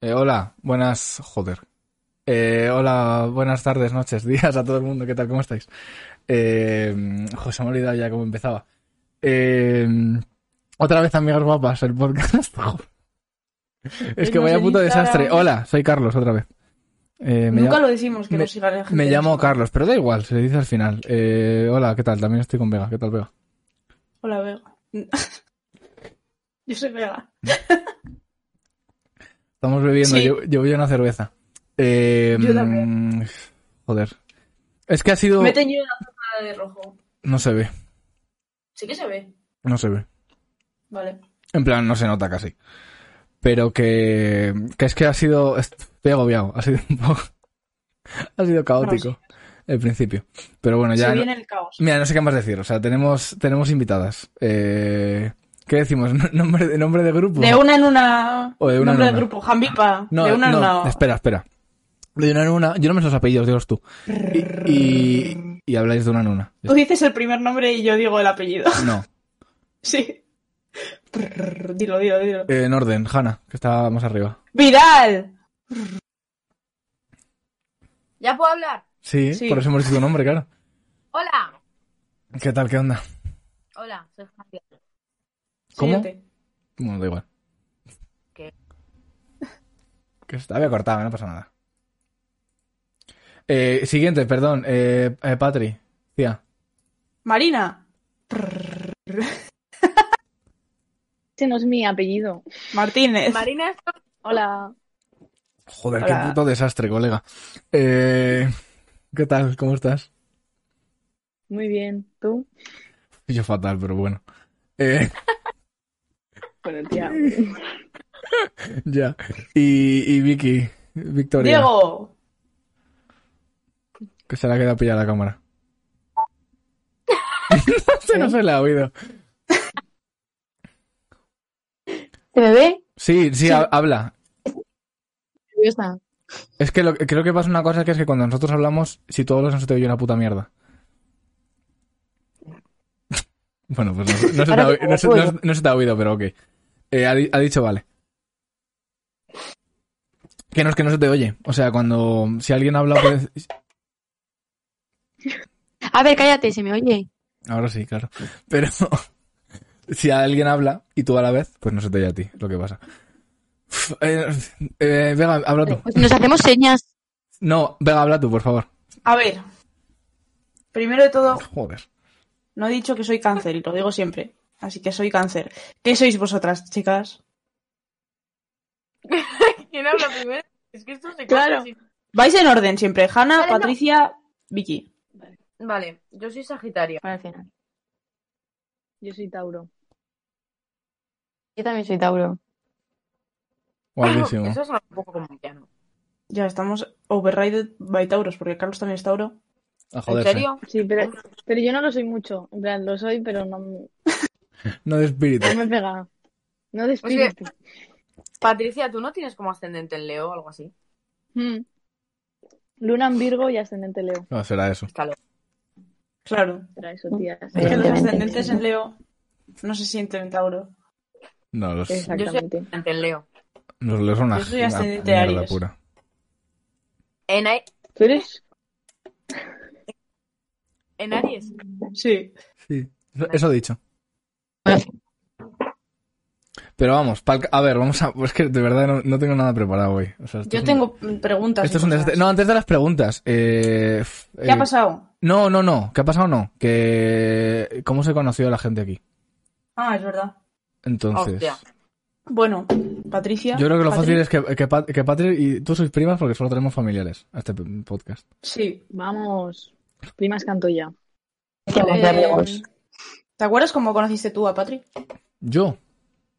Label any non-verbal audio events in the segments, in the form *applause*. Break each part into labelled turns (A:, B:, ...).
A: Eh, hola, buenas. Joder. Eh, hola, buenas tardes, noches, *laughs* días a todo el mundo. ¿Qué tal? ¿Cómo estáis? Eh, José, me he olvidado ya cómo empezaba. Eh, otra vez, amigas guapas, el podcast. *laughs* Joder. es que
B: Nos
A: vaya
B: en
A: puto
B: Instagram.
A: desastre. Hola, soy Carlos, otra vez. Eh, me
B: Nunca
A: llamo-
B: lo decimos que
A: me-
B: nos siga la gente.
A: me llamo Carlos, pero da igual, se dice al final. Eh, hola, ¿qué tal? También estoy con Vega. ¿Qué tal, Vega?
B: Hola, Vega. *laughs* Yo soy Vega.
A: Estamos bebiendo,
B: Sí.
A: yo, yo bebí una cerveza. Eh,
B: Yo
A: mm, Joder. Es que ha sido...
B: Me he teñido la zona de rojo.
A: No se ve,
B: Sí que se ve.
A: no se ve.
B: Vale.
A: En plan, no se nota casi. Pero que, que es que ha sido... Estoy agobiado, ha sido un poco... *laughs* Ha sido caótico el principio. Pero bueno, ya...
B: se
A: no-
B: viene el caos.
A: Mira, no sé qué más decir. O sea, tenemos, tenemos invitadas. Eh, ¿Qué decimos? *laughs* ¿Nombre de, nombre de grupo?
B: De una en una.
A: O de una
B: Nombre
A: en una.
B: de grupo. Jambipa.
A: No,
B: de una
A: no,
B: en una.
A: espera, espera. De una en una. Yo no me sé los apellidos, dilos tú. Y, y, y habláis de una en una.
B: Tú dices el primer nombre y yo digo el apellido. *laughs*
A: No.
B: Sí. Prrr, Dilo, dilo, dilo.
A: Eh, en orden, Hanna, que está más arriba.
B: ¡Vidal!
C: ¿Ya puedo hablar?
A: Sí,
B: Sí.
A: por eso hemos dicho tu nombre, claro.
C: Hola.
A: ¿Qué tal? ¿Qué onda?
C: Hola, soy Javier.
D: *laughs*
A: ¿Cómo?
B: Siguiente.
A: Bueno, da igual.
C: ¿Qué?
A: *laughs* Que se te había cortado, no pasa nada. Eh, siguiente, perdón. Eh, eh, Patri. Tía.
B: Marina.
D: Ese no es mi apellido.
B: Martínez.
C: Marina es
D: Hola.
A: Joder, qué
B: Hola.
A: puto desastre, colega. Eh, ¿Qué tal? ¿Cómo estás?
D: Muy bien. ¿Tú?
A: Yo fatal, pero bueno. Eh, *laughs*
D: Bueno, tía.
A: ya. Y, y Vicky, Victoria,
B: Diego.
A: que se la queda pillada la
B: *laughs*
A: cámara. *laughs* no sé, no se la ha oído.
D: ¿Se me ve?
A: Sí, sí, ha- habla.
D: Nerviosa.
A: Es que lo- creo que pasa una cosa que es que cuando nosotros hablamos, si todos los no se te oye una puta mierda. *laughs* Bueno, pues no, se- no se, te, ha,
D: Ahora
A: oí-
D: que
A: no se-
D: puedo.
A: no- no se te ha oído, pero ok. Eh, ha, di- ha dicho vale. Que no es que no se te oye. O sea, cuando. Si alguien habla, puedes.
E: A ver, cállate, se me oye.
A: Ahora sí, claro. Pero. *laughs* si alguien habla y tú a la vez, pues no se te oye a ti, lo que pasa. Uf, eh, eh, Vega, habla tú.
E: Pues Nos hacemos
C: *laughs*
E: señas.
A: No, Vega, habla tú, por favor.
B: A ver. Primero de todo,
A: Joder.
B: No he dicho que soy cáncer y lo digo siempre. Así que soy cáncer. ¿Qué sois vosotras, chicas?
C: quien habla primero. Es que esto se
B: Claro.
C: corta así.
B: Vais en orden siempre. Hanna,
C: Vale, no.
B: Patricia, Vicky.
C: Vale, yo soy Sagitario. Ah,
E: Para el final.
D: Yo soy Tauro.
E: Yo también soy Tauro.
A: Guapísimo.
C: Eso suena un poco como llano.
B: Ya estamos overrated by Tauros, porque Carlos también es Tauro.
A: A
C: ¿En
A: joderse.
C: serio?
D: Sí, pero, pero yo no lo soy mucho. En plan, lo soy, pero no, no
A: No de espíritu.
D: me pega. No
B: Pues
D: de
C: Oye.
D: espíritu.
C: Patricia, ¿tú no tienes como ascendente en Leo o algo así?
D: Mm. Luna en Virgo y ascendente Leo.
A: No, será eso.
C: Está loco.
B: Claro.
D: Era eso, tía.
E: Mm.
B: Es que los
E: Evidentemente.
B: ascendentes en Leo no se sienten en Tauro.
A: No, los,
D: Exactamente.
C: Ascendente en Leo.
A: los leos son una,
B: Yo soy
A: una
B: ascendente
A: mierda
B: Aries.
A: pura.
C: En, Ai-
D: ¿Tú eres?
C: en Aries.
B: Sí.
A: Sí, eso- eso dicho. Pero vamos, pa'l- a ver, vamos a... Es que de verdad no, no tengo nada preparado hoy. O sea, esto es
B: Yo
A: un-
B: tengo preguntas.
A: esto
B: y
A: es un
B: cosas.
A: desastre. No, antes de las preguntas. eh, f-
B: ¿Qué ha
A: eh,
B: pasado?
A: No, no, no. ¿Qué ha pasado? No. Que... ¿Cómo se conoció la gente aquí?
B: Ah, es verdad.
A: Entonces...
C: Hostia.
B: Bueno, Patricia.
A: Yo creo que lo
B: Patri-
A: fácil es que, que, Pat- que Patri y tú sois primas porque solo tenemos familiares a este p- podcast.
B: Sí.
D: Vamos. Primas canto ya.
E: Tenemos
B: Eh,
E: de amigos.
B: ¿Te acuerdas cómo conociste tú a Patri?
A: Yo,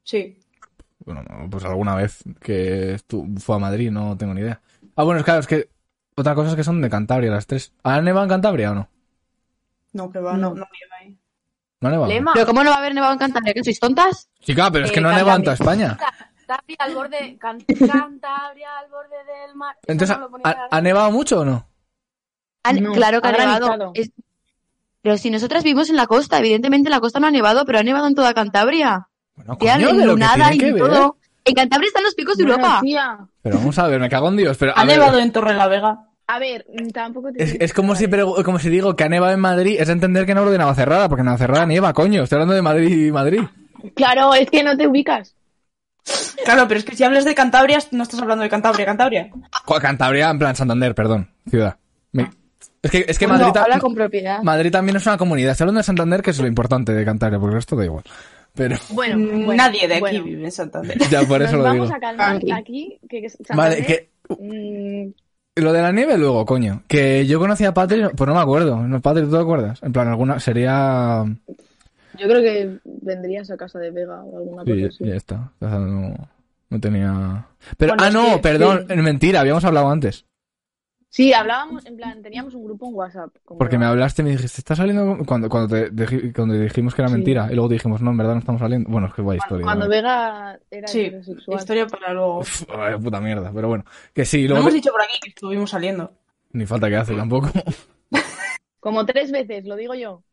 B: Sí.
A: Bueno, no, pues alguna vez que estu- fue a Madrid, no tengo ni idea. Ah, bueno, es claro, es que otra cosa es que son de Cantabria las tres. ¿Ha nevado en Cantabria o no?
B: No, que va, no,
D: No.
B: no nieva ahí.
A: No ha nevado.
C: Lema.
E: Pero ¿cómo no va a haber nevado en Cantabria? ¿Que sois tontas?
A: Chica, pero es que
C: Eh,
A: no ha nevado en toda
C: Cantabria.
A: España.
C: Cantabria al borde. Can- Cantabria al borde del mar. Eso
A: Entonces,
C: no lo ponía
A: ¿ha,
C: nada.
A: ha nevado mucho o no?
E: Han-
D: No,
E: claro que ha
D: ha
E: nevado.
D: granizado.
E: Es- Pero si nosotras vivimos en la costa, evidentemente en la costa no ha nevado, pero ha nevado en toda Cantabria.
A: Bueno,
E: Tía,
A: coño,
E: en
A: de lo que
E: Lunada
A: tiene
E: y
A: que ver.
E: todo. En Cantabria están los picos de
D: Bueno,
E: Europa.
D: tía,
A: Pero vamos a ver, me cago en Dios. Pero, a
B: Ha
A: ver,
B: nevado en Torre la Vega.
D: A ver, mm, tampoco te ¿eh?
A: es, es como, si, pregu- como si digo que ha nevado en Madrid, es entender que no hablo de Navacerrada, porque Navacerrada nieva, coño. Estoy hablando de Madrid y Madrid.
D: Claro, es que no te ubicas.
B: Claro, pero es que si hablas de Cantabria, no estás hablando de Cantabria, Cantabria.
A: Co- Cantabria, en plan Santander, perdón, ciudad.
D: Ah.
A: Me- Es que, es que
D: Pues
A: Madrid, ta-
E: habla con propiedad.
A: Madrid también es una comunidad. Estoy hablando de Santander, que es lo importante de Cantabria, porque el resto da igual.
D: *laughs*
A: Pero
D: Bueno,
B: mm, Nadie de aquí
D: bueno.
B: vive en Santander.
A: ya por eso
D: Nos
A: lo
D: vamos
A: digo.
D: a calmar
E: Tranqui.
D: aquí. Que, que Santander,
A: Vale, que
D: mm,
A: lo de la nieve luego, coño. Que yo conocí a Patri, pues no me acuerdo. No, Patri, ¿tú te acuerdas? En plan, alguna sería...
D: yo creo que vendrías a casa de Vega o alguna cosa
A: Sí,
D: así.
A: ya está. O sea, no, no tenía... Pero,
D: Bueno,
A: ah,
D: es
A: no,
D: que-
A: perdón, mentira, habíamos hablado antes.
D: Sí, hablábamos, en plan, teníamos un grupo en WhatsApp. como-
A: Porque me hablaste y me dijiste, ¿estás saliendo? con-?" Cuando, cuando, te, dij- cuando dijimos que era
D: Sí.
A: mentira. Y luego dijimos, no, en verdad no estamos saliendo. Bueno, es que guay historia.
D: Cuando
A: ¿no?
D: Vega era
B: Sí,
D: heterosexual.
B: Historia para luego.
A: Uf, ay, puta mierda, pero bueno. Que sí,
B: Lo
A: luego...
B: hemos dicho por aquí que estuvimos saliendo.
A: Ni falta que hace tampoco. *laughs*
D: Como tres veces, lo digo yo.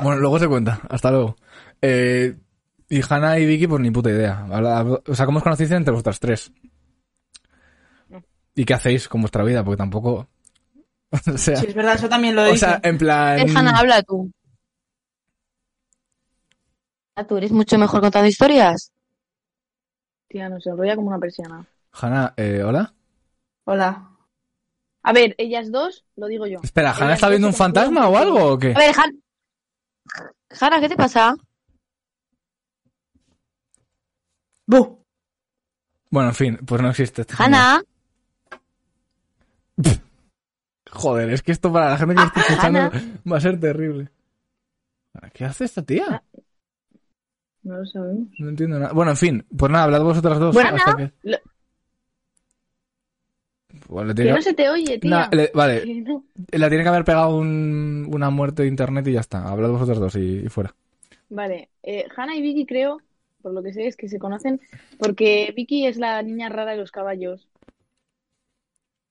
A: Bueno, luego se cuenta. Hasta luego. Eh, y Hanna y Vicky, pues ni puta idea. Habla- habla- O sea, ¿cómo os conocéis entre vuestras tres? ¿Y qué hacéis con vuestra vida? Porque tampoco... *laughs* O sea,
B: Sí, es verdad, eso también lo he
A: o
B: dicho.
A: sea en plan...
E: Eh, Hanna, habla tú. Ah, tú eres mucho mejor contando historias.
D: Tía, no se enrolla como una persiana.
A: Hanna, eh, ¿hola?
B: Hola.
D: A ver, ellas dos, lo digo yo.
A: Espera, ¿Hanna
D: Ellas
A: está
D: dos
A: viendo un
D: se conocieron
A: fantasma o
D: porque-
A: algo o qué?
E: A ver, Han... Hanna, ¿qué te pasa?
B: Bu.
A: Bueno, en fin, pues no existe. este
E: Hanna,
A: Joder, es que esto para la gente que lo está escuchando
E: Hanna.
A: va a ser terrible. ¿Qué hace esta tía?
D: No lo sabemos.
A: No entiendo nada. Bueno, en fin, pues nada, hablad vosotras dos.
D: Bueno,
A: hasta que...
D: lo-
A: Bueno, le
D: Que
A: tiene
D: no
A: que-
D: se te oye, tía.
A: Nah, le- vale,
D: Que no.
A: la tiene que haber pegado un- una muerte de internet y ya está. Hablad vosotras dos y, y fuera.
D: Vale, eh, Hannah y Vicky creo, por lo que sé, es que se conocen porque Vicky es la niña rara de los caballos.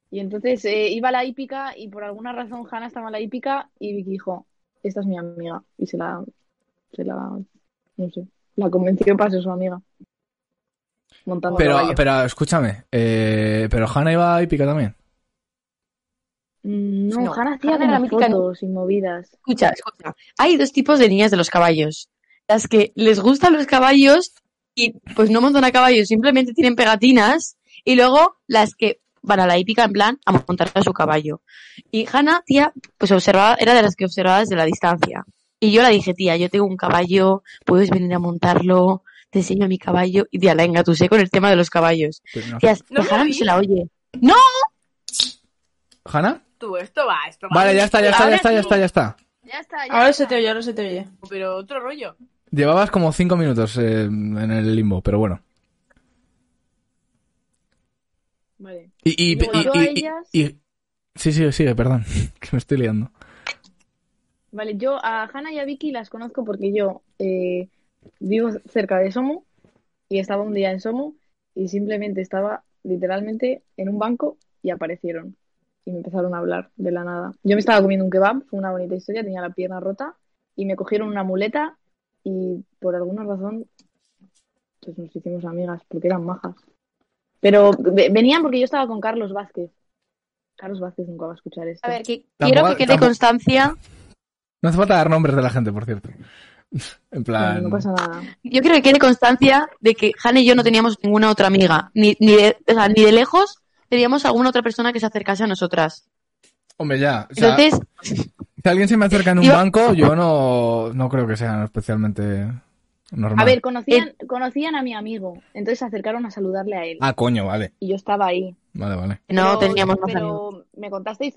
D: Y entonces eh, iba a la hípica y por alguna razón Hannah estaba en la hípica y Vicky dijo, esta es mi amiga. Y se la, se la, no sé, la convenció para ser su amiga. Montando
A: Pero,
D: caballo.
A: pero escúchame, eh, pero Hanna iba y pica también.
D: Mm, No,
E: No,
D: Hannah hacía
E: Hannah era
D: como
E: la mítica-
D: fotos y movidas.
E: escucha, escucha. Hay dos tipos de niñas de los caballos. Las que les gustan los caballos y pues no montan a caballo, simplemente tienen pegatinas. Y luego las que van a la hípica en plan a montar a su caballo. Y Hanna, tía, pues observaba, era de las que observaba desde la distancia. Y yo la dije, tía, yo tengo un caballo, puedes venir a montarlo, te enseño mi caballo. Y tía, la engatusé con el tema de los caballos.
A: Pero no.
E: Tía,
C: No me
E: Hanna no
C: oí.
E: se la oye.
A: ¿Hanna?
C: Tú, esto va, esto va.
A: Vale, ya está, ya está, ya
C: Ahora
A: está, ya
C: sí.
A: está, ya está.
D: Ya está,
B: Ahora se te oye, ahora se te oye.
C: Pero otro rollo.
A: Llevabas como cinco minutos eh, en el limbo, pero bueno.
D: Vale.
A: Y, y,
D: Y
A: y-
D: yo
A: y-
D: a
A: y-
D: ellas-
A: y- Sí, sí, sigue, perdón, *laughs* que me estoy liando.
D: Vale, yo a Hannah y a Vicky las conozco porque yo eh, vivo cerca de Somo y estaba un día en Somo y simplemente estaba literalmente en un banco y aparecieron y me empezaron a hablar de la nada. Yo me estaba comiendo un kebab, fue una bonita historia, tenía la pierna rota y me cogieron una muleta y por alguna razón pues nos hicimos amigas porque eran majas. Pero ve- venían porque yo estaba con Carlos Vázquez. Carlos Vázquez nunca va a escuchar esto.
E: A ver, que
A: Tampoco-
E: quiero que quede
A: tampoco-
E: constancia.
A: No hace falta dar nombres de la gente, por cierto. *laughs* En plan...
D: no pasa nada.
E: Yo creo que quede constancia de que Hanna y yo no teníamos ninguna otra amiga, ni, ni, de, o sea, ni de lejos teníamos alguna otra persona que se acercase a nosotras.
A: Hombre, ya. o sea,
E: Entonces,
A: si alguien se me acerca en un
E: Yo-
A: banco, yo no, no creo que sea especialmente normal.
D: A ver, conocían,
E: Eh,
D: conocían a mi amigo, entonces se acercaron a saludarle a él
A: Ah, coño, vale.
D: y yo estaba ahí.
A: Vale, vale.
E: no
D: Pero-
E: teníamos más amigos.
D: Pero me contasteis,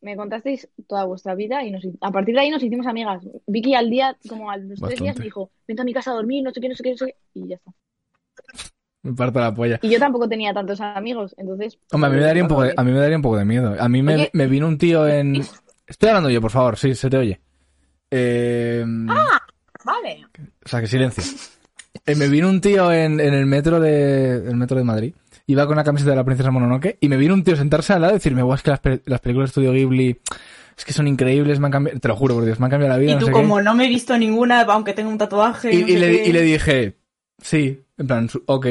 D: me contasteis toda vuestra vida y nos, a partir de ahí nos hicimos amigas. Vicky al día, como a los tres
A: Bastante.
D: días, me dijo, vente a mi casa a dormir, no sé qué, no sé qué, no sé qué", y ya está.
A: Me parto la polla.
D: Y yo tampoco tenía tantos amigos, entonces...
A: Hombre, a mí me daría un poco de, a mí me daría un poco de miedo. A mí me,
E: Oye.
A: me vino un tío en... Estoy hablando yo, por favor, sí, se te oye. Eh,
C: Vale.
A: O sea, que silencio. Eh, me vino un tío en, en el metro de el metro de Madrid. Iba con una camiseta de la princesa Mononoke y me vino un tío sentarse al lado y decirme, guau, es que las, pe- las películas de Studio Ghibli es que son increíbles, me han cambiado, te lo juro por Dios, me han cambiado la vida.
B: Y
A: no
B: tú,
A: sé qué".
B: como no me he visto ninguna, aunque tenga un tatuaje.
A: Y,
B: no
A: y
B: sé
A: le,
B: qué.
A: y le dije, Sí, en plan, su- ok.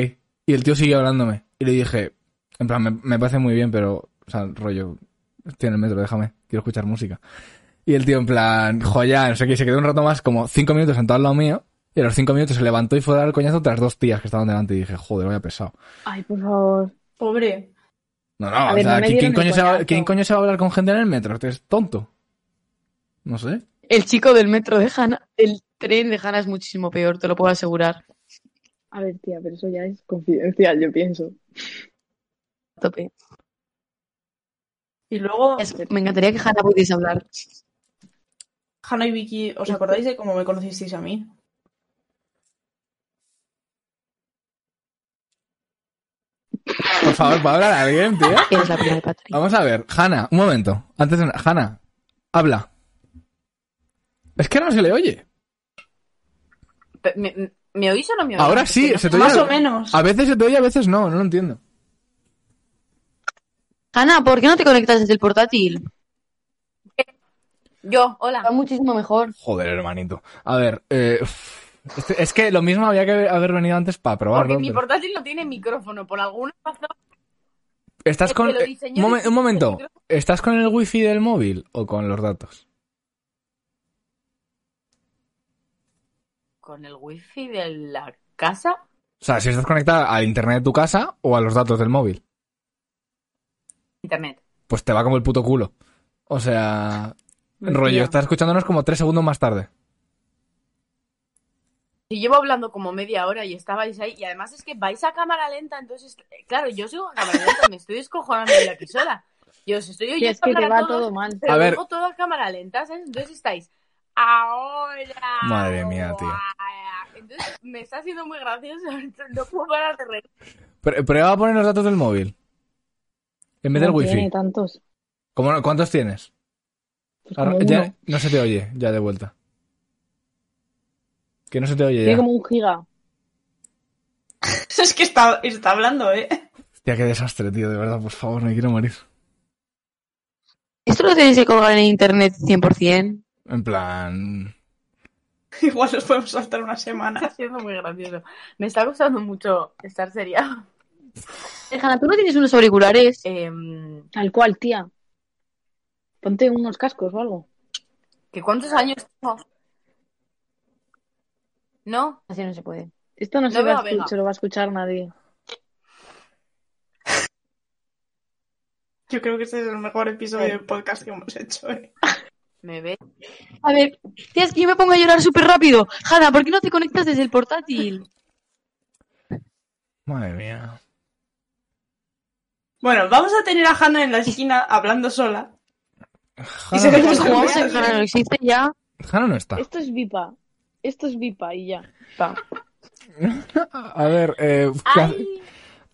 A: Y el tío siguió hablándome. Y le dije, en plan, me, me parece muy bien, pero, o sea, rollo, estoy en el metro, déjame, quiero escuchar música. Y el tío, en plan, joya, no sé qué, y se quedó un rato más, como cinco minutos sentado al lado mío. Y a los cinco minutos se levantó y fue a dar el coñazo tras dos tías que estaban delante. Y dije, joder, vaya pesado.
D: Ay, por favor.
B: Pobre.
A: No, no, o
D: ver,
A: sea,
D: no me
A: ¿quién,
D: dieron el
A: coño se va,
D: coñazo.
A: quién coño se va a hablar con gente en el metro? Este es tonto. No sé.
E: El chico del metro de Hanna, el tren de Hanna es muchísimo peor, te lo puedo asegurar.
D: A ver, tía, pero eso ya es confidencial, yo pienso.
E: A Tope.
B: Y luego,
E: Es- me encantaría que Hanna pudiese hablar.
B: Hanna y Vicky, ¿os acordáis de cómo me conocisteis a mí?
A: Por favor, ¿va a hablar alguien, tío?
E: Eres la prima de Patrick.
A: Vamos a ver, Hanna, un momento. Antes de nada, Hanna, habla. Es que no se le oye.
C: Pe- ¿Me, me- me oís o no me oís?
A: Ahora
C: Es
A: sí, Ah.
C: que no
A: se
C: sé-
A: te oye.
B: Más
A: Claro.
B: o menos.
A: A veces se te oye, a veces no, no lo entiendo.
E: Hanna, ¿por qué no te conectas desde el portátil?
C: Yo, hola.
E: Está muchísimo mejor.
A: Joder, hermanito. A ver, eh, uf. Este- es que lo mismo había que haber venido antes para probarlo.
C: Porque mi
A: pero-
C: portátil no tiene micrófono, por alguna razón.
A: Estás
C: es
A: con.
C: que lo
A: eh,
C: diseñó
A: momen-
C: el-
A: un
C: el
A: momento.
C: micrófono.
A: ¿Estás con el wifi del móvil o con los datos?
C: Con el wifi de la casa.
A: O sea, si estás conectada al internet de tu casa o a los datos del móvil,
C: Internet.
A: pues te va como el puto culo. O sea, rollo, estás escuchándonos como tres segundos más tarde.
C: Y llevo hablando como media hora y estabais ahí. Y además es que vais a cámara lenta, entonces. eh, Claro, yo sigo a cámara lenta, me estoy descojonando yo aquí sola. Yo os estoy
D: Y
C: oyendo
D: es que te
C: hablar a
D: va
C: todos,
D: todo mal.
C: pero
A: A ver.
C: luego todo a cámara lenta, ¿sabes? Entonces estáis. Ahora.
A: Madre mía, tío.
C: ahora". Entonces me está haciendo muy gracioso. *laughs* No puedo parar de reír.
A: Pr- Prueba a poner los datos del móvil. En vez del
D: No tiene
A: wifi.
D: tantos.
A: ¿Cómo no- ¿Cuántos tienes?
D: Pues
A: Ahora-
D: como
A: ya
D: uno.
A: no se te oye, ya de vuelta. Que no se te oye
D: Tiene
A: ya.
D: como un giga.
B: *laughs* Es que está, está hablando, ¿eh? *laughs*
A: Hostia, qué desastre, tío, de verdad, por favor, me quiero morir.
E: Esto lo tenéis que colgar en internet 100%.
A: En plan.
B: Igual nos podemos saltar una semana.
C: Está siendo muy gracioso. Me está gustando mucho estar seria.
E: Eh, Hanna, ¿tú no tienes unos auriculares?
C: Em,
D: Tal cual, tía. Ponte unos cascos o algo.
C: ¿Que cuántos años tengo? No,
E: Así no se puede.
D: Esto no,
C: No
D: se, va
C: veo
D: a
C: a Vega.
D: escu- se lo va a escuchar nadie.
B: Yo creo que este es el mejor episodio de podcast que hemos hecho, ¿eh?
C: me ve.
E: A ver, tía, es que yo me pongo a llorar súper rápido. Hanna, ¿por qué no te conectas desde el portátil?
A: Madre mía.
B: Bueno, vamos a tener a Hannah en la esquina hablando sola. Y se
A: Hanna-
B: ve como-
E: Jugamos a que Hanna no existe ya.
A: Hanna no está.
D: Esto es VIPA. Esto es VIPA y ya.
E: Pa.
A: *laughs* A ver, eh, ¿qué hace-
C: ¡Ay!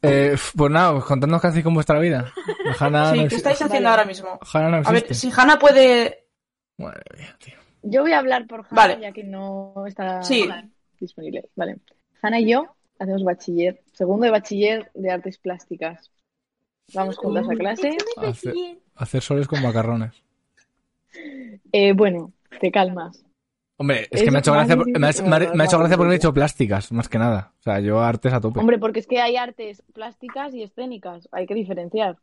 A: eh, pues nada, pues contadnos casi con vuestra vida. Hanna Ah, no
B: sí, ¿qué
A: exi-
B: estáis haciendo
D: Vale.
B: ahora mismo?
A: Hanna no
B: A ver,
A: existe.
B: si Hannah puede...
A: Madre mía, tío.
D: Yo voy a hablar por Hanna,
B: Vale.
D: ya que no está
B: Sí.
D: disponible. Vale. Hanna y yo hacemos bachiller, segundo de bachiller de artes plásticas. Vamos juntas a clase.
A: Hacer, hacer soles con macarrones.
D: Eh, bueno, te calmas.
A: Hombre, es
D: Es
A: que me ha hecho
D: más
A: gracia, por-
D: difícil
A: me ha,
D: que
A: me ha- me ha hecho
D: macarrones,
A: gracia porque he
D: tío.
A: dicho plásticas, más que nada. O sea, yo artes a tope.
D: Hombre, porque es que hay artes plásticas y escénicas. Hay que diferenciar.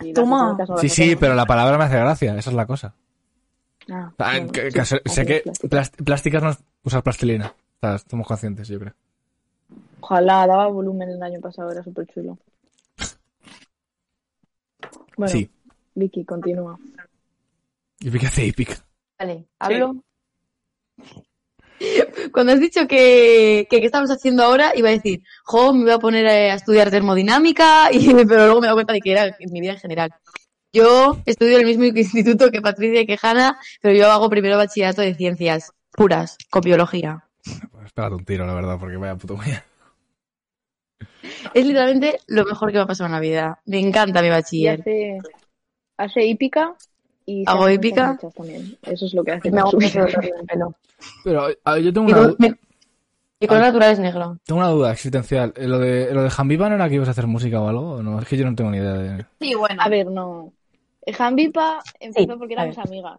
D: Y las
B: Toma.
D: escénicas no las
A: Sí, sí,
D: hacemos.
A: pero la palabra me hace gracia, esa es la cosa.
D: Ah,
A: Ah,
D: bueno,
A: que-
D: sí,
A: que sé, sé
D: artes
A: que
D: plásticas.
A: plas- plásticas no es usar plastilina. O sea, estamos conscientes, yo creo.
D: Ojalá daba volumen el año pasado, era súper chulo. Bueno,
A: Sí.
D: Vicky, continúa.
A: Y pica hace Epic.
E: Vale, hablo. *laughs* Cuando has dicho que, que qué estamos haciendo ahora, iba a decir, jo, me voy a poner eh, a estudiar termodinámica, *laughs* y, pero luego me he dado cuenta de que era mi vida en general. Yo estudio en el mismo instituto que Patricia y que Hanna, pero yo hago primero bachillerato de ciencias puras, con biología.
A: Pues pégate un tiro, la verdad, porque vaya puto mía.
E: Es literalmente lo mejor que me ha pasado en la vida. Me encanta mi
D: Y
E: bachiller.
D: hace, hace hípica y se
E: ¿Hago
D: hace
E: hípica?
D: muchas mechas también. Eso es lo que hace.
E: *laughs*
D: con
E: Me hago
D: su
E: un
D: vida.
E: pelo en el pelo.
A: Pero a ver, yo tengo
E: Mi
A: una, du-
E: color,
A: Ah.
E: mi- mi color natural es negro.
A: tengo una duda existencial. Eh, Lo de, lo de Jambipa no era que ibas a hacer música o algo, ¿O no? Es que yo no tengo ni idea de.
C: Sí, bueno.
D: A ver, no. Jambipa empezó
E: Sí,
D: porque
E: a
D: éramos amigas.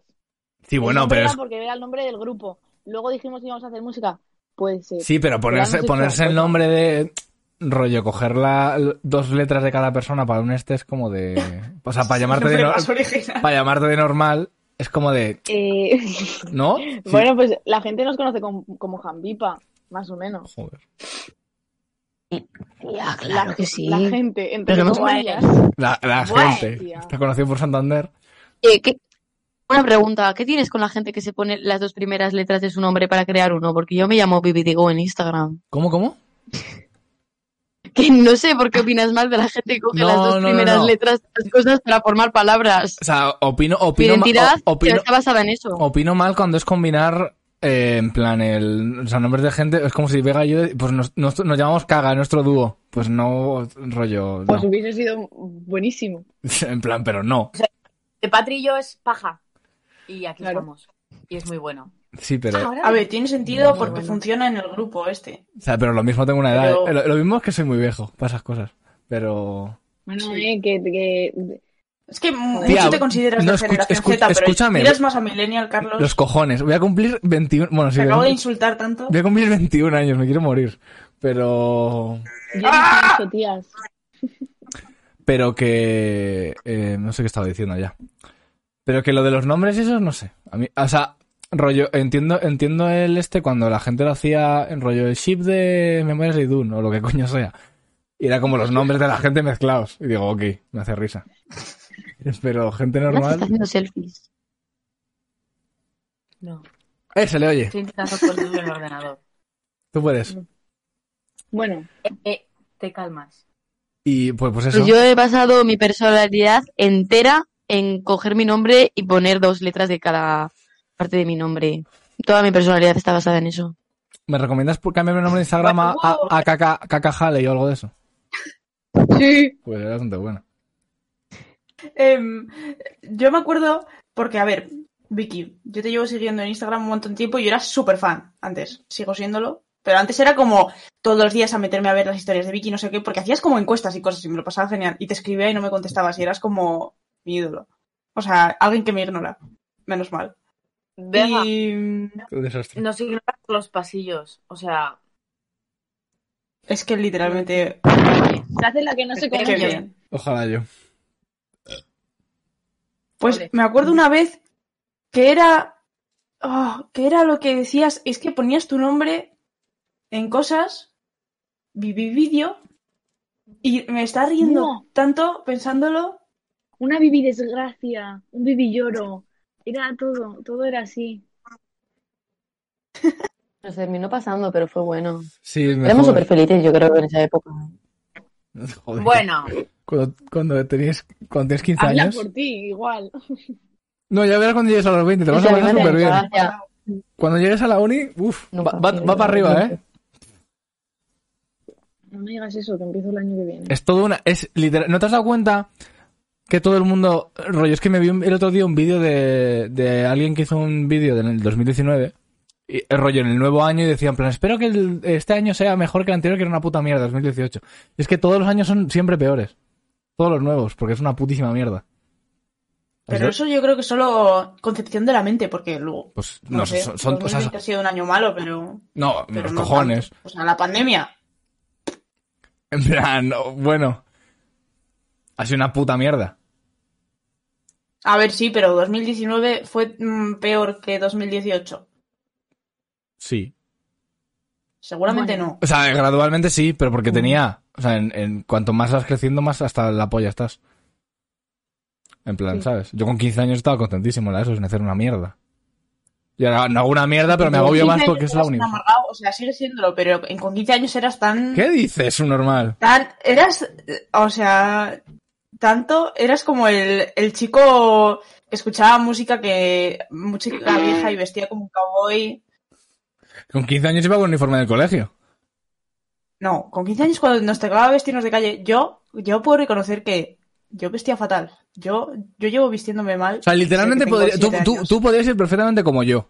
A: Sí,
D: El nombre era Porque era el nombre del grupo. Luego dijimos que íbamos a hacer música. Pues, eh, puede ser.
A: Sí, pero ponerse,
D: Pero
A: ponerse
D: homosexual,
A: el
D: coño.
A: nombre de rollo, coger la, l- dos letras de cada persona para un este es como de... O sea, para llamarte de,
B: Siempre
A: no-
B: más
D: *laughs*
B: original.
A: para llamarte de normal es como de...
D: Eh,
A: ¿No? Sí.
D: Bueno, pues la gente nos conoce como, como Jambipa, más o menos.
A: Joder. Ah,
E: Ya, claro
D: la,
E: que sí.
D: La gente, entre
E: Pero no
D: comillas.
A: La, la
C: Buah,
A: gente.
D: tía.
A: Está conocido por Santander.
E: Eh, ¿qué- Una pregunta, ¿qué tienes con la gente que se pone las dos primeras letras de su nombre para crear uno? Porque yo me llamo Vividigo en Instagram. *laughs*
A: ¿Cómo, cómo?
E: Que no sé por qué opinas mal de la gente que coge
A: No,
E: las dos
A: no, no,
E: primeras
A: no.
E: letras de las cosas para formar palabras.
A: O sea, opino...
E: Tu
A: opino ma-
E: identidad
A: o- opino,
E: está basada en eso.
A: opino mal cuando es combinar... eh, en plan, el, o sea, nombres de gente, es como si Vega y yo, pues nos, nos, nos llamamos Caga, nuestro dúo. Pues no, rollo,
D: Pues
A: no. *laughs*
D: hubiese sido buenísimo.
A: En plan, pero no.
C: De Patri y yo es paja. Y aquí
D: Claro.
C: estamos. Y es muy bueno.
A: Sí,
D: ah,
A: pero...
B: A ver, tiene sentido
C: Muy
B: porque
C: bueno.
B: funciona en el grupo este.
A: O sea, pero lo mismo tengo una edad.
B: Pero-
A: eh. Lo, lo mismo es que soy muy viejo para esas cosas. Pero.
D: Bueno,
B: Sí.
D: eh, que, que-
B: Es que mu-
A: Tía,
B: mucho te consideras
A: no,
B: de
A: escu-
B: generación
A: escu-
B: Z, pero
A: escúchame.
B: miras más a Millennial, Carlos.
A: Los cojones. Voy a cumplir 21. Bueno, sí,
B: Te acabo de
A: voy
B: insultar tanto.
A: a cumplir 21 años, me quiero morir. Pero.
D: yo no
A: ¡Ah!
D: sé mucho, tías.
A: Pero que. eh, no sé qué estaba diciendo ya. Pero que lo de los nombres, esos no sé. A mí, o sea, rollo. Entiendo, entiendo el este cuando la gente lo hacía en rollo el ship de Memorias de Dune o lo que coño sea. Y era como los nombres de la gente mezclados. Y digo, ok, me hace risa. *laughs* Pero gente
E: Nacho
A: normal.
E: está *laughs* haciendo selfies.
C: No.
A: Eh, se le oye.
C: Estoy intentando ponerlo en el ordenador.
A: Tú puedes.
D: Bueno,
C: Eh, eh, te calmas.
A: Y pues, pues eso.
E: Pues yo he basado mi personalidad entera en coger mi nombre y poner dos letras de cada parte de mi nombre. Toda mi personalidad está basada en eso.
A: ¿Me recomiendas por cambiarme el nombre de Instagram a, a, a caca, Caca Haley o algo de eso?
D: sí.
A: Pues era bastante buena.
B: Em, yo me acuerdo, porque a ver, Vicky, yo te llevo siguiendo en Instagram un montón de tiempo y yo era súper fan antes, sigo siéndolo, pero antes era como todos los días a meterme a ver las historias de Vicky, no sé qué, porque hacías como encuestas y cosas y me lo pasaba genial y te escribía y no me contestabas y eras como mi ídolo. O sea, alguien que me ignora, menos mal.
C: Venga,
B: Y mm,
A: Un desastre.
C: nos ignoras por los pasillos. O sea,
B: es que literalmente...
D: Se hace la que no se
C: Qué
B: qué
D: conoce.
B: bien.
A: Ojalá yo.
B: Pues
C: Ole.
B: me acuerdo una vez que era. ah, que era lo que decías. Es que ponías tu nombre en cosas. Viví vídeo. Y me está riendo
D: No.
B: tanto pensándolo.
D: Una viví desgracia, un viví lloro. Era todo, todo era así.
E: Nos terminó pasando, pero fue bueno.
A: Sí, me
E: Éramos
A: jode.
E: súper felices, yo creo, en esa época.
A: *laughs* Joder.
C: bueno.
A: Cuando, cuando, tenías, cuando tienes 15
D: Habla
A: años.
D: por ti, igual.
A: No, ya verás cuando llegues a los 20. Te lo vas a
E: Sí, a mí
A: pasar
E: me
A: súper bien.
E: encantaba. Gracias.
A: Cuando llegues a la uni, uff, va,
E: Nunca
A: va-
E: fui,
A: va para arriba, ¿eh?
D: No me digas eso, que empiezo el año que viene.
A: Es todo una. Es literal. ¿No te has dado cuenta que todo el mundo. Rollo, es que me vi un- el otro día un vídeo de, de alguien que hizo un vídeo del 2019. Y, eh, rollo, en el nuevo año y decían, en plan, espero que el- este año sea mejor que el anterior, que era una puta mierda, 2018. Y es que todos los años son siempre peores. Todos los nuevos, porque es una putísima mierda.
B: Pero eso yo creo que solo concepción de la mente, porque luego.
A: Pues no,
B: No, sé,
A: son, son- o sea,
B: 2020 ha sido un año malo, pero.
A: no,
B: pero
A: los
B: no
A: cojones.
B: tanto. O sea, la pandemia.
A: En plan, no, bueno. Ha sido una puta mierda.
B: A ver, sí, pero 2019 fue mm, peor que 2018.
A: Sí.
B: Seguramente
E: Bueno.
B: no.
A: O sea, gradualmente sí, pero porque tenía. O sea, en, en cuanto más vas creciendo, más hasta la polla estás. En plan,
D: Sí.
A: ¿sabes? Yo con 15 años estaba contentísimo en la ESO, sin hacer una mierda. Y ahora no hago una mierda, pero me agobio
B: 15
A: más
B: años
A: porque es la
B: eras un
A: única.
B: amargado, O sea, sigue siéndolo, pero en- con 15 años eras tan.
A: ¿Qué dices, un normal?
B: Tan, eras, eh, o sea, tanto, eras como el, el chico que escuchaba música que música vieja y vestía como un cowboy.
A: Con 15 años iba con uniforme del colegio.
B: No, con 15 años cuando nos tocaba vestirnos de calle, yo, yo puedo reconocer que yo vestía fatal. Yo, yo llevo vistiéndome mal.
A: O sea, literalmente
B: desde que
A: podría,
B: tengo
A: tú,
B: siete
A: tú,
B: años.
A: tú podrías ser perfectamente como yo.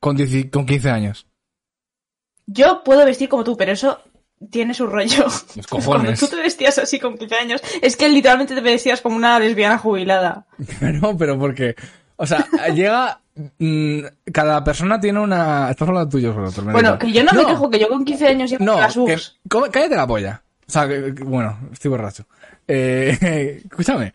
A: Con, 10 con 15 años.
B: Yo puedo vestir como tú, pero eso tiene su rollo.
A: Los
B: Cuando
A: cojones.
B: tú te vestías así con 15 años, es
A: *laughs*
B: que literalmente te vestías como una lesbiana jubilada.
A: No, pero porque. O sea, llega. mm, cada persona tiene una. Estás hablando tuyo, sobre otro. me da
B: Bueno,
A: igual.
B: que yo no, me quejo, que yo con 15 años iba
A: No,
B: a las
A: que-
B: URSS.
A: ¿cómo? cállate la polla. O sea, que- que- bueno, estoy borracho. Eh, *laughs* escúchame,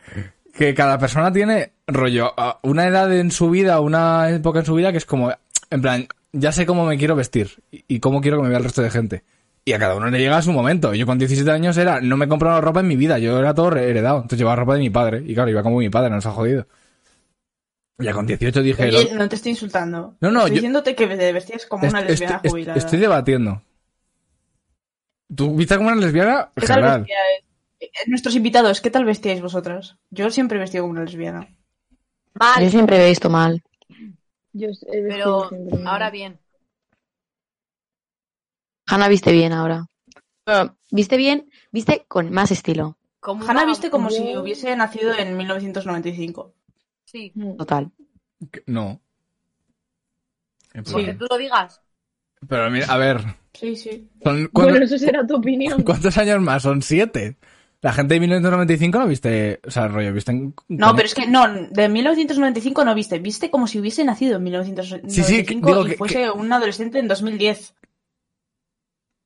A: que cada persona tiene rollo, a- una edad en su vida, una época en su vida que es como, en plan, ya sé cómo me quiero vestir y, y cómo quiero que me vea el resto de gente. Y a cada uno le llega su momento. Yo con 17 años era, no me he comprado ropa en mi vida, yo era todo re- heredado. Entonces llevaba ropa de mi padre y claro, iba como mi padre, no nos ha jodido. Ya con 18 dije... lo-
B: Oye, no te estoy insultando.
A: No, no,
B: estoy
A: yo-
B: diciéndote que te vestías como una
A: Est- est-
B: lesbiana
A: est-
B: jubilada.
A: Este, Estoy debatiendo. ¿Tú viste como una lesbiana?
B: ¿Qué tal
A: General.
B: vestíais? Eh, Nuestros invitados, ¿qué tal vestíais vosotras? Yo siempre he vestido como una lesbiana.
E: Yo
A: ¿eh?
C: Mal,
E: siempre he visto mal.
D: Yo he
C: pero
D: vestido siempre mal.
C: ahora bien.
E: Hanna viste bien ahora. Bueno, viste bien, viste con más estilo.
C: Como
B: Hanna
C: una-
B: viste como
D: yo-
B: si hubiese nacido en 1995.
C: Sí,
D: Mm.
E: Total.
A: Que- No. En plan.
C: porque tú lo digas.
A: Pero mira, a ver.
B: Sí, sí.
A: son- ¿cuán-
D: Bueno, eso será
A: *laughs*
D: tu opinión.
A: ¿Cuántos años más? Son siete. La gente de 1995 no viste. O sea, rollo, viste. en-
B: No, pero es que no, de 1995 no viste, viste como si hubiese nacido en 1995
A: Sí, sí, que- digo
B: y
A: que-
B: fuese un adolescente en 2010.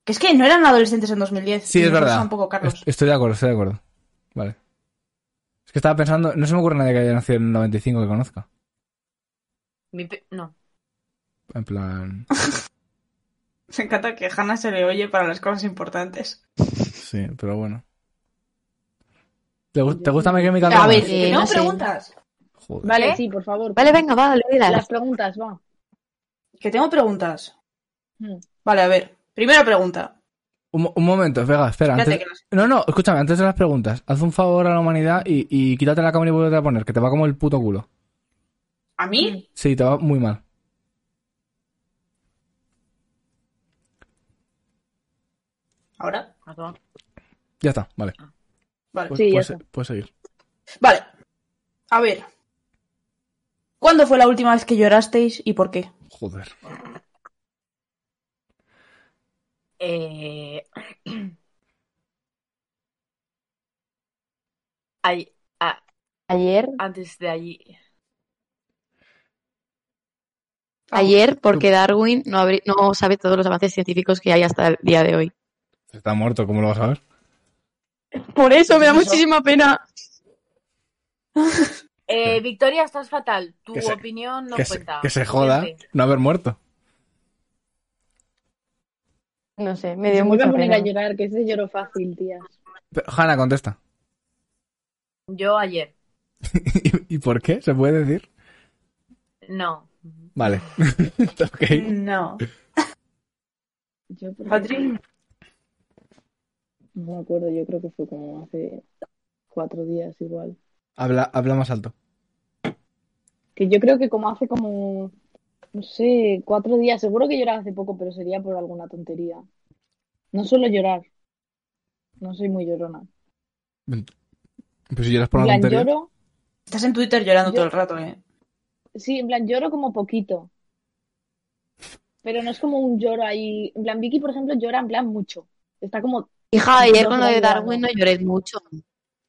B: Que es que no eran adolescentes en 2010.
A: Sí,
B: y
A: es
B: nosotros
A: verdad.
B: Tampoco, Carlos.
A: Est- Estoy de acuerdo, estoy de acuerdo. Vale. Es que estaba pensando. No se me ocurre nadie que haya nacido en el 95 que conozca.
C: Mi pe- No.
A: En plan.
B: Me encanta que Hanna se le oye para las cosas importantes.
A: Sí, pero bueno. ¿Te, gu- te gusta My Chemical
B: A ver,
A: Romance?
E: eh,
B: que no
E: no sé.
B: preguntas.
A: Joder.
D: Vale,
C: ¿Qué?
D: sí, por favor.
E: Vale, venga, va, dale, dale.
D: Las preguntas, va.
B: Que tengo preguntas.
E: Hmm.
D: Mm.
B: Vale, a ver. Primera pregunta.
A: Un, mo- un momento, Vega, espera.
B: Espérate
A: Antes...
B: que las-
A: No, no, escúchame, antes de las preguntas, haz un favor a la humanidad y, y quítate la cámara y vuelve a poner, que te va como el puto culo.
B: ¿A
E: Hmm.
B: mí?
A: Sí, te va muy mal.
B: ¿Ahora?
C: A tomar.
A: Ya está, vale.
B: Vale.
A: Pues-
D: Sí, ya
A: puedes-
D: está.
A: puedes seguir.
B: Vale. A ver. ¿Cuándo fue la última vez que llorasteis y por qué?
A: Joder.
C: Eh... *clears throat* Ay, a-
E: Ayer,
C: antes de allí.
E: ayer, porque Darwin no, abri- no sabe todos los avances científicos que hay hasta el día de hoy.
A: Está muerto, ¿cómo lo vas a ver?
E: Por eso me da
B: Eso.
E: muchísima pena.
C: Eh, Victoria, estás fatal. Tu
A: Que se-
C: opinión no
A: que, se,
C: cuenta.
A: que se joda
C: Siguiente.
A: no haber muerto.
E: No sé, me
D: Me
E: dio
D: vuelve a
E: mucha
D: poner
E: pena.
D: a llorar, que ese lloro fácil, tías.
A: Pero, Hanna, contesta. *laughs*
C: Yo ayer.
A: ¿Y, y por qué? ¿Se puede decir?
C: No.
A: Vale. *laughs* ok.
B: No.
D: Yo porque-
B: Patrick,
D: No me acuerdo, yo creo que fue como hace cuatro días igual.
A: Habla, habla más alto.
D: Que yo creo que como hace como, no sé, cuatro días. Seguro que lloraba hace poco, pero sería por alguna tontería. No suelo llorar. No soy muy llorona.
A: Pues si lloras por
D: En
A: una
D: plan,
A: tontería.
D: lloro.
B: estás en Twitter llorando
D: Yo-
B: todo el rato, ¿eh?
D: Sí, en plan, lloro como poquito. Pero no es como un lloro ahí. En plan, Vicky, por ejemplo, llora en plan mucho. Está como.
E: Hija, ayer
D: No,
E: con lo de
D: claro.
E: Darwin no lloré mucho.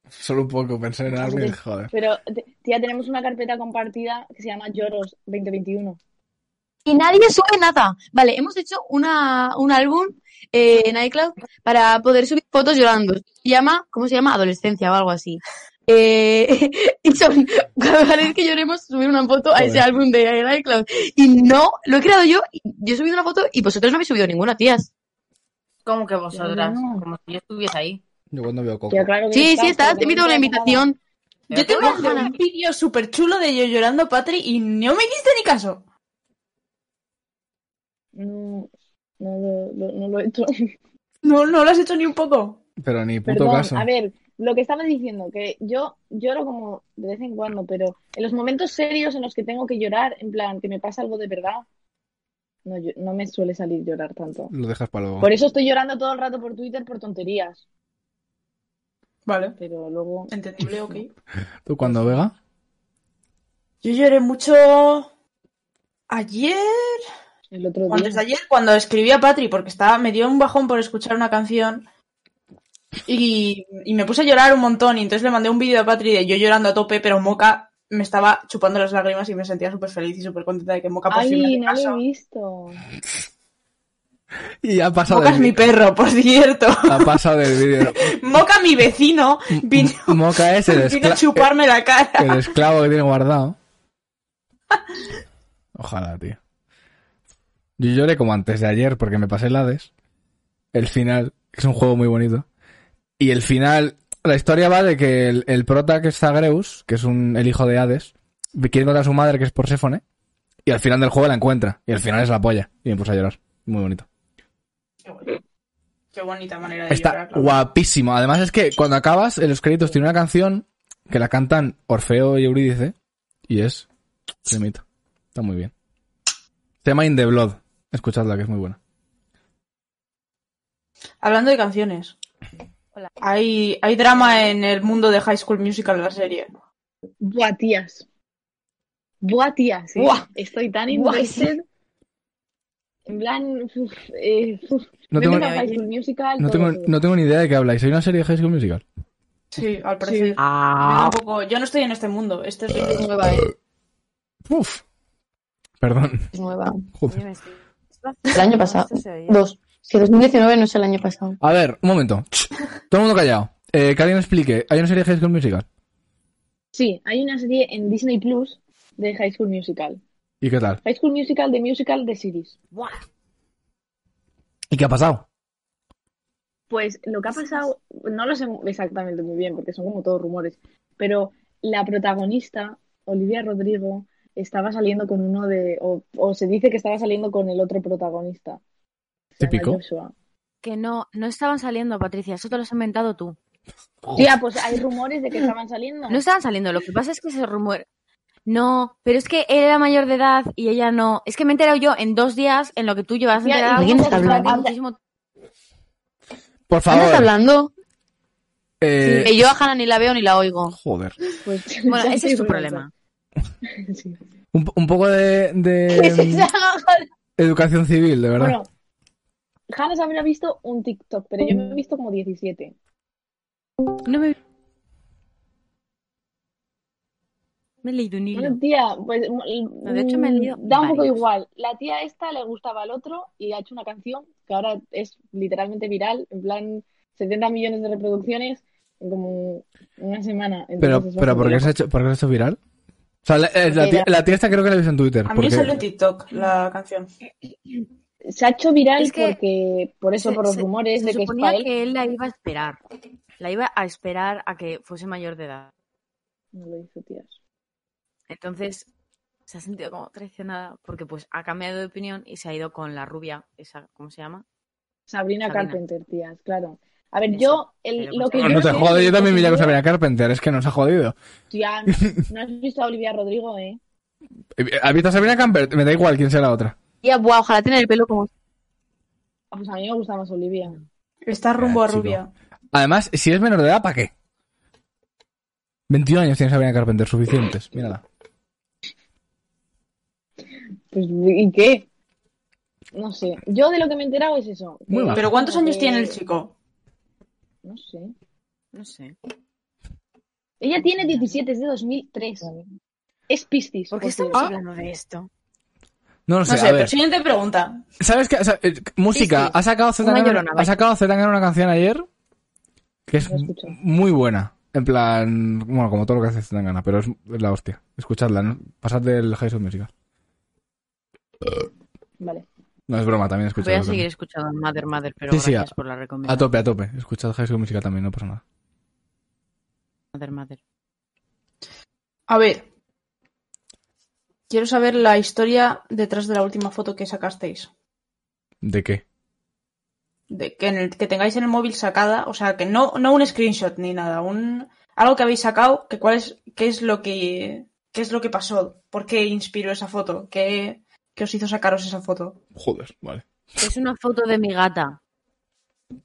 A: Solo un poco, pensé en algo y
D: Entonces-
A: joder.
D: Pero, te- tía, tenemos una carpeta compartida que se llama Lloros 2021.
E: Y nadie sube nada. Vale, hemos hecho una, un álbum eh, en iCloud para poder subir fotos llorando. Se llama, ¿cómo se llama? Adolescencia o algo así. Eh, *laughs* y son, cada vez que lloremos, subir una foto a ese
A: Joder.
E: álbum de en iCloud. Y no, lo he creado yo, y yo he subido una foto y vosotros no habéis subido ninguna, tías.
C: Como que vosotras.
D: No.
C: Como si yo estuviese ahí.
A: Yo cuando veo coco.
D: Tía, claro que
E: Sí,
D: estás,
E: sí, estás,
D: pero
E: te
D: que no
E: invito a una
D: enteras nada.
E: invitación.
B: Yo te
E: Pero
B: mandé
E: Hanna.
B: un vídeo súper chulo de yo llorando, Patri, y no me hiciste ni caso.
D: No, no lo, lo- no lo he hecho.
B: No, no lo has hecho ni un poco.
A: Pero ni puto
D: Perdón,
A: caso.
D: a ver, lo que estaba diciendo, que yo lloro como de vez en cuando, pero en los momentos serios en los que tengo que llorar, en plan, que me pasa algo de verdad, no, yo- no me suele salir llorar tanto.
A: Lo dejas para luego.
D: Por eso estoy llorando todo el rato por Twitter por tonterías,
B: Vale.
D: pero luego...
B: Entendible, ok.
A: ¿Tú cuando vega?
B: Yo lloré mucho ayer
D: El otro
B: o antes de
D: día.
B: ayer cuando escribí a Patri porque estaba, me dio un bajón por escuchar una canción y, y me puse a llorar un montón y entonces le mandé un vídeo a Patri de yo llorando a tope pero moca me estaba chupando las lágrimas y me sentía súper feliz y súper contenta de que Moca por fin me hace
D: Ay, no lo
B: caso.
D: he visto.
A: Y ha pasado
B: Moca es
A: del,
B: mi perro, por cierto.
A: ha pasado del vídeo.
B: Moca, mi vecino, vino,
A: Moca Mm, es eh, el,
B: *laughs* vino a
A: escla-
B: chuparme la cara.
A: el esclavo que tiene guardado. Ojalá, tío. Yo lloré como antes de ayer porque me pasé el Hades. El final, que es un juego muy bonito. Y el final, la historia va de que el, el prota que es Zagreus, que es un, el hijo de Hades, quiere encontrar a su madre que es Perséfone. Y al final del juego la encuentra. Y al final es la polla. Y me puse a llorar. Muy bonito.
B: Qué bonita manera de
A: Está
B: llorar. la verdad.
A: guapísimo. Además es que cuando acabas, en los créditos tiene una canción que la cantan Orfeo y Eurídice. Y es... Primito. Está muy bien. Tema In The Blood. Escuchadla, que es muy buena.
B: Hablando de canciones.
F: Hola.
B: Hay, hay drama en el mundo de High School Musical, la serie.
D: Buah, tías. Buah, tías. ¿eh?
E: Buah.
D: Estoy tan
E: Buah,
D: invested. En plan, uf, eh, uf.
A: No
D: Me
A: tengo,
D: meto a High School Musical,
A: no,
D: todo,
A: tengo,
D: todo.
A: no tengo ni idea de qué habláis. ¿Hay una serie de High School Musical?
B: Sí, al parecer. Me da
E: Ah,
B: un poco- Yo no estoy en este mundo. Esta es de nueva.
A: Uf. Perdón. *laughs*
E: es nueva.
A: Joder.
E: El año pasado. Dos. Si 2019 no es el año pasado.
A: A ver, un momento. Ch. Todo el mundo callado. Eh, que alguien explique. ¿Hay una serie de High School Musical?
D: Sí, hay una serie en Disney Plus de High School Musical.
A: ¿Y qué tal?
D: High School Musical de Musical de Series.
A: ¿Y qué ha pasado?
D: Pues lo que ha pasado, no lo sé exactamente muy bien, porque son como todos rumores, pero la protagonista, Olivia Rodrigo, estaba saliendo con uno de, o, o se dice que estaba saliendo con el otro protagonista. Se llama
A: Típico.
D: Joshua.
F: Que no, no estaban saliendo, Patricia. Eso te lo has inventado tú.
D: Tía, pues hay rumores de que estaban saliendo.
F: No estaban saliendo. Lo que pasa es que se rumor. No, pero es que él era mayor de edad y ella no. Es que me he enterado yo en dos días en lo que tú llevas
D: Ya,
F: enterado.
E: ¿de quién está
F: durante
E: hablando?
F: muchísimo
A: Por
E: ¿Quién está
A: favor.
E: hablando?
A: Eh,
E: Que yo a Hannah ni la veo ni la oigo.
A: Joder.
D: Pues,
F: Bueno,
D: *laughs* ya
F: ese
D: estoy
F: es tu
D: rumorosa.
F: problema.
D: *laughs* Sí.
A: Un, un poco de, de educación civil, de verdad.
D: Bueno, Hannah se habrá visto un TikTok, pero yo me he visto como 17.
F: No me... me he leído un hilo.
D: Bueno, tía, pues mm,
F: No, de hecho, me he leído
D: da un poco
F: varios.
D: igual. La tía esta le gustaba al otro y ha hecho una canción que ahora es literalmente viral, en plan 70 millones de reproducciones en como una semana.
A: pero,
D: Entonces, es
A: pero
D: bastante
A: ¿por qué se ha
D: loco.
A: hecho, por qué se ha hecho viral? O sea, la, eh, la
D: Porque
A: tía,
D: era-
A: la tía esta creo que la he visto en Twitter.
B: A mí
A: porque-
B: me salió en TikTok la canción.
D: Se ha hecho viral
F: Es que
D: porque por eso,
F: se-
D: por los
F: se-
D: rumores
F: se
D: de que es
F: suponía
D: para él.
F: pues, que él la iba a esperar. La iba a esperar a que fuese mayor de edad.
D: No lo hizo, tías.
F: Entonces se ha sentido como traicionada porque pues ha cambiado de opinión y se ha ido con la rubia, esa, ¿cómo se llama?
D: Sabrina
F: Sabrina.
D: Carpenter, tías, claro. A ver,
F: Eso,
D: yo, el-
F: pero pues-
D: lo que
A: Ah,
D: yo
A: no te
D: creo
A: jode,
D: que
A: yo también me llamo
D: positivo-
A: Sabrina Carpenter, es que nos ha jodido.
D: Tía, no has visto a Olivia Rodrigo, ¿eh?
A: Eh, ¿Has visto a Sabrina Carpenter? Me da igual quién sea la otra.
E: *laughs* Ya, buah, ojalá tener el pelo como.
D: Ah, Pues a mí me gusta más Olivia.
B: Está rumbo
A: Eh,
B: a
A: chico.
B: rubia.
A: Además, si es menor de edad, ¿para qué? 21 años tiene Sabrina Carpenter, suficientes. Mírala.
D: Pues, ¿y qué? No sé. Yo de lo que me he enterado es eso. que-
A: Muy bajo.
B: ¿Pero cuántos años
D: que-
B: tiene el chico?
D: No sé.
F: No sé.
D: Ella tiene 17, es de 2003. Es Piscis.
F: ¿Por
D: por
F: qué estamos
D: cierto.
F: hablando de esto?
A: No lo
B: No
A: sé,
B: sé,
A: a
B: pero
A: ver.
B: siguiente pregunta.
A: ¿Sabes qué? O sea, eh, música.
F: Sí, sí.
A: Ha sacado Z
F: Una llorona,
A: ha
F: vaya.
A: sacado Zetangana una canción ayer que es
D: No escucho.
A: muy buena. En plan, bueno, como todo lo que hace Zetangana, pero es la hostia. Escuchadla, ¿no? pasad del High School Musical.
D: Vale.
A: No es broma, también
F: Voy a
A: escuchadlo.
F: seguir
A: también.
F: escuchando Mother Mother, pero
A: Sí, sí,
F: gracias
A: a-
F: por la
A: A
F: recomendación.
A: tope, a tope. Escuchad High School Musical también, no pasa nada.
F: Mother Mother.
B: A ver. Quiero saber la historia detrás de la última foto que sacasteis.
A: ¿De qué?
B: De que, en el, que tengáis en el móvil sacada, o sea, que no, no un screenshot ni nada, un algo que habéis sacado, que cuál es, qué es lo que qué es lo que pasó, por qué inspiró esa foto, qué, qué os hizo sacaros esa foto.
A: Joder, vale.
F: Es una foto de mi gata.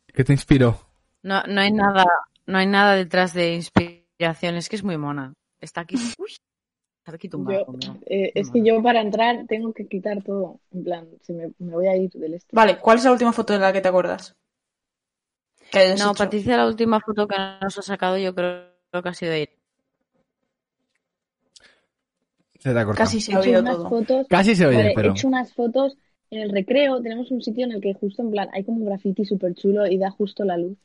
A: ¿Qué te inspiró?
F: No, no hay nada, no hay nada detrás de inspiración. Es que es muy mona. Está aquí. *laughs* Uy, está aquí tumbada
D: Yo-
F: conmigo.
D: Eh, es que yo para entrar tengo que quitar todo. En plan, si me, me voy a ir del este.
B: Vale, ¿cuál es la última foto de la que te acuerdas? Que hayas
F: No,
B: hecho.
F: Patricia, la última foto que nos ha sacado yo creo, creo que ha sido ir.
A: Se te ha cortado.
B: Casi se
D: He
B: ha
D: hecho
B: oído
D: unas
B: todo.
D: fotos
A: Casi se oye,
D: Vale,
A: pero.
D: He hecho unas fotos en el recreo. Tenemos un sitio en el que justo en plan hay como un graffiti súper chulo y da justo la luz.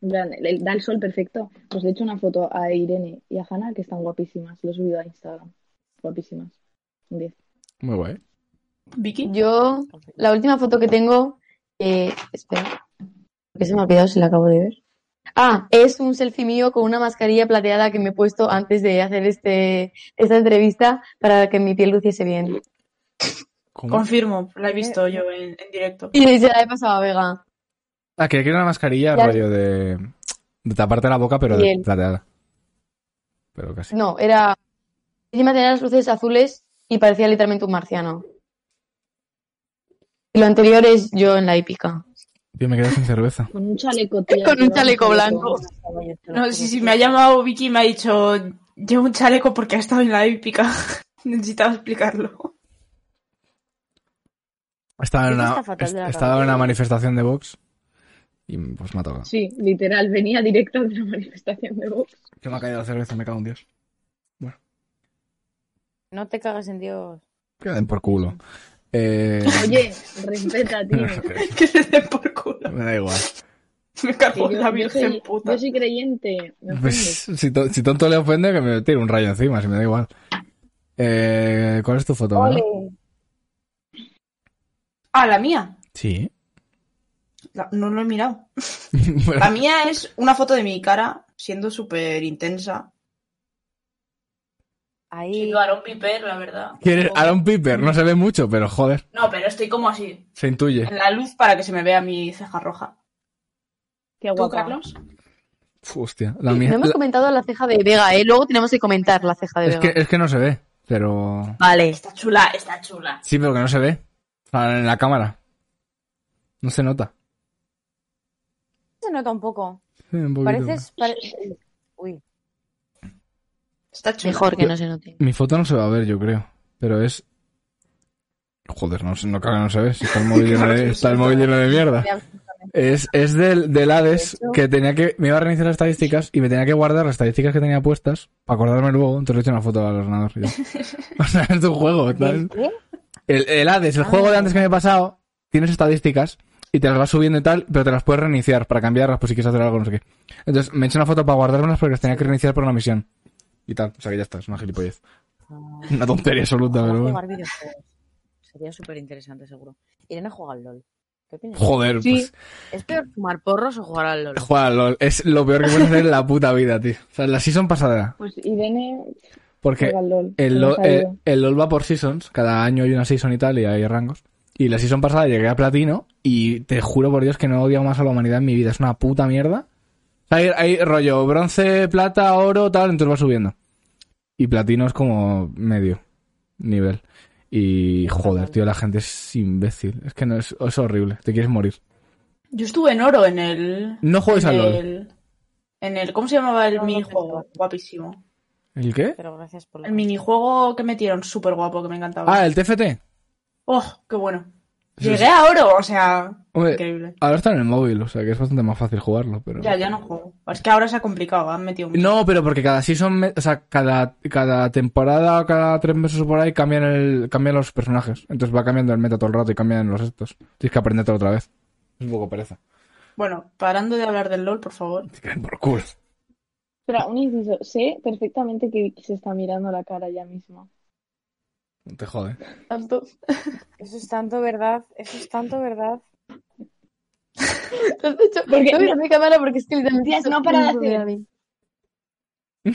D: En plan, el- el- da el sol perfecto. Pues le he hecho una foto a Irene y a Hanna que están guapísimas. Lo he subido a Instagram. Guapísimas. Un 10.
A: Muy guay.
B: Vicky.
E: Yo, la última foto que tengo, eh, espera, que se me ha olvidado si la acabo de ver. Ah, es un selfie mío con una mascarilla plateada que me he puesto antes de hacer este, esta entrevista para que mi piel luciese bien.
A: ¿Cómo?
B: Confirmo, la he visto yo en, en directo.
E: Y se la he pasado a Vega.
A: Ah, que quiero una mascarilla
E: Ya.
A: rollo de, de taparte la boca, pero de
E: Bien.
A: plateada. Pero casi.
E: No, era... Encima tenía las luces azules y parecía literalmente un marciano. Y lo anterior es yo en la hípica.
A: Tío, me quedé sin cerveza.
D: Con un chaleco, tío.
E: Con un
D: llevaba
E: chaleco blanco.
B: No, sí, sí, me ha llamado Vicky y me ha dicho, llevo un chaleco porque ha estado en la hípica. *laughs* Necesitaba explicarlo. *laughs*
A: Estaba en
F: Eso
A: una,
F: está fatal de la
A: est- estaba en
F: cabeza.
A: una manifestación de Vox y pues me ha tocado.
D: Sí, literal. Venía directo de una *laughs* manifestación de Vox.
A: Que me ha caído la cerveza, me cago en Dios.
F: No te cagas en Dios.
A: Queden por culo. Eh, *laughs*
D: Oye, respeta, tío.
B: que se den por culo.
A: me da igual.
B: *laughs* Me
D: Que
B: cago
D: yo,
B: en la
D: yo
B: virgen
D: soy,
B: puta.
D: yo soy creyente. ¿me
A: Pues,
D: ofendes?
A: si, to- si tonto le ofende, que me tire un rayo encima, si me da igual. Eh, ¿Cuál es tu foto? Bea?
B: Ah, la mía.
A: *laughs* Sí.
B: La- no lo he *laughs* mirado. La mía es una foto de mi cara siendo súper intensa.
F: Ahí.
B: Siendo Aaron Piper, la verdad.
A: ¿Quieres Aaron Piper? No se ve mucho, pero joder,
B: No, pero estoy como así,
A: se intuye.
B: en la luz para que se me vea mi ceja roja.
D: Qué
B: ¿Tú,
D: guapa.
B: Carlos?
A: Uf, hostia, la
E: No
A: mía.
E: hemos
A: la-
E: comentado la ceja de Vega, ¿eh? Luego tenemos que comentar la ceja de
A: es,
E: Vega.
A: que, es que no se ve, pero.
E: Vale.
B: Está chula, está chula.
A: Sí, pero que no se ve. O sea, en la cámara. No se nota.
F: Se nota un poco.
A: Sí, un poquito.
F: Pareces. pare- Uy.
B: Está chula.
E: Mejor que no se note.
A: Mi foto no se va a ver, yo creo. Pero es. Joder, no, sé- no creo que no se ve. Si está el móvil lleno de, está el móvil lleno de mierda. Es, es del, del Hades que tenía que. Me iba a reiniciar las estadísticas y me tenía que guardar las estadíticas que tenía puestas para acordarme luego. Entonces le he hecho una foto al ordenador. y ya. O sea, es un juego. ¿sabes?
F: ¿Qué?
A: El, el Hades, el juego de antes que me he pasado, tienes estadísticas y te las vas subiendo y tal, pero te las puedes reiniciar para cambiarlas por si quieres hacer algo, no sé qué. Entonces me he hecho una foto para guardármelas porque las tenía que reiniciar por una misión. Y tal. O sea que ya está, es una gilipollez. Una tontería absoluta,
F: Ojalá
A: pero bueno.
F: jugar videojuegos. Sería súper interesante, seguro. Irene juega al LOL. ¿Qué opinas?
A: Joder,
E: Sí.
F: ¿Es peor fumar porros o jugar al LOL?
A: pues. Juega al LOL. Es lo peor que puedes hacer en la puta vida, tío. O sea, la season pasada.
D: Pues Irene
A: Porque
D: juega al LOL.
A: el,
D: no
A: LOL- eh,
D: sabía.
A: el, el LOL va por seasons. Cada año hay una season y tal, y hay rangos. Y la season pasada llegué a platino. Y te juro por Dios que no he odiado más a la humanidad en mi vida. Es una puta mierda. Hay, hay rollo bronce, plata, oro, tal. Entonces va subiendo. Y platino es como medio nivel. Y joder, tío, la gente es imbécil. Es que no es, es horrible. Te quieres morir.
B: Yo estuve en oro en el...
A: No juegues
B: en
A: al LOL.
B: el- En el... ¿Cómo se llamaba el
F: No, no
B: minijuego?
F: sé.
B: Guapísimo.
A: ¿El qué?
F: Pero gracias por la.
B: El minijuego que metieron, súper guapo, que me encantaba.
A: Ah, el TFT.
B: ¡Oh, qué bueno!
A: Sí,
B: Llegué
A: sí.
B: a oro, o sea,
A: Hombre,
B: increíble.
A: Ahora está en el móvil, o sea que es bastante más fácil jugarlo, pero.
B: Ya, ya no juego. Es que ahora se ha complicado, han metido mucho.
A: No, pero porque cada season, me- o sea, cada, cada temporada o cada tres meses o por ahí cambian el, cambian los personajes. Entonces va cambiando el meta todo el rato y cambian los estos. Tienes que aprender todo otra vez. Es un poco pereza.
B: Bueno, parando de hablar del LOL, por favor. *laughs*
A: Te caen por culo.
D: Espera, un inciso. Sé perfectamente que Vicky se está mirando la cara ya mismo.
A: No te jode.
E: Tanto.
F: *laughs* Eso es tanto verdad. Eso es tanto verdad.
E: Lo has hecho-
D: Porque-
E: no mira mi cámara porque es que literalmente
D: Tías,
E: eso-
D: no para de
E: eso me
D: hacer.
E: da a mí. *laughs*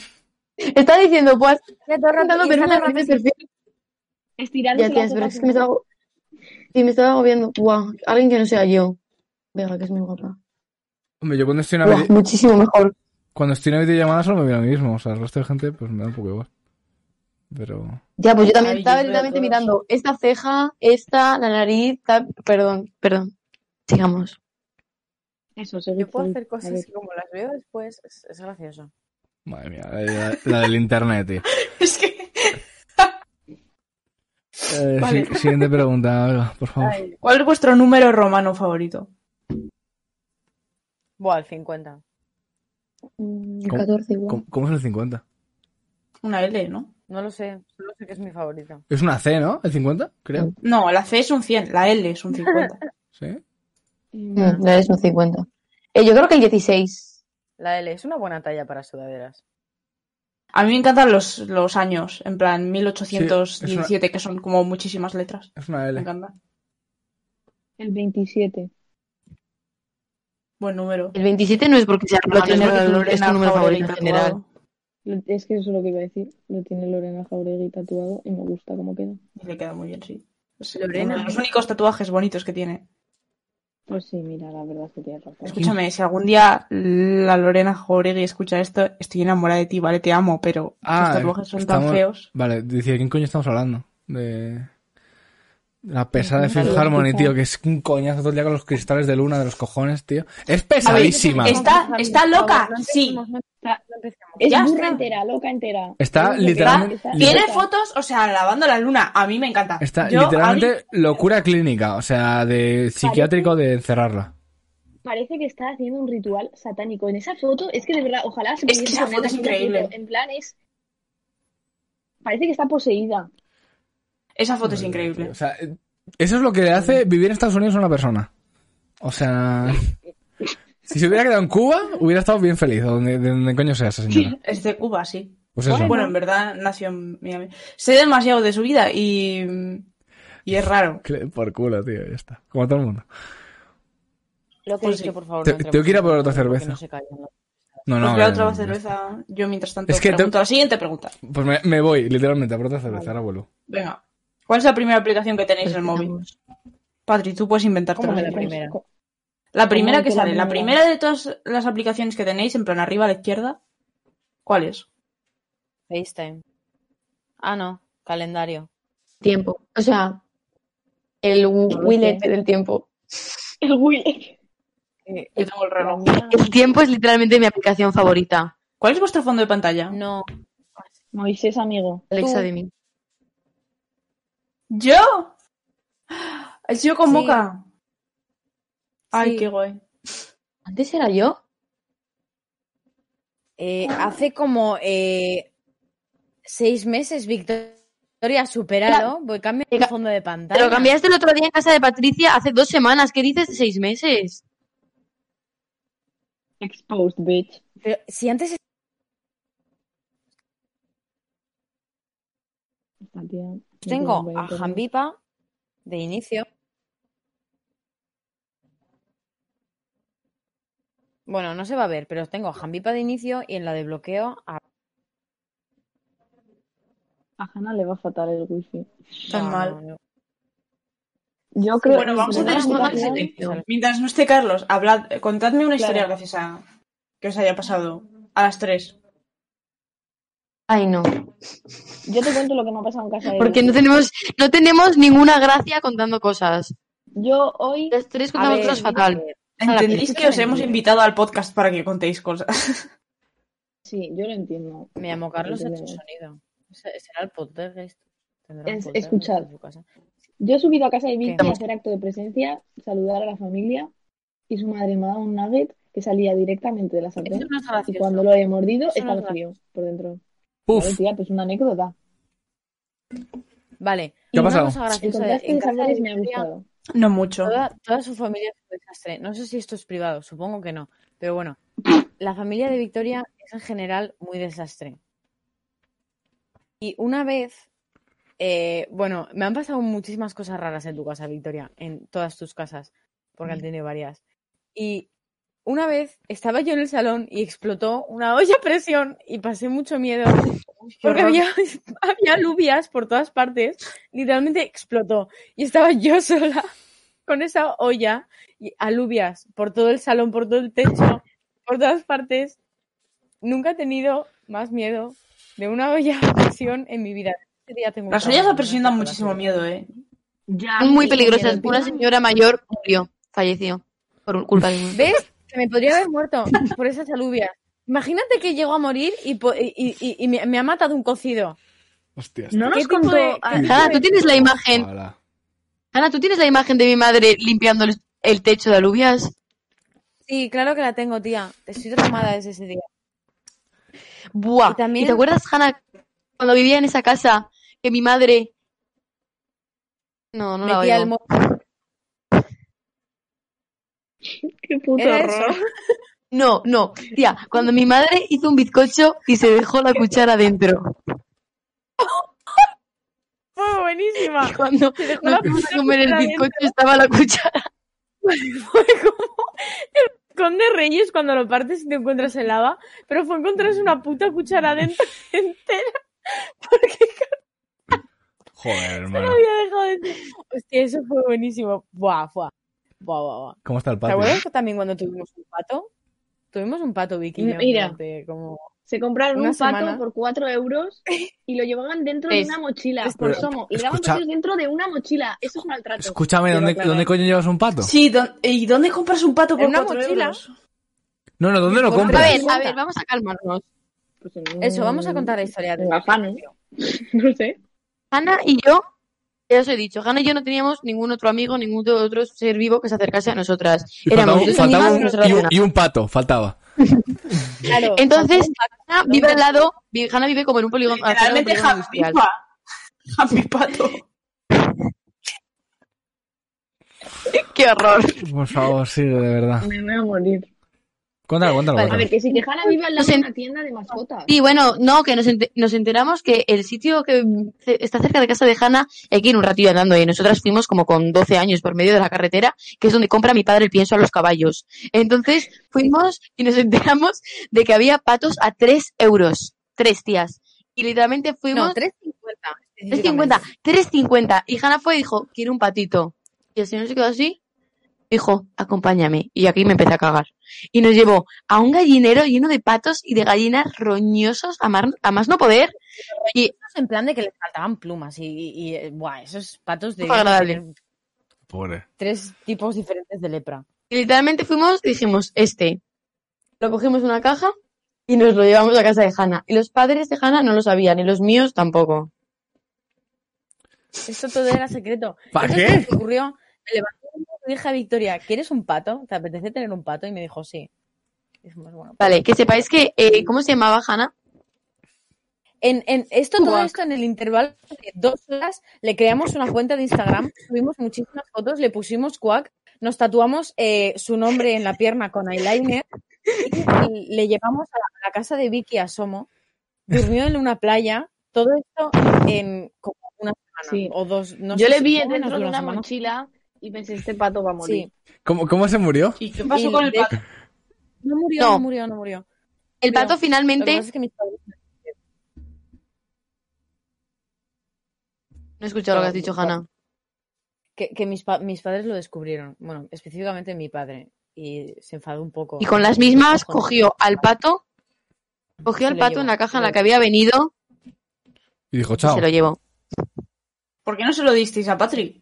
E: Está diciendo, pues,
F: Ya todo el rato
E: tratando
F: pensando
E: de
F: en
E: hacer
F: hacer-
E: perfil.
D: Estirándose
E: Ya, tías,
D: las
E: pero
D: hojas
E: es que me estaba, sí, me estaba agobiando. Guau, alguien que no sea yo. Venga, que es muy guapa.
A: Hombre, yo cuando estoy en una,
E: Guau,
A: vide-
E: muchísimo mejor.
A: cuando estoy en una videollamada solo me veo a mí mismo. O sea, el resto de gente pues me da un poco igual. Pero.
E: Ya, pues yo también
B: Ay,
E: estaba
B: yo veo
E: literalmente
B: todos.
E: mirando esta ceja, esta, la nariz, tal- perdón, perdón. Sigamos.
D: Eso, se ve
F: Yo puedo
D: feliz.
F: hacer
D: A ver.
F: cosas que como las veo después es, es gracioso.
A: Madre mía, la, la del internet, tío.
B: Es que...
A: Eh,
B: Vale.
A: si- siguiente pregunta, Olga, por favor.
B: ¿Cuál es vuestro número romano favorito?
F: Buah, al 50.
E: Mm,
A: ¿Cómo-
E: 14 igual.
A: ¿Cómo, cómo es el 50?
B: Una L, ¿no?
F: No lo sé, solo sé que es mi favorito.
A: Es una C, ¿no? ¿El 50? Creo.
B: No, la C es un 100, la L es un
A: *laughs*
B: 50.
A: Sí.
E: Mm, No es un 50. Eh, yo creo que el 16.
F: La L es una buena talla para sudaderas.
B: A mí me encantan los, los años, en plan 1817,
A: Sí,
B: que son como muchísimas letras.
A: Es una
B: Me
A: L.
B: encanta.
D: El 27.
B: Buen número.
E: El 27 no es porque sea
B: Vale,
E: roto, es porque
B: porque
E: es un- es
B: Lorena
E: tu número
B: Jauregui
E: favorito en general.
B: tatuado.
D: Lo- Es que eso es lo que iba a decir. Lo tiene Lorena Jauregui tatuado y me gusta cómo queda.
B: Y le queda muy bien, sí. Es
D: Lorena.
B: uno de los únicos tatuajes bonitos que tiene.
D: Pues sí, mira, la verdad es que tienes razón.
B: Escúchame, si algún día la Lorena Jauregui escucha esto, estoy enamorada de ti, vale, te amo, pero
A: Ah,
B: tus tatuajes son
A: estamos-
B: tan feos.
A: Vale, dice, ¿de quién coño estamos hablando? De... La pesada de Fifth
D: Vale,
A: Harmony,
D: escucha.
A: tío, que es un coñazo todo el día con los cristales de luna de los cojones, tío. Es pesadísima.
B: A ver, está- está loca, sí.
D: Es
B: Ya
D: burra
B: está.
D: entera, loca entera.
A: Está
D: Es lo que
A: literalmente-
D: está-
A: Li-
B: Tiene
D: loca.
B: fotos, o sea, lavando la luna. A mí me encanta.
A: Está
B: Yo, a mí-
A: literalmente locura clínica, o sea, de psiquiátrico de encerrarla.
D: Parece que está haciendo un ritual satánico. En esa foto, es que de verdad, ojalá se
B: Es que
D: pudiese
B: esa
D: poner
B: foto es
D: una
B: increíble.
D: foto. En plan, es. Parece que está poseída.
B: Esa foto es
A: Madre
B: increíble.
A: mía, tío. O sea, eh, eso es lo que le hace vivir en Estados Unidos a una persona. O
B: *laughs*
A: sea, si se hubiera quedado en Cuba, hubiera estado bien feliz, o donde, de donde coño sea esa señora.
B: Es de Cuba, sí.
A: Pues eso.
B: Bueno, en verdad nació en Miami. Sé demasiado de su vida y, y es raro.
A: Que le den Por culo, tío, ya está. Como todo el mundo.
F: Lo que
B: Pues
F: he
B: sí.
F: dicho, por favor.
A: Te-
F: no entremos
A: tengo que ir a
F: en
A: por otra
F: detalles porque
A: cerveza.
F: No se callan. ¿no?
A: No, no.
B: Pues voy a
A: eh,
B: otra
A: ya está.
B: cerveza. Yo mientras tanto
A: Es que te-
B: pregunto la siguiente pregunta.
A: Pues me, me voy, literalmente, a por otra cerveza, ahora vuelvo.
B: Venga. ¿Cuál es la primera aplicación que tenéis en el móvil?
E: Respetamos.
B: Patri, tú puedes inventarte
F: ¿Cómo
B: la,
F: que la
B: primera.
F: primera?
B: La primera
D: ¿Cómo
B: que
D: que la
B: sale, la
D: primera?
B: primera de todas las aplicaciones que tenéis, en plan arriba a la izquierda, ¿cuál es?
F: FaceTime. Ah, no. Calendario.
E: Tiempo. O sea, el
D: lo
E: Willet del tiempo.
D: *laughs* El Will.
F: Eh,
B: Yo tengo el reloj.
E: El tiempo es literalmente mi aplicación favorita.
B: ¿Cuál es vuestro fondo de pantalla?
F: No.
D: Moisés, amigo.
E: Alexa
F: Tú.
E: de mí.
B: ¿Yo? ¿Es yo con
F: Sí.
B: boca? Ay,
F: Sí.
B: qué guay.
E: ¿Antes era yo?
F: Eh, hace como eh, seis meses, Victoria, superado. Voy cambiando el fondo de
E: Te
F: pantalla.
E: lo cambiaste el otro día en casa de Patricia hace dos semanas. ¿Qué dices de seis meses?
D: Exposed, bitch.
F: Pero si antes
D: Esta tía no tiene
F: tengo
D: buen
F: a
D: internet.
F: Jambipa de inicio. Bueno, no se va a ver, pero tengo a Jambipa de inicio y en la de bloqueo a...
D: A Hannah le va fatal el wifi.
B: Tan
F: No,
B: mal.
F: no, no.
D: Yo creo
B: Bueno, vamos a hacer
D: que
B: esto
D: la
B: en
D: aplicación-
B: silencio. Mientras no esté Carlos, hablad, eh, contadme una historia
D: Claro.
B: gracias a que os haya pasado a las tres.
E: Ay, no.
D: Yo te cuento lo que me ha pasado en casa de
E: Porque no
D: Vicky.
E: tenemos, no tenemos ninguna gracia contando cosas.
D: Yo hoy
E: Las tres
F: A
E: contamos
F: ver,
E: cosas fatal.
B: Entendéis que os hemos
F: mentira.
B: invitado al podcast para que contéis cosas. *laughs*
D: Sí, yo lo entiendo.
F: Me llamó Carlos
D: Lo
F: a
D: entiendo.
F: sonido. Ese- Será el poltergeist. Tendrá un
D: Es-
F: poltergeist
D: escuchad.
F: en su casa.
D: Yo he subido a casa de Vicky
F: ¿Qué?
D: a hacer acto de presencia, saludar a la familia y su madre me ha dado un nugget que salía directamente de la
F: Eso
D: sartén
F: no es
D: y
F: gracioso.
D: cuando lo he mordido
F: Eso no
D: estaba
F: es
D: frío por dentro. Vale,
A: Puf,
D: tía, pues una anécdota.
F: Vale.
A: ¿Qué
F: y
A: ha
F: una
A: pasado?
F: cosa
D: El
F: graciosa de-
D: contraste
F: en
D: de
F: casa de
D: sabores me ha
F: Victoria,
D: gustado.
B: No mucho.
F: Toda, toda su familia es un desastre. No sé si esto es privado, supongo que no. Pero bueno, la familia de Victoria es en general muy desastre. Y una vez, eh, bueno, me han pasado muchísimas cosas raras en tu casa, Victoria, en todas tus casas, porque han tenido varias. Y una vez estaba yo en el salón y explotó una olla a presión y pasé mucho
D: *laughs*
F: miedo *laughs*
B: horror.
F: porque había, había alubias por todas partes. Literalmente explotó y estaba yo *laughs* sola con esa olla y alubias por todo el salón, por todo el techo, por todas partes. Nunca he tenido más miedo de una olla a presión en mi vida. Este día tengo un
B: Las
F: trauma
B: ollas a
F: con
B: presión
F: estas
B: dan
F: cosas.
B: muchísimo miedo, ¿eh?
D: Ya,
E: Son muy
D: tengo
E: peligrosas.
D: miedo,
E: Una
D: tío.
E: señora mayor murió, falleció por culpa de un...
F: ¿Ves? Se me podría haber muerto por esas alubias. Imagínate que llego a morir y, po- y- y- y me, me ha matado un cocido.
A: hostias.
D: No
F: ¿Qué
D: nos
F: tipo
D: contó
F: de-
D: a-
F: qué tipo
E: Ana, Ah, tú tienes la imagen.
A: Ojalá.
E: Ana, tú tienes la imagen de mi madre limpiando el- el techo de alubias.
F: Sí, claro que la tengo, tía. Estoy traumada desde ese día.
E: Buah.
F: Y también-
E: ¿Y te acuerdas, Hanna? cuando vivía en esa casa, que mi madre... No, no la
F: Metía el
E: oigo.
F: mo-
D: *laughs* Qué puto
F: Era
D: horror.
F: eso.
E: No, no, tía, cuando mi madre hizo un bizcocho y se dejó la cuchara dentro.
F: *laughs* Fue buenísima.
D: *laughs*
E: Y cuando
F: Se dejó
E: nos
F: la
E: fuimos a
F: puta
E: comer el
F: cuchara
E: bizcocho estaba la cuchara.
F: Fue como el conde Reyes cuando lo partes y te encuentras en lava, pero fue encontrarse una puta cuchara dentro *laughs* entera porque
A: Joder, hermano.
F: no había dejado de... Hostia, eso fue buenísimo. Buah, buah. Buah, buah, buah.
A: ¿Cómo está el
F: ¿Te
A: patio?
F: acuerdas que también cuando tuvimos un pato? Tuvimos un pato vikingo
D: Mira.
F: durante como...
D: Se compraron
F: Una
D: un pato
F: semana.
D: por
F: *laughs*
D: 4 euros y lo llevaban dentro
E: Tres.
D: de una mochila,
F: Tres
D: por
A: euros.
D: somo. Y le daban
A: Escucha-
D: paseos dentro de una mochila. Eso es maltrato.
A: Escúchame,
D: Quiero
A: ¿dónde,
D: aclarar.
A: ¿dónde coño llevas un pato?
B: Sí, don- ¿y dónde compras un pato
F: En
B: por
F: una
B: 4
F: mochila.
B: euros?
A: No, no, ¿dónde lo
F: Por-
E: A
A: compras?
E: ver, a
F: Cincuenta.
E: ver, vamos a calmarnos.
D: Pues en
F: Eso, vamos a
D: un-
F: contar la historia. de-
D: en Gafán, ¿eh? *laughs* No sé.
E: Hanna y yo, ya os he dicho, Hanna y yo no teníamos ningún otro amigo, ningún otro ser vivo que se acercase a nosotras.
A: Y
E: Éramos
A: faltaba,
E: dos
A: faltaba
E: amigas
A: un-
E: y nosotras
A: y, un,
E: una.
A: y un pato, faltaba.
F: Claro,
E: Entonces, Hanna
F: ¿dónde?
E: vive al lado, vi- Hanna vive como en un polígono, al lado de un
B: Literalmente
E: polígono
B: Happy
E: industrial.
B: Pa- *laughs* Happy Pato.
E: *laughs* ¡Qué horror!
A: Por favor, sigue, de verdad.
D: Me voy a morir.
A: Cuéntalo, cuéntalo,
E: Vale.
D: A
A: cuéntalo.
D: ver, que sí, que Hanna vive al lado
E: No sé.
D: de una tienda de mascotas.
E: Sí, bueno, no, que nos, ente- nos enteramos que el sitio que mm, ce- está cerca de casa de Hanna, hay que ir un ratillo andando y nosotras fuimos como con 12 años por medio de la carretera, que es donde compra mi padre el pienso a los caballos. Entonces fuimos y nos *laughs* enteramos de que había patos a 3 euros, tres tías. Y literalmente fuimos...
F: No, 350.
E: 3.50,
F: específicamente.
E: 3.50. Y Hanna fue y dijo, quiero un patito. Y el señor se quedó así, dijo, acompáñame. Y aquí me empecé a cagar. Y nos llevó a un gallinero lleno de patos y de gallinas roñosos a, mar- a más no poder. Y
F: En plan de que les faltaban plumas y, y, y, eh, buah, esos patos de
E: Poco agradable.
A: Pobre.
F: tres tipos diferentes de lepra.
E: literalmente fuimos y dijimos, este. Lo cogimos en una caja y nos lo llevamos a casa de Hanna. Y los padres de Hanna no lo sabían y los míos tampoco.
F: Esto todo era secreto.
A: ¿Pa'
F: Entonces
A: qué?
F: se me ocurrió, me levanté un día y le dije a Victoria, ¿quieres un pato? ¿Te apetece tener un pato? Y me dijo, sí. Y dijimos, bueno, pues-
E: Vale, que sepáis que, eh, ¿cómo se llamaba Hanna?
F: En, en esto, todo
B: Guac.
F: esto en el intervalo de dos horas, le creamos una cuenta de Instagram, subimos muchísimas fotos, le pusimos cuac, nos tatuamos eh, su nombre en la pierna con eyeliner y le llevamos a la, a la casa de Vicky a Somo. Durmió en una playa, todo esto en como una semana
D: Sí.
F: o dos. No
D: Yo
F: sé
D: le
F: si
D: vi
F: fue menos
D: dentro de una
F: semana.
D: mochila y pensé, este pato va a morir.
F: Sí.
A: ¿Cómo, cómo se murió?
B: ¿Y qué pasó
F: Y
B: con el
F: de-
B: pato?
F: No murió,
E: No.
F: no murió, no murió.
E: El
F: Pero
E: pato
F: Lo que
E: finalmente...
F: pasa es que mis padres-
E: No he escuchado lo que has dicho, Hanna.
F: que, que mis, pa- mis padres lo descubrieron. Bueno, específicamente mi padre. Y se enfadó un poco.
E: Y con las
F: Y dijo,
E: mismas
F: "Cojones".
E: cogió al pato,
F: Se
E: cogió al
F: lo
E: pato en
F: llevó,
E: la
F: se
E: caja en
F: lo
E: la que había venido
A: Y dijo,
E: y
A: chao,
E: se lo llevó.
B: ¿Por qué no se lo disteis a Patrick?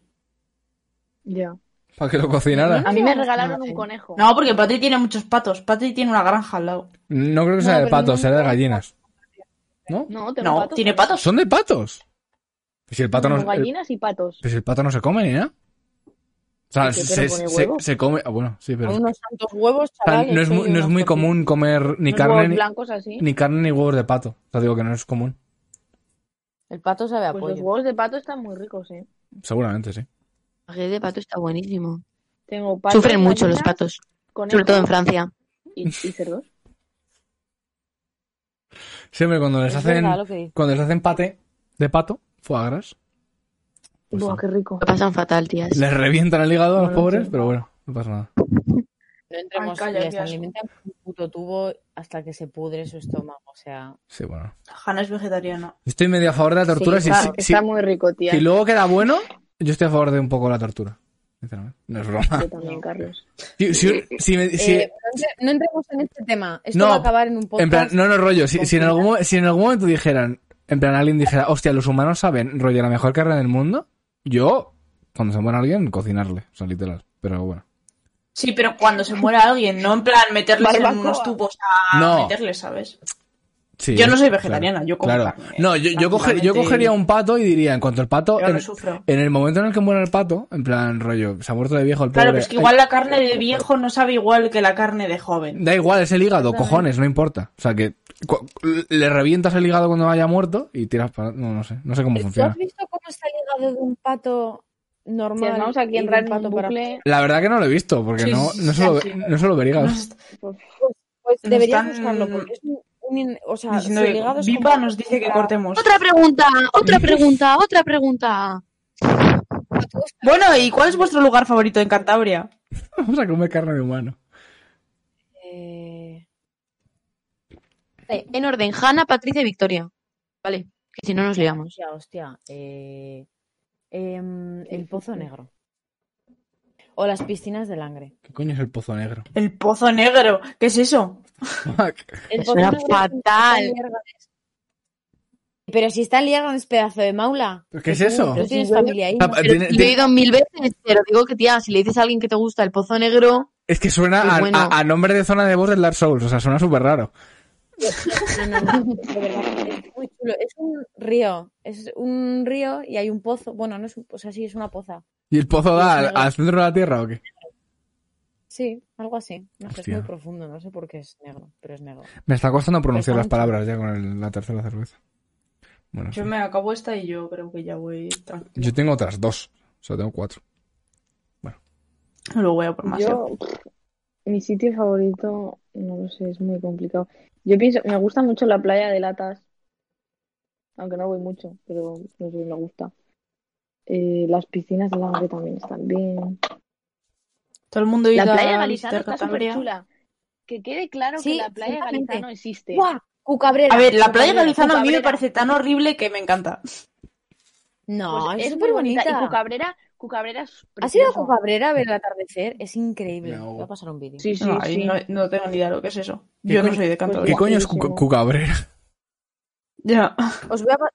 D: Ya.
A: para que lo cocinara.
F: No
D: A mí me
F: llevamos
D: regalaron
F: nada,
D: un
F: ¿eh?
D: conejo.
B: No, porque Patrick tiene muchos patos. Patrick tiene una granja al lado.
A: No creo que sea
F: No,
A: de
F: pero
A: patos,
F: no-
A: será de gallinas. ¿No?
D: No, tengo
B: No,
D: patos.
B: tiene patos.
A: ¿Son de patos? Si el pato no,
D: No,
A: el-
D: gallinas y patos.
A: pues el pato no se come ni nada. O sea,
D: ¿Y qué,
A: se,
D: pero pone
A: se-
D: huevo?
A: se come... ah, Bueno, sí, pero...
F: Con
A: O
F: unos santos huevos,
A: sea,
F: chaval.
A: no es,
F: eso
A: muy,
F: y
A: no es
F: unos
A: muy
F: tortillas.
A: común comer ni
D: Unos huevos
A: carne ni,
D: blancos así.
A: ni carne ni huevos de pato. O sea, digo que no es común.
F: El pato sabe a
D: Pues los
F: pollo.
D: huevos de pato están muy ricos, ¿eh?
A: Seguramente, sí.
E: El ajedrez de pato está buenísimo.
D: Tengo patos,
E: Sufren mucho los
D: gallinas,
E: patos, sobre
D: conejos
E: todo en Francia.
D: y, y cerdos.
A: Siempre cuando les
F: Es
A: hacen...
F: verdad lo que dice.
A: Cuando les hacen pate de pato, foie gras, *laughs* pues
D: Buah,
A: sí.
D: qué rico.
E: Lo pasan fatal, tías.
A: les revientan el hígado a los
D: Bueno,
A: pobres,
D: sí.
A: pero bueno, no pasa nada.
F: No entremos,
B: Ay, calla,
F: les
B: qué asco.
F: alimentan con un puto tubo hasta que se pudre su estómago. O sea,
A: Sí, bueno.
B: Hanna es vegetariana.
A: Yo Estoy medio a favor de la tortura.
F: Sí,
A: si,
D: Está,
A: si-
D: está
A: si-
D: muy rico, tía.
A: si luego queda bueno, yo estoy a favor de un poco la tortura. Sinceramente. No es broma. *laughs*
D: Yo también, Carlos.
A: Si- si- si me- si-
F: eh, no, entre- no entremos en este tema. Esto
A: No,
F: va a acabar en un podcast.
A: en plan, no, no, rollo. Si, si en
F: Confirma.
A: algún, mo- si en algún momento dijeran, en plan, alguien dijera, hostia, los humanos saben, rollo, la mejor carrera del mundo, yo, cuando se muera alguien, cocinarle. O sea, literal. Pero bueno.
B: Sí, pero cuando se muera alguien, no en plan meterles en
D: Barbacoa.
B: unos tubos a
A: No.
B: meterles, ¿sabes?
A: Sí,
B: Yo no soy
A: claro,
B: vegetariana, yo como
A: Claro.
B: carne,
A: No, yo, yo, coge- yo
B: tranquilamente.
A: cogería un pato y diría, en cuanto el pato.
B: Yo
A: En,
B: no sufro.
A: en el momento en el que muera el pato, en plan, rollo, se ha muerto de viejo el pobre. eh,
B: Claro, pero es que igual
A: *laughs*
B: la carne de viejo no sabe igual que la carne de joven.
A: Da igual, es el hígado, cojones, no importa. O sea que cu- le revientas el hígado cuando haya muerto y tiras para... No, no sé, no sé cómo
F: ¿Tú has
A: funciona.
F: visto cómo está el hígado de un pato normal?
D: vamos aquí
F: y
D: a
F: de
D: entrar
F: un
D: en un
F: pato para-
D: bucle,
A: La verdad que no lo he visto, porque
B: Sí,
A: no,
B: sí,
A: no,
B: sí,
A: solo,
B: sí.
A: no solo ver hígados.
B: Nos-
D: pues,
F: Pues
B: Nos
F: deberías
B: están
F: buscarlo, porque es un... un in- o sea,
B: diciendo
F: si
B: que
F: el hígado es
B: Viva
F: como-
B: nos dice que cortemos.
E: Otra pregunta,
F: *laughs*
E: otra pregunta, otra pregunta.
B: Bueno, ¿y cuál es vuestro lugar favorito en Cantabria?
A: Vamos a comer carne de humano.
F: Eh,
E: Vale, Eh, En orden, Hanna, Patricia y Victoria. Vale, que si no nos liamos.
F: hostia, hostia. eh, em, el Pozo Negro. O las piscinas de Langre.
A: ¿Qué coño es el pozo negro?
B: El Pozo Negro. ¿Qué es eso?
F: El
E: Me
F: Pozo
E: suena
F: Negro es donde está
E: fatal.
F: Lierganes. Pero si está en Lierganes, pedazo de maula.
A: ¿Qué es
F: Tú-
A: eso?
F: Tú,
A: Pero
F: tienes familia ahí.
A: Ah,
F: ¿no?
A: pa-
E: Pero
A: tiene-
E: si lo he
A: tiene-
E: oído mil veces, pero digo que tía, si le dices a alguien que te gusta el pozo negro,
A: Es que suena a,
E: Qué bueno.
A: a- a nombre de zona de voz del Dark Souls, o sea, suena súper raro.
F: No, no, no, de verdad, es muy chulo. Es un río. Es un río y hay un pozo. Bueno, no es un, o sea, sí, es una poza.
A: ¿Y el pozo
F: Sí,
A: da
F: es
E: Pues
A: al,
F: negro.
A: al centro de la Tierra o qué?
F: Sí, algo así. No sé, es
A: Hostia.
F: muy profundo, no sé por qué es negro, pero es negro.
A: Me está costando pronunciar
F: Pero
A: las
F: está muy
A: palabras ya con el- la tercera cerveza. Bueno, sí.
B: Yo me acabo esta y yo creo que ya voy tranquila.
A: Yo tengo otras dos, o sea, tengo cuatro.
B: Luego voy a por más.
D: yo, pff, mi sitio favorito, no lo sé, es muy complicado. Yo pienso, me gusta mucho la playa de Latas, aunque no voy mucho, pero no sé, me gusta. Eh, las piscinas de Langre también están bien.
B: Todo el mundo
D: La
B: irá
D: playa de
B: a
D: Galizano
B: visitar
D: está súper
B: Cantabria.
D: chula. Que quede claro
F: Sí,
D: que la playa de
F: exactamente.
D: Galizano existe.
F: ¡Guau! Cucabrera.
B: A ver, la playa de
F: Cucabrera.
B: Galizano a mí me
D: Cabrera.
B: parece tan horrible que me encanta.
D: Pues
F: No, es
D: es
F: súper
D: muy bonita.
F: bonita.
D: Y Cucabrera, Cucabrera es
F: ¿Has ido a
D: precioso.
F: Cucabrera a ver el atardecer? Es increíble.
A: Me ahogo.
F: Voy a pasar un vídeo.
D: Sí, sí,
B: No, ahí
D: sí.
B: no, no tengo ni idea lo que es eso.
A: ¿Qué
B: Yo no
A: coño-
B: soy de
A: ¿Qué
B: Cantabria.
D: Pues
A: coño es cu-
D: guapísimo.
A: cucabrera?
B: Ya.
F: Os voy a pa-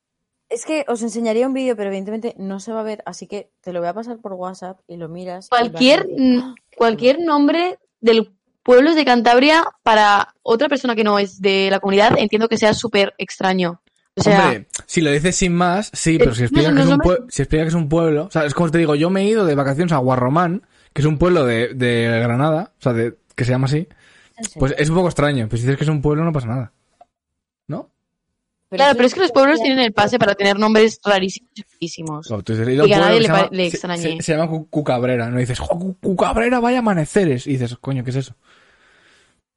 F: Es que os enseñaría un vídeo, pero evidentemente no se va a ver, así que te lo voy a pasar por WhatsApp y lo miras. y vas a
E: cualquier,
F: decir,
E: mm,
F: ¡Ah, qué
E: cualquier
F: chulo!
E: nombre del pueblo de Cantabria para otra persona que no es de la comunidad, entiendo que sea súper extraño. O sea, Eh,
A: Hombre, si lo dices sin más, sí, pero si
E: no
A: explicas
E: son
A: que, es
E: los
A: un
E: nombres.
A: pue- si explica que es un pueblo, o sea, es como te digo, yo me he ido de vacaciones a Guarromán, que es un pueblo de, de Granada, o sea, de- que se llama así,
F: ¿En serio?
A: pues es un poco extraño, pero si dices que es un pueblo no pasa nada. ¿No?
E: claro,
F: eso
E: pero es que los pueblos tienen el pase para tener nombres rarísimos y feísimos.
A: Claro, tú dices, he ido a
E: Y
A: un
E: que a
A: pueblo
E: nadie
A: que
E: le,
A: se
E: pa-
A: llama,
E: le
A: se-
E: extrañe.
A: se- se llama Cu- Cucabrera, no dices, "Jo, Cu- Cucabrera, vaya amaneceres, y dices, coño, ¿qué es eso?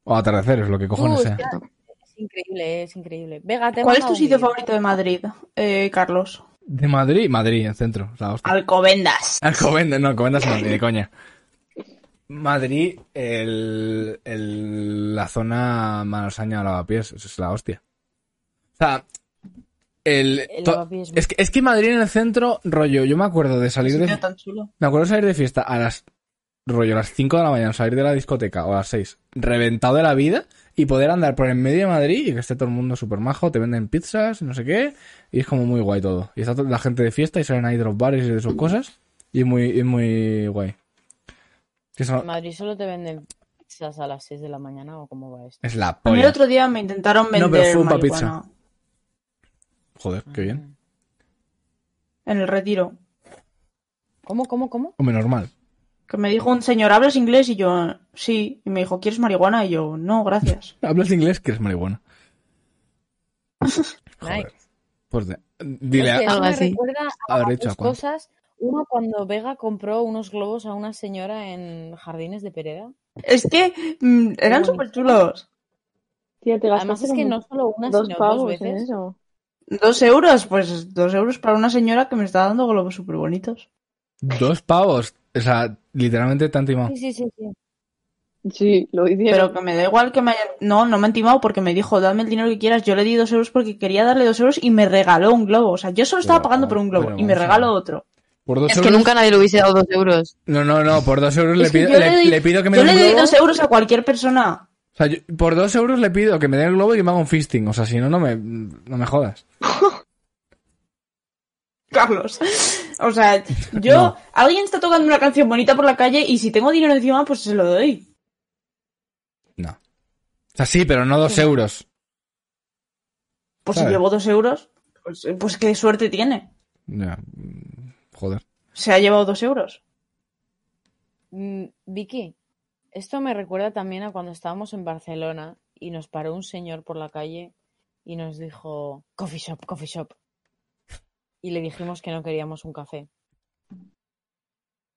A: O atardeceres, lo que cojones
F: Tú,
A: sea.
F: espera, es increíble, eh, es increíble. Vega, te he
B: ¿Cuál es
F: mandado
B: tu
F: un
B: sitio
F: vídeo.
B: favorito de Madrid, eh, Carlos?
A: De Madrid, Madrid, en centro, o sea, hostia.
B: Alcobendas.
A: Alcobendas, no, Alcobendas no, ni de coña. Madrid, el, el- la zona Malasaña Lavapiés, eso es la hostia. O sea, el,
F: El
A: to-
F: lavapiés es
A: es, que, es que Madrid en el centro, rollo, yo me acuerdo de salir
B: Sitio
A: de,
B: tan chulo.
A: me acuerdo de salir de fiesta a las, rollo, a las 5 de la mañana, salir de la discoteca o a las 6, reventado de la vida y poder andar por en medio de Madrid y que esté todo el mundo súper majo, te venden pizzas y no sé qué, y es como muy guay todo. Y está toda la gente de fiesta y salen ahí de los bares y de sus cosas, y es muy, es muy guay. Que eso-
F: En Madrid solo te venden pizzas a las 6 de la mañana o cómo va esto.
A: Es la
B: A mí
A: polla.
B: el otro día me intentaron
A: Oh, pero
B: vender
A: fue un pa'
B: marihuana
A: Joder, qué bien.
B: en el retiro.
F: ¿Cómo, cómo, cómo?
A: Hombre, normal.
B: Que me dijo un señor, ¿hablas inglés? Y yo, sí. Y me dijo, ¿quieres marihuana? Y yo, no, gracias.
A: ¿Hablas inglés? Que eres
B: *laughs*
A: marihuana. Joder.
F: Nice.
A: Pues de- dile
F: Es que
A: a...
F: eso
E: Algo
F: me
E: así.
F: recuerda a
A: Haber hecho a
F: dos
A: Juan.
F: cosas. Uno, cuando Vega compró unos globos a una señora en Jardines de Pereda.
B: Es que mm, eran
F: bonito.
B: súper chulos.
D: Tía, te
F: Además
D: gastaste
F: es que
D: como
F: no solo una,
D: dos
F: sino dos
D: pavos ¿eh? en
F: veces.
D: eso.
B: Dos euros, pues dos euros para una señora que me está dando globos súper bonitos.
A: Dos pavos. O sea, literalmente tanto y más.
F: Sí, sí, sí, sí.
D: Sí, lo hicieron.
B: Pero que me da igual que me hayan... No, no me han timado porque me dijo, dame el dinero que quieras. Yo le di dos euros porque quería darle dos euros y me regaló un globo. O sea, yo solo estaba
A: Pero
B: pagando
A: vamos-
B: por un globo
A: pero
B: y me
A: vamos a
B: regaló
A: ver.
B: otro.
A: Por dos
E: Es
A: euros...
E: que nunca nadie le hubiese dado dos euros.
A: No, no, no. Por dos euros
B: Es
A: le
B: que
A: pido,
B: yo
A: le,
B: le doy-
A: le pido que me
B: Yo
A: dé
B: le
A: un
B: doy
A: globo.
B: dos euros a cualquier persona.
A: O sea, yo- por dos euros le pido que me den el globo y que me haga un fisting. O sea, si no, no me, no me jodas.
B: Carlos. *laughs* O sea, yo...
A: No.
B: Alguien está tocando una canción bonita por la calle y si tengo dinero encima, pues se lo doy.
A: No. O sea, sí, pero no dos euros.
B: Pues
A: Claro.
B: si llevo dos euros, pues, pues qué suerte tiene.
A: Ya, mm, Joder.
B: Se ha llevado dos euros.
F: Mm, Vicky, esto me recuerda también a cuando estábamos en Barcelona y nos paró un señor por la calle y nos dijo, coffee shop, coffee shop. Y le dijimos que no queríamos un café.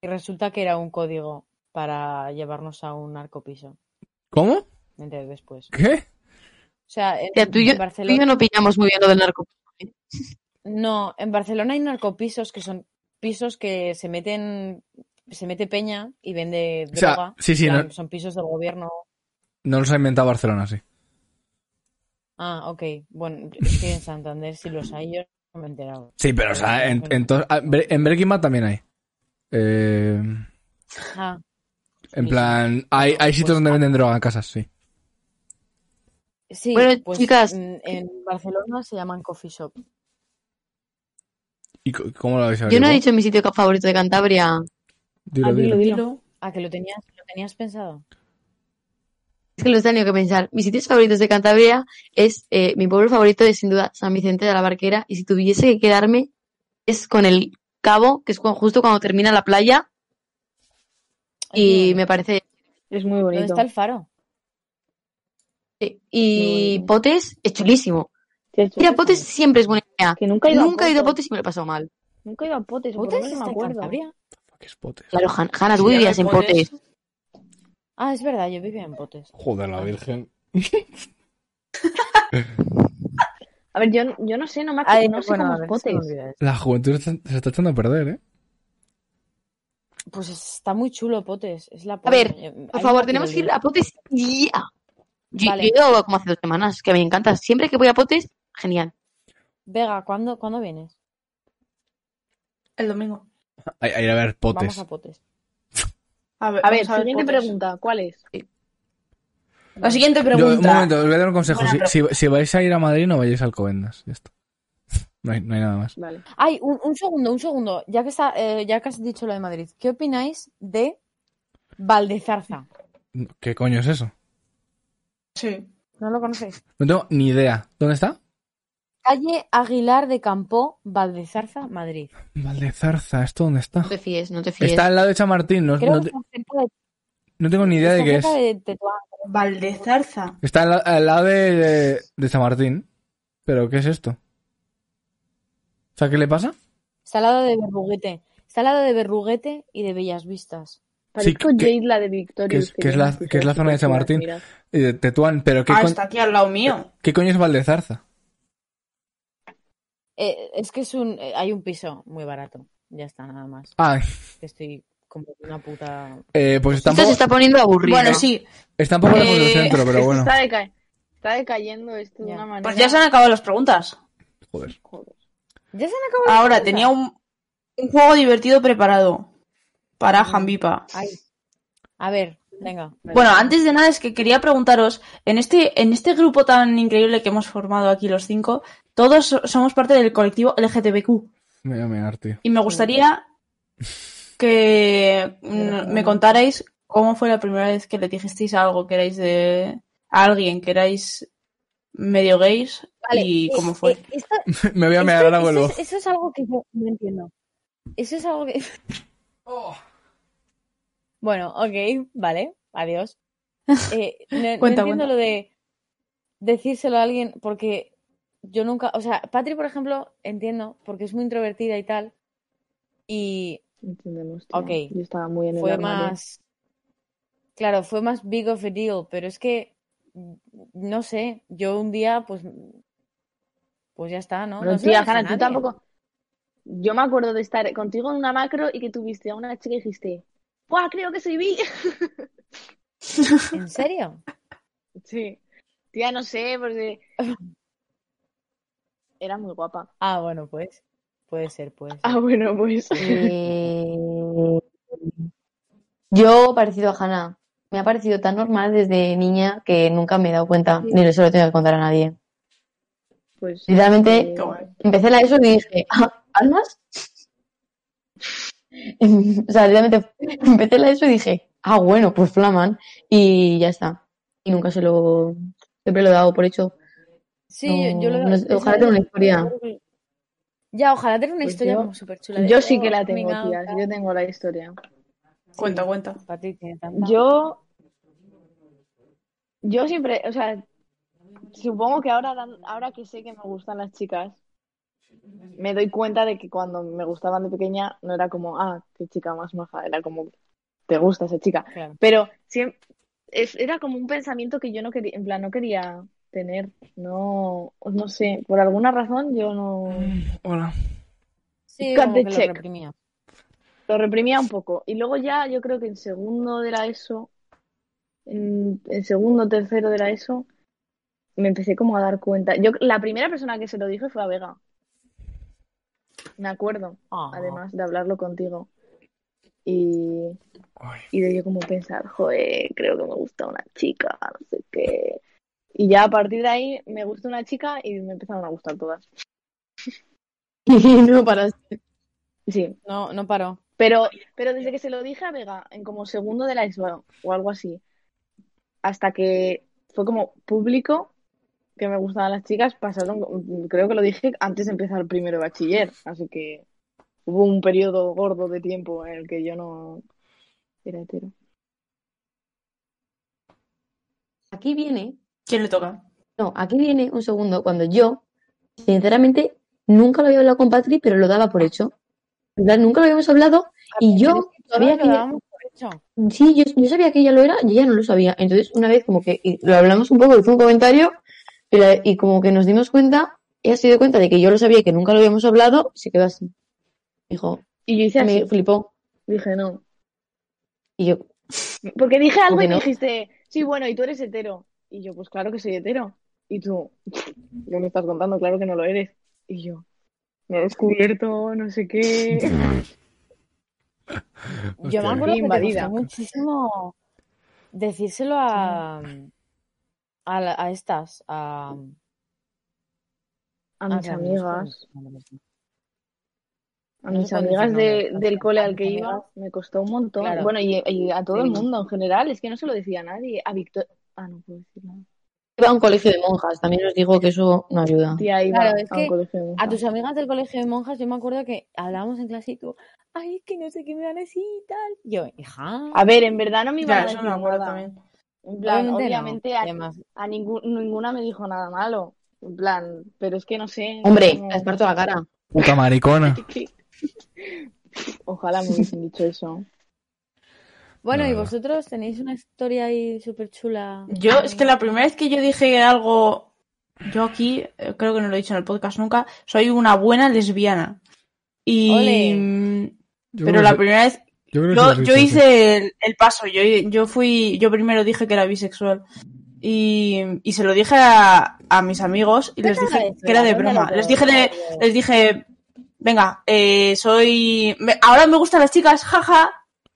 F: Y resulta que era un código para llevarnos a un narcopiso,
A: ¿Cómo?
F: me enteré después.
A: ¿Qué?
F: O sea, en,
E: Ya, tú y yo-
F: en
E: tú y
F: Barcelona...
E: yo no pillamos muy bien lo del narco.
F: No, en Barcelona hay narcopisos que son pisos que se meten, se mete peña y vende
A: O sea,
F: droga.
A: sí, sí,
F: En plan,
A: no-
F: Son pisos del gobierno.
A: No los ha inventado Barcelona, sí.
F: Ah, ok. Bueno, es que en Santander si los hay, yo no me he enterado.
A: Sí, pero o sea, en, en, to- ah, Bre- en Breaking Bad también hay. Eh,
F: Ah,
A: en plan, hay,
F: Pues
A: hay sitios donde venden droga en casas, sí.
F: sí,
E: Bueno,
F: pues
E: chicas.
F: mm, en Barcelona se llaman coffee shop.
A: ¿Y co- cómo lo habéis
E: Yo no he
A: averiguado?
E: dicho mi sitio ca- favorito de Cantabria.
A: Dilo,
D: Ah, dilo,
A: dilo.
D: dilo.
F: Ah, que lo tenías, lo tenías pensado.
E: Es que lo he tenido que pensar. Mis sitios favoritos de Cantabria es, eh, mi pueblo favorito es sin duda San Vicente de la Barquera. Y si tuviese que quedarme, es con el cabo, que es cu- justo cuando termina la playa. Y me parece.
D: Es muy
F: ¿Dónde
D: bonito.
F: está el faro?
E: sí. Y
D: Muy bonito.
E: Potes es chulísimo.
D: Sí, es
E: Ir a
D: chulísimo.
E: Potes siempre es buena idea.
D: Que nunca he ido
E: Nunca he ido a
D: Potes.
E: Potes y me lo he pasado mal.
D: Nunca he ido a Potes, o por lo
F: ¿Potes
D: menos
F: está
D: no me
F: en
D: acuerdo.
F: Cantabria?
A: Qué espotes.
E: Claro, Han- Hanna,
F: Sí,
E: tú
F: yo creo
E: vivías
F: que
E: en Potes.
F: Ah, es verdad, yo vivía en Potes.
A: Joder, la Virgen.
D: A ver, yo, yo no sé, no me acu-
F: Ay,
D: no sé
F: bueno,
D: cómo
F: a
D: es
F: ver, se me
D: Potes.
F: olvida eso.
A: La juventud se está- se está echando a perder, ¿eh?
F: Pues está muy chulo Potes. Es la
E: A ver,
F: polla.
E: Por
F: Hay
E: favor,
F: una
E: tenemos que ir
F: tirolina.
E: a Potes ya. Yo,
F: Vale.
E: yo he ido como hace dos semanas, que me encanta. Siempre que voy a Potes, genial.
F: Vega, ¿cuándo, ¿cuándo vienes?
B: El domingo.
A: A, a ir a ver
F: Vamos
A: potes.
F: a Potes.
B: A ver,
D: A ver,
B: vamos a ver
D: siguiente
B: fotos.
D: pregunta, ¿cuál es?
B: La siguiente
A: Yo, un
B: pregunta.
A: momento, os voy a dar un consejo.
B: Buena
A: Si, si- si vais a ir a Madrid, no vayáis al Alcobendas. Ya está. No hay, no hay nada más.
D: Vale.
F: Ay, un, un segundo, un segundo. Ya que, está, eh, ya que has dicho lo de Madrid, ¿qué opináis de Valdezarza?
A: ¿Qué coño es eso?
B: Sí.
F: ¿No lo conocéis?
A: No tengo ni idea. ¿Dónde está?
F: Calle Aguilar de Campó, Valdezarza, Madrid.
A: Valdezarza. ¿Esto dónde está?
E: No te fíes, no te fíes.
A: Está al lado de Chamartín. No,
F: Creo
A: no
F: que
A: te-
F: está cerca de,
A: no tengo ni idea de
F: está
A: qué es.
F: cerca de Tetuán.
B: Valdezarza.
A: Está al, al lado de, de, de Chamartín. ¿Pero qué es esto? O sea, ¿qué le pasa?
F: Está al lado de Berruguete. Está al lado de Berruguete y de Bellas Vistas.
D: Parezco
A: que-
D: Jade, la de Victorious.
A: que es- que es
D: yo no
A: la-
D: sé si
A: que es la
D: sabes
A: zona de
D: chicas,
A: Chamartín.
D: miras.
A: Eh, De Tetuán. ¿Pero qué,
B: Ah,
A: co-
B: está aquí al lado mío.
A: qué coño es Valdezarza?
F: Eh, es que es un, eh, hay un piso muy barato. Ya está, nada más.
A: Ah,
F: Que estoy como una puta.
A: eh, pues
E: Esto
A: tampoco,
E: se está poniendo aburrido.
B: Bueno, sí.
A: está un poco lejos del
B: Eh,
A: centro, pero
D: Esto
A: bueno.
D: está, deca- está decayendo esto de
F: Ya.
D: una manera.
B: Pues ya se han acabado las preguntas.
A: Joder.
D: Joder.
F: Ya se han acabado. las
B: Ahora,
F: preguntas.
B: tenía un, un juego divertido preparado para Jambipa.
F: Ay. A ver, venga.
B: Bueno, antes de nada es que quería preguntaros, en este, en este grupo tan increíble que hemos formado aquí los cinco, todos so- somos parte del colectivo LGTBQ.
A: Me voy a mear, tío. *laughs*
B: Y me gustaría que mm, me contarais cómo fue la primera vez que le dijisteis algo que erais de a alguien, que erais medio gays y cómo fue.
F: eh,
A: Me voy a mear, ahora vuelvo.
F: Eso es, eso es algo que yo no entiendo. Eso es algo que. Bueno, ok, vale,
D: *laughs*
F: adiós. Eh, no, no
B: Cuenta,
F: entiendo
B: cuenta.
F: lo de decírselo a alguien porque yo nunca. O sea, Patri, por ejemplo, entiendo porque es muy introvertida y tal. Y
D: Entendemos, tía.
F: Ok.
D: Yo estaba muy en el
F: fue
D: armario.
F: más. Claro, fue más big of a deal, pero es que. No sé, yo un día, pues. Pues ya está, ¿no?
D: Bueno,
F: No se lo
D: tía,
F: dije a
D: Hanna, tú
F: nadie.
D: tampoco. Yo me acuerdo de estar contigo en una macro y que tuviste a una chica y dijiste, ¡buah, creo que soy bi!
F: ¿En serio?
D: Sí. Tía, no sé, porque. Era muy guapa.
F: Ah, bueno, pues. Puede ser, puede ser.
D: Ah, bueno, pues.
E: Eh, Yo, parecido a Hannah, me ha parecido tan normal desde niña que nunca me he dado cuenta, ni lo- se lo tengo que contar a nadie.
D: Pues.
E: Literalmente,
B: Qué guay.
E: empecé la ESO y dije, "Ah, ¿almas? *laughs* o sea, literalmente, *laughs* empecé la ESO y dije, ah, bueno, pues flaman. Y ya está. Y nunca se lo... Siempre lo he dado por hecho.
F: Sí,
E: No,
F: yo, yo lo
E: no sé, ojalá tenga una
F: *laughs*
E: historia.
F: Ya, ojalá tener una
D: Pues
F: historia
D: yo-
F: como súper chula.
D: Yo sí que la tengo, tía. Yo tengo la historia.
B: Cuenta, cuenta.
F: Pati tiene tanta.
D: Yo. Yo siempre, o sea, supongo que ahora, dan- ahora que sé que me gustan las chicas, me doy cuenta de que cuando me gustaban de pequeña no era como, ah, qué chica más maja, era como, te gusta esa chica.
F: Claro.
D: Pero siempre, era como un pensamiento que yo no quería, en plan, no quería tener, no, no sé, por alguna razón yo no
A: Mm. Hola.
F: Sí,
D: Cut
F: como
D: the
F: que
D: check.
F: lo reprimía.
D: lo reprimía un poco. Y luego ya yo creo que en segundo de la ESO, en, en segundo, tercero de la ESO, me empecé como a dar cuenta. Yo, la primera persona que se lo dije fue a Vega. Me acuerdo,
F: Ah.
D: además de hablarlo contigo. Y,
A: Ay.
D: y de yo como pensar, joder, creo que me gusta una chica, no sé qué. Y ya a partir de ahí me gusta una chica y me empezaron a gustar todas.
E: no paras.
D: Sí,
F: No, no paró.
D: Pero, pero desde que se lo dije a Vega, en como segundo de la ESO o algo así, hasta que fue como público que me gustaban las chicas, pasaron, creo que lo dije antes de empezar primero de bachiller, así que hubo un periodo gordo de tiempo en el que yo no era hetero.
E: *laughs* Aquí viene
B: ¿Quién le toca?
E: No, aquí viene un segundo, cuando yo, sinceramente, nunca lo había hablado con Patri, pero lo daba por hecho. En plan, Nunca lo habíamos hablado y yo
F: Había
E: sabía que
F: Ah, que
E: ella,
F: dábamos por hecho.
E: sí, yo, yo sabía que ella lo era y ella no lo sabía. Entonces, una vez como que y lo hablamos un poco, hizo un comentario y, la- y como que nos dimos cuenta, ella se dio cuenta de que yo lo sabía y que nunca lo habíamos hablado, y se quedó así. Dijo,
D: Y yo hice así,
E: me flipó.
D: dije no.
E: Y yo,
D: Porque dije algo
E: ¿Cómo que
D: y me
E: no?
D: dijiste, sí, bueno, y tú eres hetero. Y yo, pues claro que soy hetero. Y tú, ¿qué me estás contando? Claro que no lo eres. Y yo, me he descubierto, no sé qué.
F: Yo me
A: Hostia,
F: acuerdo que te
D: Invadida.
F: costó muchísimo decírselo a, a, la- a estas, a,
D: A
F: a
D: mis
F: las-
D: amigas, a
F: no sé cuál
D: mis
F: es el
D: amigas
F: nombre,
D: de-
F: exacto.
D: del cole
F: A
D: al
F: mis
D: que iba,
F: amigas.
D: me costó un montón.
F: Claro.
D: Bueno, y, y a todo el
F: Sí.
D: mundo en general, es que no se lo decía a nadie. A Victoria. Ah, no puedo decir nada.
E: iba a un colegio de monjas, también os digo que eso no ayuda.
D: Tía iba
F: Claro, es
D: a un
F: que
D: colegio de
F: A
D: monjas.
F: tus amigas del colegio de monjas, yo me acuerdo que hablábamos en clase y tú, ay, es que no sé qué me van a decir y tal. Y Yo, hija,
D: A ver, en verdad no me iban
B: Ya,
D: a
B: eso me
D: decir
B: acuerdo
D: nada.
B: también.
D: En plan,
F: obviamente no.
D: obviamente
F: Y
D: a,
F: además,
D: a ningún- ninguna me dijo nada malo. En plan, pero es que no sé, es
E: Hombre, les
D: como-
E: parto la cara.
A: Puta maricona.
D: Ojalá me hubiesen dicho eso.
F: bueno,
A: La
F: y
A: verdad.
F: vosotros tenéis una historia ahí súper chula.
B: Yo, es que la primera vez que yo dije algo, yo aquí, eh, creo que no lo he dicho en el podcast nunca, soy una buena lesbiana. Y. mm,
A: Yo
B: Pero
A: creo
B: la
A: que-
B: primera vez
A: yo creo que sí lo
B: Yo,
A: has
B: yo
A: dicho, sí.
B: hice el, el paso, yo, yo fui, yo primero dije que era bisexual y, y se lo dije a, a mis amigos y les dije
F: Cuéntalo,
B: que era de
F: cuéntalo
B: broma.
F: todo,
B: Les dije, de-
F: cuéntalo.
B: les dije, venga, eh, soy, me- ahora me gustan las chicas, jaja,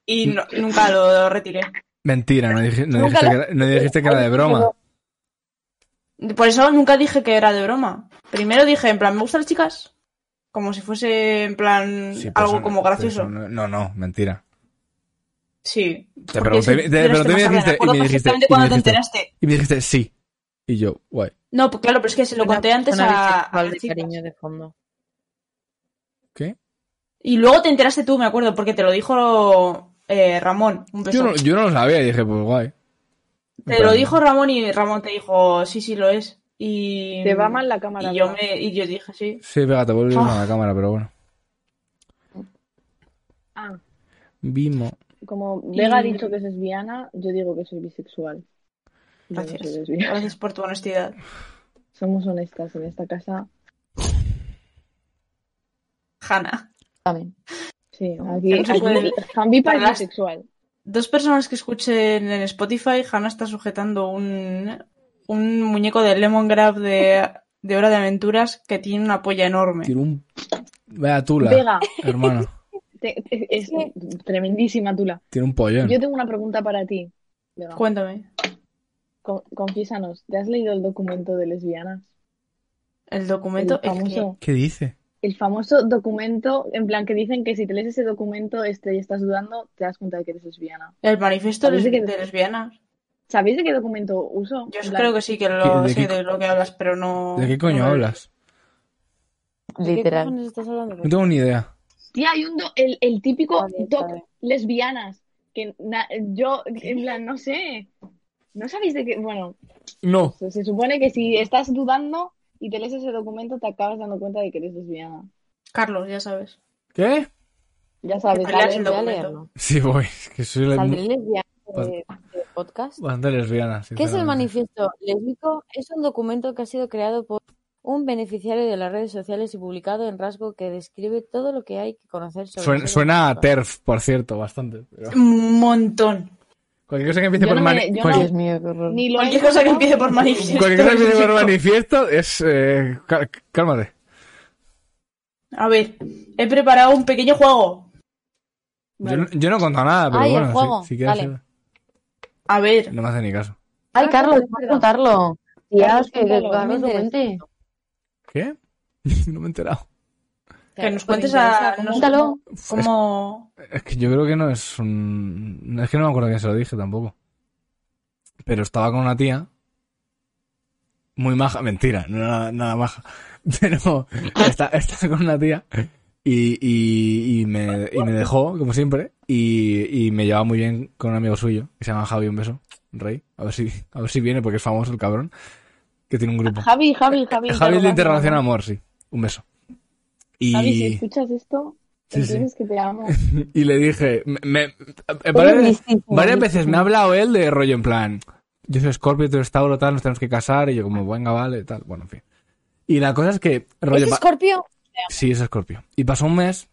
B: y no- nunca lo retiré.
A: Mentira, no, dij- no
F: Nunca
A: dijiste,
F: lo-
A: que, era- no dijiste que era de broma.
B: Por eso nunca dije que era de broma. Primero dije, en plan, me gustan las chicas, como si fuese, en plan,
A: Sí, pues pero
B: algo
A: eso-
B: como
A: pero
B: gracioso.
A: eso no, no, no, mentira.
B: Sí.
A: Te
B: Porque
A: pregunté,
B: sí,
A: te-
B: tú eres
A: pero tú me
B: más tarde, me
A: dijiste, y
B: acuerdo
A: me dijiste,
B: perfectamente
A: y me
B: cuando te
A: dijiste,
B: enteraste.
A: y me dijiste sí. Y yo, guay.
B: No, pues claro, pero es que se lo
F: Una
B: conté antes
F: persona
B: a, a
F: bisexual
B: las
F: de
B: chicas.
F: cariño de fondo.
A: ¿Qué?
B: Y luego te enteraste tú, me acuerdo, porque te lo dijo eh, Ramón. Un beso.
A: Yo no, yo no lo sabía y dije, pues guay.
B: Te lo dijo Ramón y Ramón te dijo, sí, sí, lo es. Y,
D: Te va mal la cámara,
B: Em, y yo
D: Bea.
B: me y yo dije, sí.
A: Sí, venga, te vuelves a la
B: Ah.
A: cámara, pero bueno.
D: Ah,
A: Vimo.
D: como
B: Y-
D: Vega ha dicho que es lesbiana, yo digo que soy bisexual. Yo no soy
B: Gracias.
D: lesbiana.
B: Gracias por tu honestidad.
D: Somos honestas en esta casa.
B: Hanna.
E: También.
D: Sí,
B: No,
D: aquí,
B: no se
D: aquí
B: puede.
D: Jambipa es
B: Para las-
D: bisexual.
B: Dos personas que escuchen en Spotify, Hanna está sujetando un, un muñeco de Lemon Grab de, de Hora de Aventuras que tiene una polla enorme.
A: Tiro un... Vea tula,
D: Vega,
A: hermano.
D: te- es, es tremendísima tula.
A: Tiene un pollón.
D: Yo tengo una pregunta para ti, Vega.
B: Cuéntame.
D: Con- Confiésanos, ¿te has leído el documento de lesbianas?
B: El
D: El
B: documento, el que.
D: famoso,
A: ¿Qué dice?
D: el famoso documento, en plan que dicen que si te lees ese documento este, y estás dudando, te das cuenta de que eres lesbiana.
B: El manifiesto
D: Parece
B: les-
D: que-
B: de lesbianas.
D: ¿Sabéis de qué documento uso?
B: Yo
D: En
B: sí
D: plan,
B: creo que sí que
A: ¿Qué-
B: lo
A: de
B: sé
A: qué
B: de lo que hablas, pero no.
A: ¿De qué
B: no
A: coño
B: me-
A: hablas?
F: ¿De qué
E: Literal.
F: cojones estás hablando?
A: No tengo ni idea.
D: Tía, hay un do- el, el típico
F: Vale,
D: doc
F: vale.
D: lesbianas que na- yo, en plan, no sé. ¿No sabéis de qué? Bueno,
A: No.
D: se, se supone que si estás dudando y te lees ese documento, te acabas dando cuenta de que eres lesbiana.
B: Carlos, ya sabes.
A: ¿Qué?
D: Ya sabes,
B: Te leas
D: ¿vale?
B: el
F: Pues Voy a
B: documento.
F: leerlo.
A: Sí, voy. Es que soy le-
F: Saldré lesbiana
A: Pues-
F: de- de podcast.
A: bastante lesbiana.
F: ¿Qué es el
A: sinceramente.
F: manifiesto lésbico? Es un documento que ha sido creado por un beneficiario de las redes sociales y publicado en rasgo que describe todo lo que hay que conocer sobre el
A: Suena,
F: sexo
A: suena a
F: lesbico.
A: TERF, por cierto, bastante. pero-
B: Un montón.
A: Cualquier cosa que empiece
D: Yo
A: por,
D: no me-
A: mani-
D: yo no-
A: cualquier-
D: Dios
F: mío, qué horror.
D: Ni lo he
B: Cualquier cosa que
D: leído,
B: empiece por manifiesto.
A: cualquier cosa que empiece por
B: chico.
A: manifiesto es... eh, cá- cálmate.
B: A ver, he preparado un pequeño juego.
A: Yo, no- yo no he contado nada, pero
F: Ay, el
A: bueno, si-
F: juego.
A: si, quieres...
F: Vale.
B: A ver,
A: No me hace ni caso.
E: Ay,
F: Carlos,
E: Carlos, hay que
F: perdón.
E: contarlo. Ya,
D: Carlos,
E: que, que
D: cuéntalo,
E: Carlos
F: no
E: lo
F: me
E: cuente.
A: ¿qué? *laughs* no me he enterado.
B: que nos cuentes
F: Porque interesa
B: a
F: cómo-
B: nos-
E: Cuéntalo.
B: cómo...
A: Es que yo creo que no es un... Es que no me acuerdo quién se lo dije tampoco. Pero estaba con una tía... Muy maja. Mentira, no era nada, nada maja. *laughs* Pero está- estaba con una tía y, y, y, me, y me dejó, como siempre, y, y me llevaba muy bien con un amigo suyo, que se llama Javi, un beso, rey. A ver si, a ver si viene, porque es famoso el cabrón, que tiene un grupo.
D: Javi, Javi,
A: Javi
D: Javi.
A: es de
D: interrogación,
A: Interrogación
D: ¿no?
A: Amor, sí. Un beso. Y...
D: Javi, si escuchas esto,
A: Sí, sí.
D: entiendes que te amo.
A: Y le dije, me- me- eh,
E: Eres
A: varias,
E: listísimo,
A: varias veces
E: listísimo.
A: me ha hablado él de rollo en plan, yo soy Scorpio, tú eres Tauro, tal, nos tenemos que casar, y yo como, venga, vale, tal, bueno, en fin. Y la cosa es que, rollo,
F: ¿Es
A: pa-
F: Escorpio?
A: sí, es Scorpio. Y pasó un mes,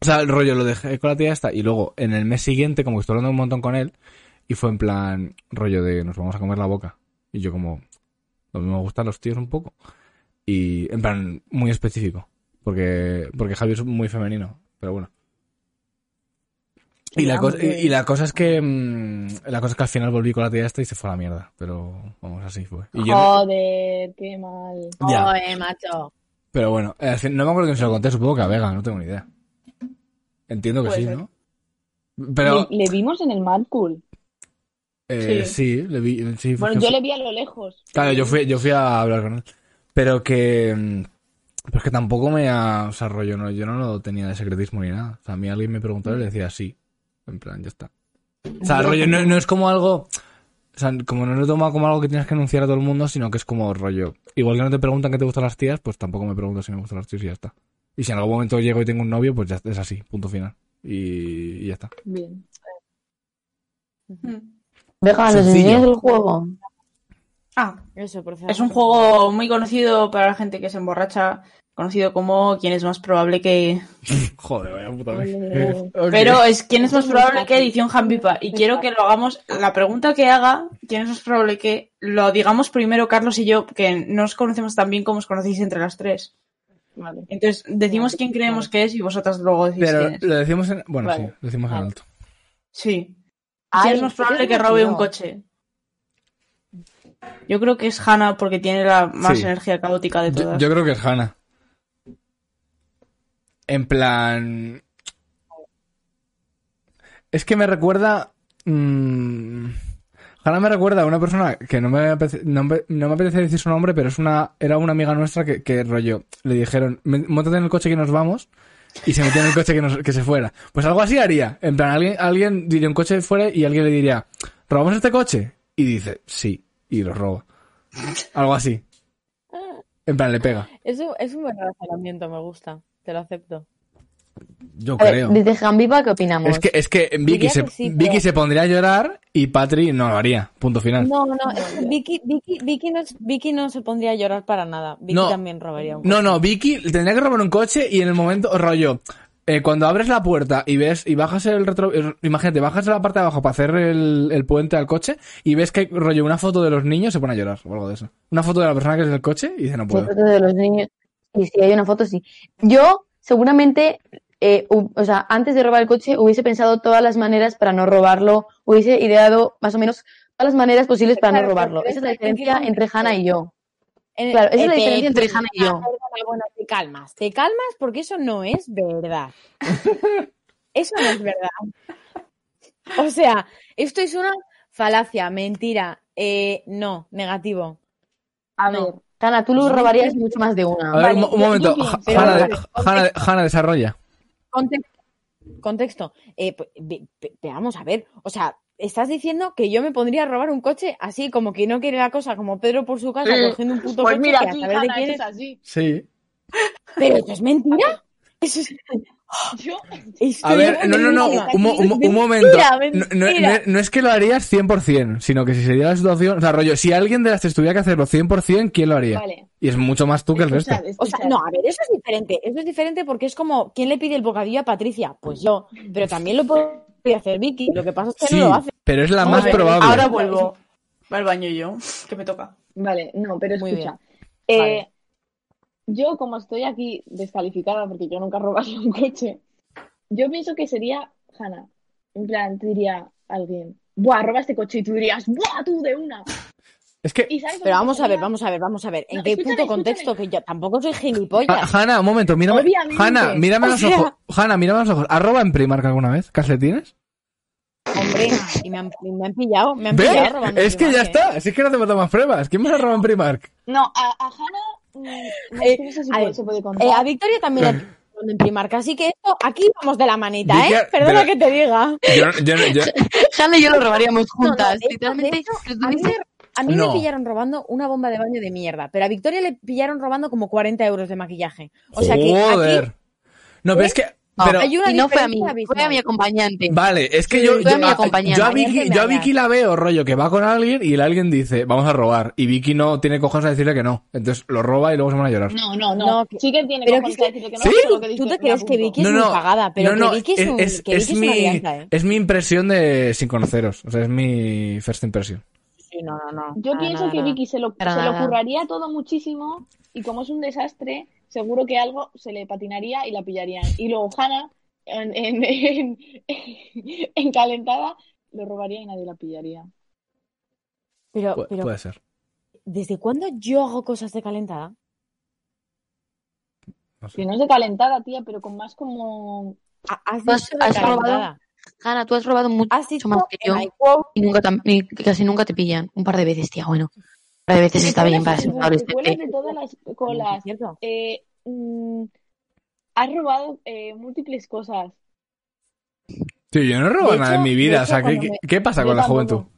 A: o sea, el rollo lo dejé con la tía esta, y luego en el mes siguiente, como que estuve hablando un montón con él, y fue en plan, rollo de, nos vamos a comer la boca. Y yo como, lo mismo me gustan los tíos un poco. Y en plan, muy específico, porque, porque Javi es muy femenino, pero bueno. Y la, cosa, y, y la cosa es que mm, la cosa es que al final volví con la tía esta y se fue a la mierda. Pero vamos, así fue. Y yo no-
D: Joder, qué mal.
A: ya.
F: Joder, macho.
A: Pero bueno, eh, al fin- no me acuerdo quién se lo conté, supongo que a Vega, no tengo ni idea. Entiendo que
B: Puede
A: sí,
B: ser.
A: ¿no? Pero
D: Le, le vimos en el Mad Cool.
A: eh,
B: sí.
A: sí, le vi, sí, fue
D: Bueno,
A: que
D: yo
A: fue-
D: le vi a lo lejos.
A: Claro, yo fui, yo fui a hablar con él. Pero que. mm, Pero es que tampoco me ha. O sea, rollo, no, yo no lo tenía de secretismo ni nada. O sea, a mí alguien me preguntaba y le decía sí. En plan, ya está. O sea, rollo, no, no es como algo. O sea, como no lo he tomado como algo que tienes que anunciar a todo el mundo, sino que es como rollo. Igual que no te preguntan que te gustan las tías, pues tampoco me preguntan si me gustan las tías y ya está. Y si en algún momento llego y tengo un novio, pues ya es así, punto final. Y, y ya está.
D: Bien.
B: Mm.
E: Venga, nos
A: Sencillo.
E: enseñas el juego.
B: Ah,
F: Eso, por favor.
B: es un juego muy conocido para la gente que se emborracha, conocido como quién es más probable que...
A: Joder, vaya puta *laughs*
D: Ole.
A: vez.
B: Pero es quién es más probable que edición Jampipa. Y quiero que lo hagamos, la pregunta que haga, quién es más probable que lo digamos primero Carlos y yo, que no os conocemos tan bien como os conocéis entre las tres.
D: Vale.
B: Entonces, decimos
F: Vale,
B: quién creemos que es y vosotras luego decís
A: Pero
B: quién es.
A: lo decimos en. Bueno,
D: Vale.
A: sí, lo decimos en
D: Vale.
A: alto.
B: Sí.
E: Ay,
B: ¿Quién es más probable
E: yo creo
B: que
E: que
B: robe un
E: no.
B: coche? Yo creo que es Hannah porque tiene la más
A: Sí.
B: energía caótica de
A: Yo,
B: todas.
A: yo creo que es Hannah. En plan. Es que me recuerda. mm, Hannah me recuerda a una persona que no me, apetece, no, me, no me apetece decir su nombre, pero es una era una amiga nuestra que, que rollo. Le dijeron, "Me- móntate en el coche que nos vamos. Y se metió en el coche que, nos- que se fuera. Pues algo así haría. En plan, alguien, alguien diría un coche fuera y alguien le diría, ¿robamos este coche? Y dice, sí. Y lo roba. Algo así. En plan, le pega.
F: Es un, es un buen razonamiento, me gusta. Te lo acepto.
A: Yo
E: A ver,
A: creo.
E: desde Jambipa, ¿qué opinamos?
A: Es que, es que Vicky,
F: Diría
A: se,
F: que sí, pero-
A: Vicky se pondría a llorar y Patri no lo haría. Punto final. No,
F: No, no, es que Vicky, Vicky, Vicky, no, Vicky no se pondría a llorar para nada. Vicky
A: No.
F: también robaría un
A: no, Vicky tendría que robar un coche y en el momento, rollo, eh, cuando abres la puerta y ves y bajas el retro... eh, Imagínate, bajas la parte de abajo para hacer el, el puente al coche y ves que, rollo, una foto de los niños se pone a llorar o algo de eso. Una foto de la persona que es el coche y dice, no
E: Sí,
A: puedo.
E: fotos de los niños. Y si hay una foto, sí. Yo, seguramente, eh, hu- o sea, antes de robar el coche, hubiese pensado todas las maneras para no robarlo. Hubiese ideado más o menos todas las maneras posibles para no
F: Claro, pero
E: robarlo.
F: pero
E: Esa es la
F: es que en qué
E: diferencia entre
F: contexto.
E: Hanna y yo.
F: En-
E: Claro, esa es la
F: eh, te-
E: diferencia entre
F: te-
E: Hanna y yo.
F: ah, perdona, bueno, te calmas, te calmas porque eso no es
D: *laughs*
F: verdad. eso no es verdad. O sea, esto es una falacia, mentira. Eh, no, negativo.
D: A
F: Ah, No. Pues
D: ver,
E: Hanna, tú lo
F: Yo-
E: robarías mucho más de una.
A: A ver, un,
F: Vale,
A: mo- un
F: yo-
A: momento.
F: yo
A: Ja-
F: pienso-
A: Hanna, de-
F: Pero,
A: Hanna- Hanna, desarrolla.
F: Contexto. Contexto. Eh, pe- ve- ve- veamos, a ver. O sea, estás diciendo que yo me pondría a robar un coche así, como que no quiere la cosa, como Pedro por su casa,
D: Eh,
F: cogiendo un puto
D: Pues
F: coche
D: mira,
F: que a
D: sí,
F: saber de
D: Hanna,
F: quién
D: eso
F: es.
D: es así.
A: Sí.
F: Pero eso es mentira. Eso es,
D: *laughs* Yo,
F: es
A: A ver, no,
F: una
A: no, no,
F: mentira.
A: un, mo- un mo- un momento.
F: Mentira,
A: No, no-
F: mentira.
A: no- no es que lo harías 100%, sino que si sería la situación, o sea, rollo, si alguien de las tres tuviera que hacerlo 100%, ¿quién lo haría?
D: vale.
A: Y es mucho más tú que el resto.
D: Escuchad,
F: O sea,
D: escuchad.
F: no, a ver, eso es diferente. Eso es diferente porque es como, ¿quién le pide el bocadillo a Patricia? Pues yo. Pero también lo puede hacer Vicky. Lo que pasa es que
A: Sí,
F: no lo hace.
A: pero es la
B: Vamos
A: más
B: a ver,
A: probable.
B: Ahora vuelvo. Voy al baño yo, que me toca.
D: Vale, no, pero
F: Muy
D: escucha.
F: bien.
D: Eh,
F: Vale.
D: Yo, como estoy aquí descalificada porque yo nunca robaría *laughs* un coche, yo pienso que sería Hannah. En plan, te diría alguien, ¡buah, roba este coche! Y tú dirías, ¡buah, tú de una!
A: Es que,
D: ¿Y sabes lo
F: Pero
D: que
F: vamos a ver,
D: pasaría?
F: vamos a ver, vamos a ver. ¿En
D: No,
F: qué
D: escúchame,
F: puto contexto? Que yo tampoco soy
E: *laughs*
A: Ah,
F: gilipollas.
A: Hanna, un momento, mírame.
D: Obviamente.
A: Hanna, mírame
F: O
A: los
F: sea-
A: ojos. Hanna, mírame los ojos. ¿Arroba en Primark alguna vez? ¿Calcetines?
F: Hombre, y me han, y me han pillado, me han
A: ¿Ves?
F: pillado robando.
A: Es que
F: mi
A: ya
F: imagen.
A: está. Si es que no hace falta más pruebas. ¿Quién más arroba en Primark?
D: No, a, a Hannah, mm, no,
F: Eh,
D: es que no sé si
F: a
D: puede-
F: ver,
D: se puede contar.
F: Eh, a Victoria también la pillado robando en Primark, así que esto, aquí vamos de la manita, ¿eh?
A: Vicky,
F: Perdona
A: pero-
F: que te diga.
A: Yo, yo, yo-
E: Hanna y yo lo robaríamos
F: No, no,
E: juntas.
F: de hecho-
E: Literalmente,
F: de hecho,
E: si os
F: a mí,
E: tuviese-
F: a mí
A: No.
F: me pillaron robando una bomba de baño de mierda, pero a Victoria le pillaron robando como 40 euros de maquillaje. *laughs* O sea que
A: Joder.
F: aquí Ah,
A: no, pero es que. Pero,
F: hay una
E: y no fue a mí,
F: diferencia
E: fue a
F: abismal.
E: mi acompañante.
A: vale, es que
E: Sí,
A: yo.
E: tú
A: Yo,
E: eres mi
A: a-
E: acompañante.
A: yo a
F: Acompañante
A: Vicky,
F: me
A: yo a
F: hallas.
A: Vicky la veo, rollo, que va con alguien y el alguien dice, vamos a robar. Y Vicky no tiene cojones a decirle que no. Entonces lo roba y luego se van a llorar.
D: No, no,
F: No,
D: no.
F: que-
D: Sí que tiene
F: pero
D: cojones
F: que es
D: para decirle que no,
A: ¿Sí?
D: solo que
F: ¿Tú
D: dice,
F: te crees
D: me
F: que
D: apunto.
F: Vicky es muy cagada? Pero que Vicky es, un- que Vicky es una alianza, ¿eh?
A: es mi impresión de sin conoceros. O sea, es mi first impression.
F: Sí, no, no, no.
D: Yo
F: Nada,
D: pienso
F: nada,
D: que
F: nada.
D: Vicky se lo,
E: Para
D: se lo
E: nada.
D: curraría todo muchísimo y como es un desastre, seguro que algo se le patinaría y la pillarían. Y luego Hannah, en, en, en- *laughs* en calentada, lo robaría y nadie la pillaría.
F: Pero,
A: Pu-
F: pero
A: puede ser.
F: ¿desde cuándo yo hago cosas de calentada?
A: No sé.
D: Que no es de calentada, tía, pero con más como...
F: Ha- Has
E: Pues,
F: dicho de
E: has robado
F: calentada.
E: Hanna, tú has robado mucho
F: Has dicho
E: más que yo
F: en I quote,
E: y nunca tam- y casi nunca te pillan. Un par de veces, tía, bueno. Un par de veces
D: ¿Te
E: está bien Eh, para este
D: cuelas, de-
E: ser
D: te cuelas
E: adolescente.
D: de todas las
F: también es
D: colas.
F: ¿Cierto?
D: Eh, mm, has robado eh, múltiples cosas.
A: Sí, yo no he robado
F: De
A: nada en
F: hecho-
A: mi
F: de
A: vida. O
F: hecho,
A: sea, ¿qué,
F: cuando
A: qué-
F: me-
A: qué pasa
D: Yo
A: con la
D: tampoco.
A: juventud?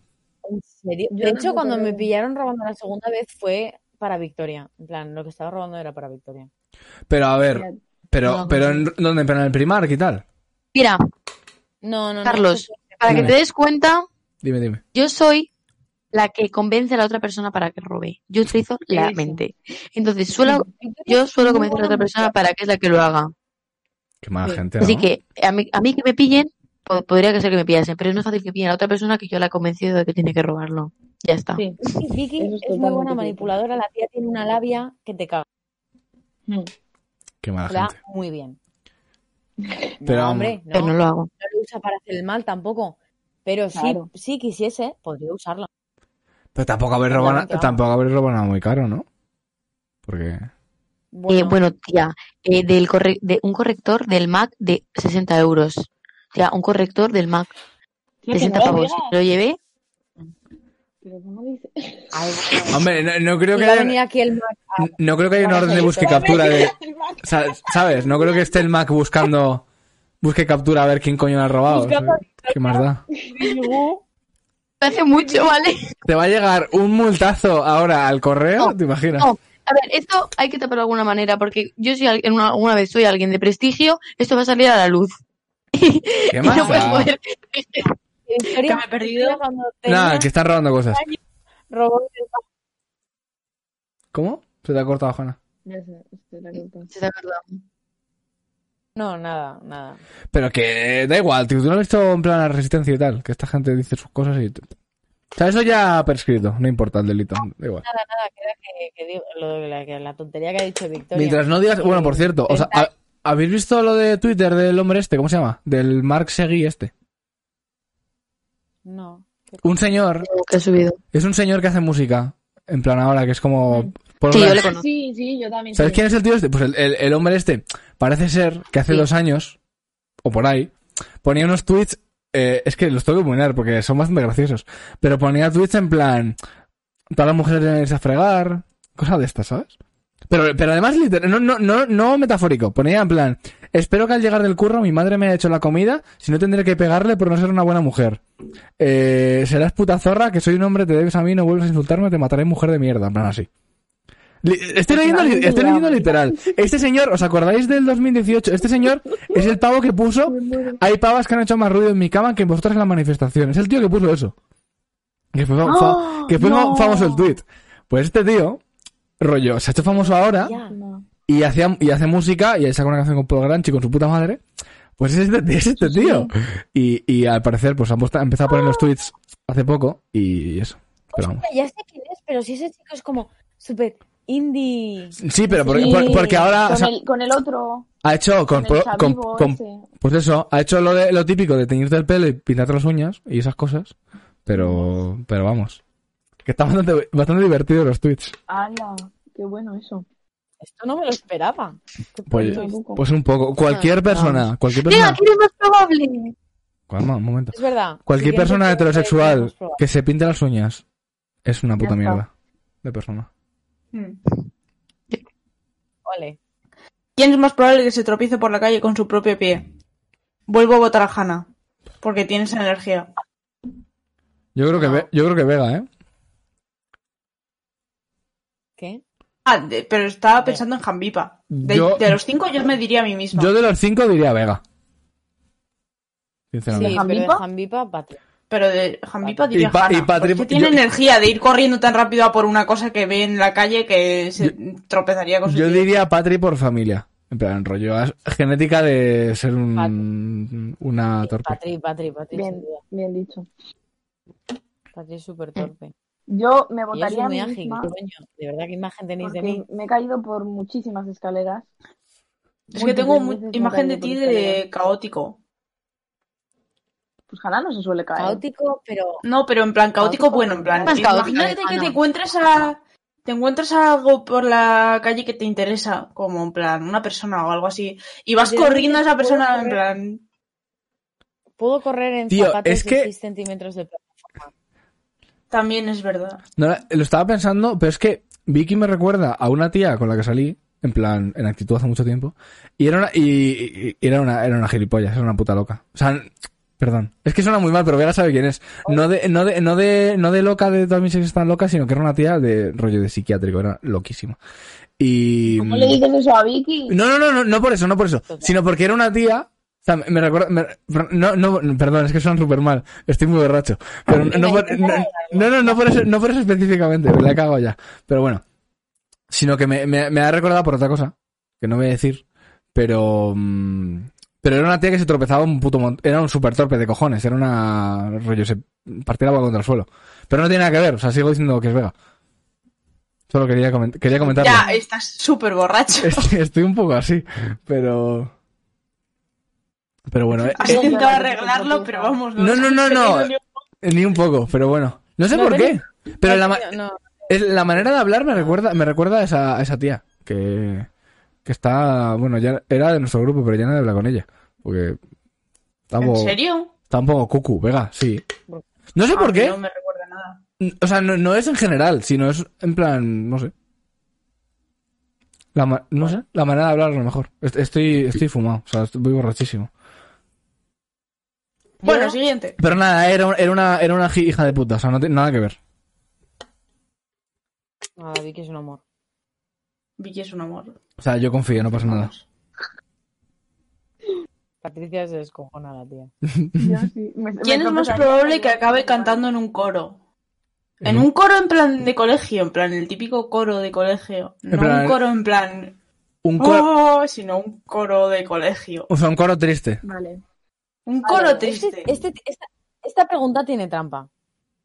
F: ¿En serio?
D: Yo
F: De hecho,
D: tampoco
F: cuando me
D: robo.
F: pillaron robando la segunda vez fue para Victoria. En plan, lo que estaba robando era para Victoria.
A: Pero a ver,
D: Mira,
A: pero,
E: No,
A: pero
E: no.
A: en, ¿dónde? Pero en el Primark y tal.
E: Mira,
F: No, no, no.
E: Carlos,
F: eso fue-
E: para que
A: Dime.
E: te des cuenta,
A: Dime, dime.
E: yo soy la que convence a la otra persona para que robe. Yo utilizo la
F: Eso.
E: mente. Entonces, suelo,
F: Victoria
E: yo
F: es
E: suelo
F: muy
E: convencer a
F: buena
E: la otra persona
F: mujer.
E: para que es la que lo haga.
A: Qué mala
F: Sí.
A: gente, ¿no?
E: Así que a mí, a mí que me pillen, po- podría que ser que me pillasen, pero es más fácil que pillen a otra persona que yo la he convencido de que tiene que robarlo. Ya está.
D: sí,
F: Es que Vicky
D: eso es
F: es muy buena
D: totalmente cierto.
F: manipuladora. La tía tiene una labia que te caga.
D: Mm.
A: Qué mala
F: Se la
A: gente.
F: da muy bien.
A: Pero
F: no,
A: vamos.
F: hombre, no.
E: Pero no lo hago.
F: No lo usa para hacer el mal tampoco. Pero sí,
D: Claro.
F: sí quisiese, podría
A: Eh,
F: usarla.
A: Pero tampoco habéis robado,
F: Obviamente,
A: na-
F: vamos.
A: tampoco habéis robado nada muy caro, ¿no? Porque.
E: Eh,
F: Bueno,
E: bueno, tía, eh, del corre- de un corrector del Mac de 60 euros. Tía, un corrector del Mac
D: Tía,
E: de
D: que no
E: 60
D: lo
E: pavos.
D: digas.
E: Lo llevé.
D: Pero ¿cómo dice?
F: ay, bueno,
A: Hombre, no, no creo
F: iba
A: que
F: a venir
A: haya,
F: aquí el Mac a-
A: no creo que haya una
F: Vamos a
A: orden de
F: ver,
A: búsqueda y
F: te va a
A: captura
F: *laughs*
A: de.
D: El Mac.
A: O sea, ¿Sabes? No creo que esté el Mac buscando. Busque captura a ver quién coño lo ha robado.
F: Buscando
A: O sea, ¿Qué más da?
F: Digo,
E: Hace mucho, ¿vale?
A: Te va a llegar un multazo ahora al correo,
E: No,
A: ¿te imaginas?
E: No, a ver, esto hay que taparlo de alguna manera, porque yo si al- en una- alguna vez soy alguien de prestigio, esto va a salir a la luz.
A: ¿Qué
E: *laughs* Y
A: más Ah.
E: no voy a
A: da?
E: poder.
F: Victoria,
B: me he perdido.
F: Victoria cuando
A: Nada,
F: tenía
A: que están robando cosas.
F: robó el
A: ¿Cómo? Se te ha cortado, Juana.
D: Ya sé, esto es la culpa.
E: Se te ha acordado.
F: No, nada, nada.
A: Pero que da igual, tío. Tú no has visto en plan la resistencia y tal. Que esta gente dice sus cosas y. O sea, eso ya prescrito. No importa el delito. Da igual.
F: Nada, nada, que era que, que digo- lo de la, que la tontería que ha dicho Victoria.
A: Mientras no digas, bueno, por cierto, o sea,
F: Intentar-
A: ¿ha- ¿habéis visto lo de Twitter del hombre este? ¿Cómo se llama? Del Mark Seguí este.
F: No.
A: Un señor,
E: que he subido.
A: es un señor que hace música, en plan ahora, que es como...
D: Mm.
A: por
E: Sí,
A: una-
E: yo le
D: Ah,
E: conozco.
D: sí, sí, yo también.
A: ¿Sabes
D: sí.
A: quién es el tío este? Pues el, el- el hombre este parece ser que hace
E: Sí.
A: dos años, o por ahí, ponía unos tweets, eh, es que los tengo que poner porque son bastante graciosos, pero ponía tweets en plan, todas las mujeres deben irse a fregar, cosas de estas, ¿sabes? Pero, pero además, literal, no, no, no, no metafórico, ponía en plan, Espero que al llegar del curro mi madre me haya hecho la comida, si no tendré que pegarle por no ser una buena mujer. Eh, serás puta zorra, que soy un hombre, te debes a mí, no vuelves a insultarme, te mataré mujer de mierda, en plan así. Li- Estoy leyendo, li- estoy leyendo literal. Este señor, ¿os acordáis del 2018? Este señor es el pavo que puso. Hay pavas que han hecho más ruido en mi cama que vosotras en la manifestación. Es el tío que puso eso. Que fue, fa- fa- que fue fa- famoso el tweet. Pues este tío, rollo, se ha hecho famoso ahora y, hacía, y hace música y saca una canción con Paul Granchi con su puta madre. Pues es este, es este tío. Y, y al parecer, pues han puesto- ha empezado a poner los tweets hace poco y eso. Pero vamos.
F: Ya sé quién es, pero si ese chico es como súper indie.
A: Sí, pero porque,
F: Sí,
A: por- porque ahora o
D: Con
A: sea,
D: el, con el otro,
A: ha hecho con,
D: con el este.
A: pro- con-
D: Xavivo
A: con-
D: ese.
A: pues eso, ha hecho lo, de, lo típico de teñirte el pelo y pintarte las uñas y esas cosas, pero pero vamos. Que está bastante, bastante divertido los tweets.
D: ¡Hala! Qué bueno eso.
F: Esto no me lo esperaba. Qué
A: Pues,
F: pronto.
D: Tampoco.
A: pues un poco. Cualquier persona, cualquier
E: Venga,
A: persona.
E: ¿quién es más probable?
A: Calma, un momento.
F: Es verdad.
A: Cualquier
F: Siguiente
A: persona
F: pregunta que
A: heterosexual
F: hemos probado.
A: que se pinte las uñas es una puta
D: está.
A: mierda de persona.
B: Mm.
F: Ole.
B: ¿Quién es más probable que se tropiece por la calle con su propio pie? Vuelvo a votar a Hanna. Porque tiene esa energía.
A: Yo creo que
F: No.
A: ve- yo creo que Vega, ¿eh?
F: ¿Qué?
B: Ah, de- pero estaba pensando en Jambipa. De,
A: Yo-
B: de los cinco yo me diría a mí misma.
A: Yo de los cinco diría Vega.
F: Sí,
A: Sinceramente.
F: pero de
B: ¿Jambipa?
F: Jambipa, patria.
B: Pero de Jambipa diría
A: Y pa- y
B: Hanna,
A: Patri-
B: porque tiene
A: yo-
B: energía de ir corriendo tan rápido a por una cosa que ve en la calle que se tropezaría con su
A: Yo
B: pie.
A: diría Patri por familia. En plan, rollo as- genética de ser un, una torpe.
F: Patri, Patri, Patri,
D: Bien.
F: sin duda.
D: Bien dicho.
F: Patri es súper torpe.
D: Yo me
F: Y yo soy
D: votaría a
F: muy
D: mí
F: ágil,
D: misma
F: coño. De verdad, qué imagen tenéis de mí.
D: porque me he caído por muchísimas escaleras.
B: Es que tengo mu-
D: Múltiples veces me he
B: imagen de
D: caído
B: ti
D: por escaleras.
B: de caótico.
D: Pues Hanna no se suele caer.
F: Caótico, pero
B: No, pero en plan caótico,
F: Caótico,
B: bueno, en plan.
E: más caótico,
B: Imagínate que
E: Ana.
B: te encuentres a. Te encuentras algo por la calle que te interesa, como en plan una persona o algo así, y vas
F: Yo diría
B: corriendo a
F: que
B: esa
F: puedo
B: persona en
F: correr.
B: plan.
F: puedo correr en
A: Tío,
F: zapatos
A: es
F: de
A: que-
F: 6 centímetros de plata.
B: También es verdad.
A: No, la- lo estaba pensando, pero es que Vicky me recuerda a una tía con la que salí, en plan, en actitud hace mucho tiempo, y era una, y, y- y era una, era una gilipollas, era una puta loca. O sea, n- perdón. Es que suena muy mal, pero Vega sabe quién es. No de, no de, no de, no de loca de todas mis ex están locas, sino que era una tía de rollo de psiquiátrico, era loquísima. Y.
D: ¿Cómo le dices eso a Vicky?
A: No, no, no, no, no por eso, no por eso. Sino porque era una tía. O sea, me recuerda. me- no, no, perdón, es que suena súper mal. Estoy muy borracho. Pero no, no por, no, no, no, no por eso, no por eso específicamente. La he cagado ya. Pero bueno. Sino que me, me- me ha recordado por otra cosa. Que no voy a decir. Pero. mm, Pero era una tía que se tropezaba un puto montón. Era un super torpe de cojones. Era una. Rollo, se partía la agua contra el suelo. Pero no tiene nada que ver. O sea, sigo diciendo que es vega. Solo quería, coment- quería comentarlo.
B: Ya, estás súper
A: *laughs*
B: borracho.
A: Estoy, estoy un poco así, pero. Pero bueno, eh,
B: Has
A: eh,
B: intentado arreglarlo, pero vamos,
A: No, no, no, no.
B: has tenido ni
A: eh, ni un poco, pero bueno. No sé
F: No
A: por qué.
F: tenía-
A: Pero
F: No,
A: la, ma-
F: tío, no.
A: es- la manera de hablar me recuerda, me recuerda a, esa, a esa tía. Que, que está. Bueno, ya era de nuestro grupo, pero ya nadie habla con ella. Porque. Está un
B: un- ¿En
A: poco,
B: serio?
A: está un poco cucu, Vega, sí. No sé
B: Ah,
A: por
B: que
A: qué.
B: No me recuerda nada.
A: O sea, no, no es en general, sino es en plan, no sé. La ma- no sé, la manera de hablar a lo mejor. Est- Estoy, estoy fumado, o sea, estoy voy borrachísimo.
B: Bueno, siguiente.
A: Pero nada, era, un- era una, era una gi- hija de puta, o sea, no tiene nada que ver.
F: Nada, Vicky es un amor.
B: Vicky es un amor.
A: O sea, yo confío, no pasa nada.
B: Vamos.
F: Patricia se descojonada, tía.
D: Yo sí, me- me
B: ¿Quién es más
D: tropezaría.
B: probable que acabe cantando en un coro? En un coro en plan de colegio, en plan el típico coro de colegio. No
A: plan-
B: un coro en plan
A: Un coro,
B: "Oh", sino un coro de colegio.
A: o sea, un coro triste.
D: Vale.
B: Un coro
F: Este-
B: triste.
F: este- esta, esta pregunta tiene trampa.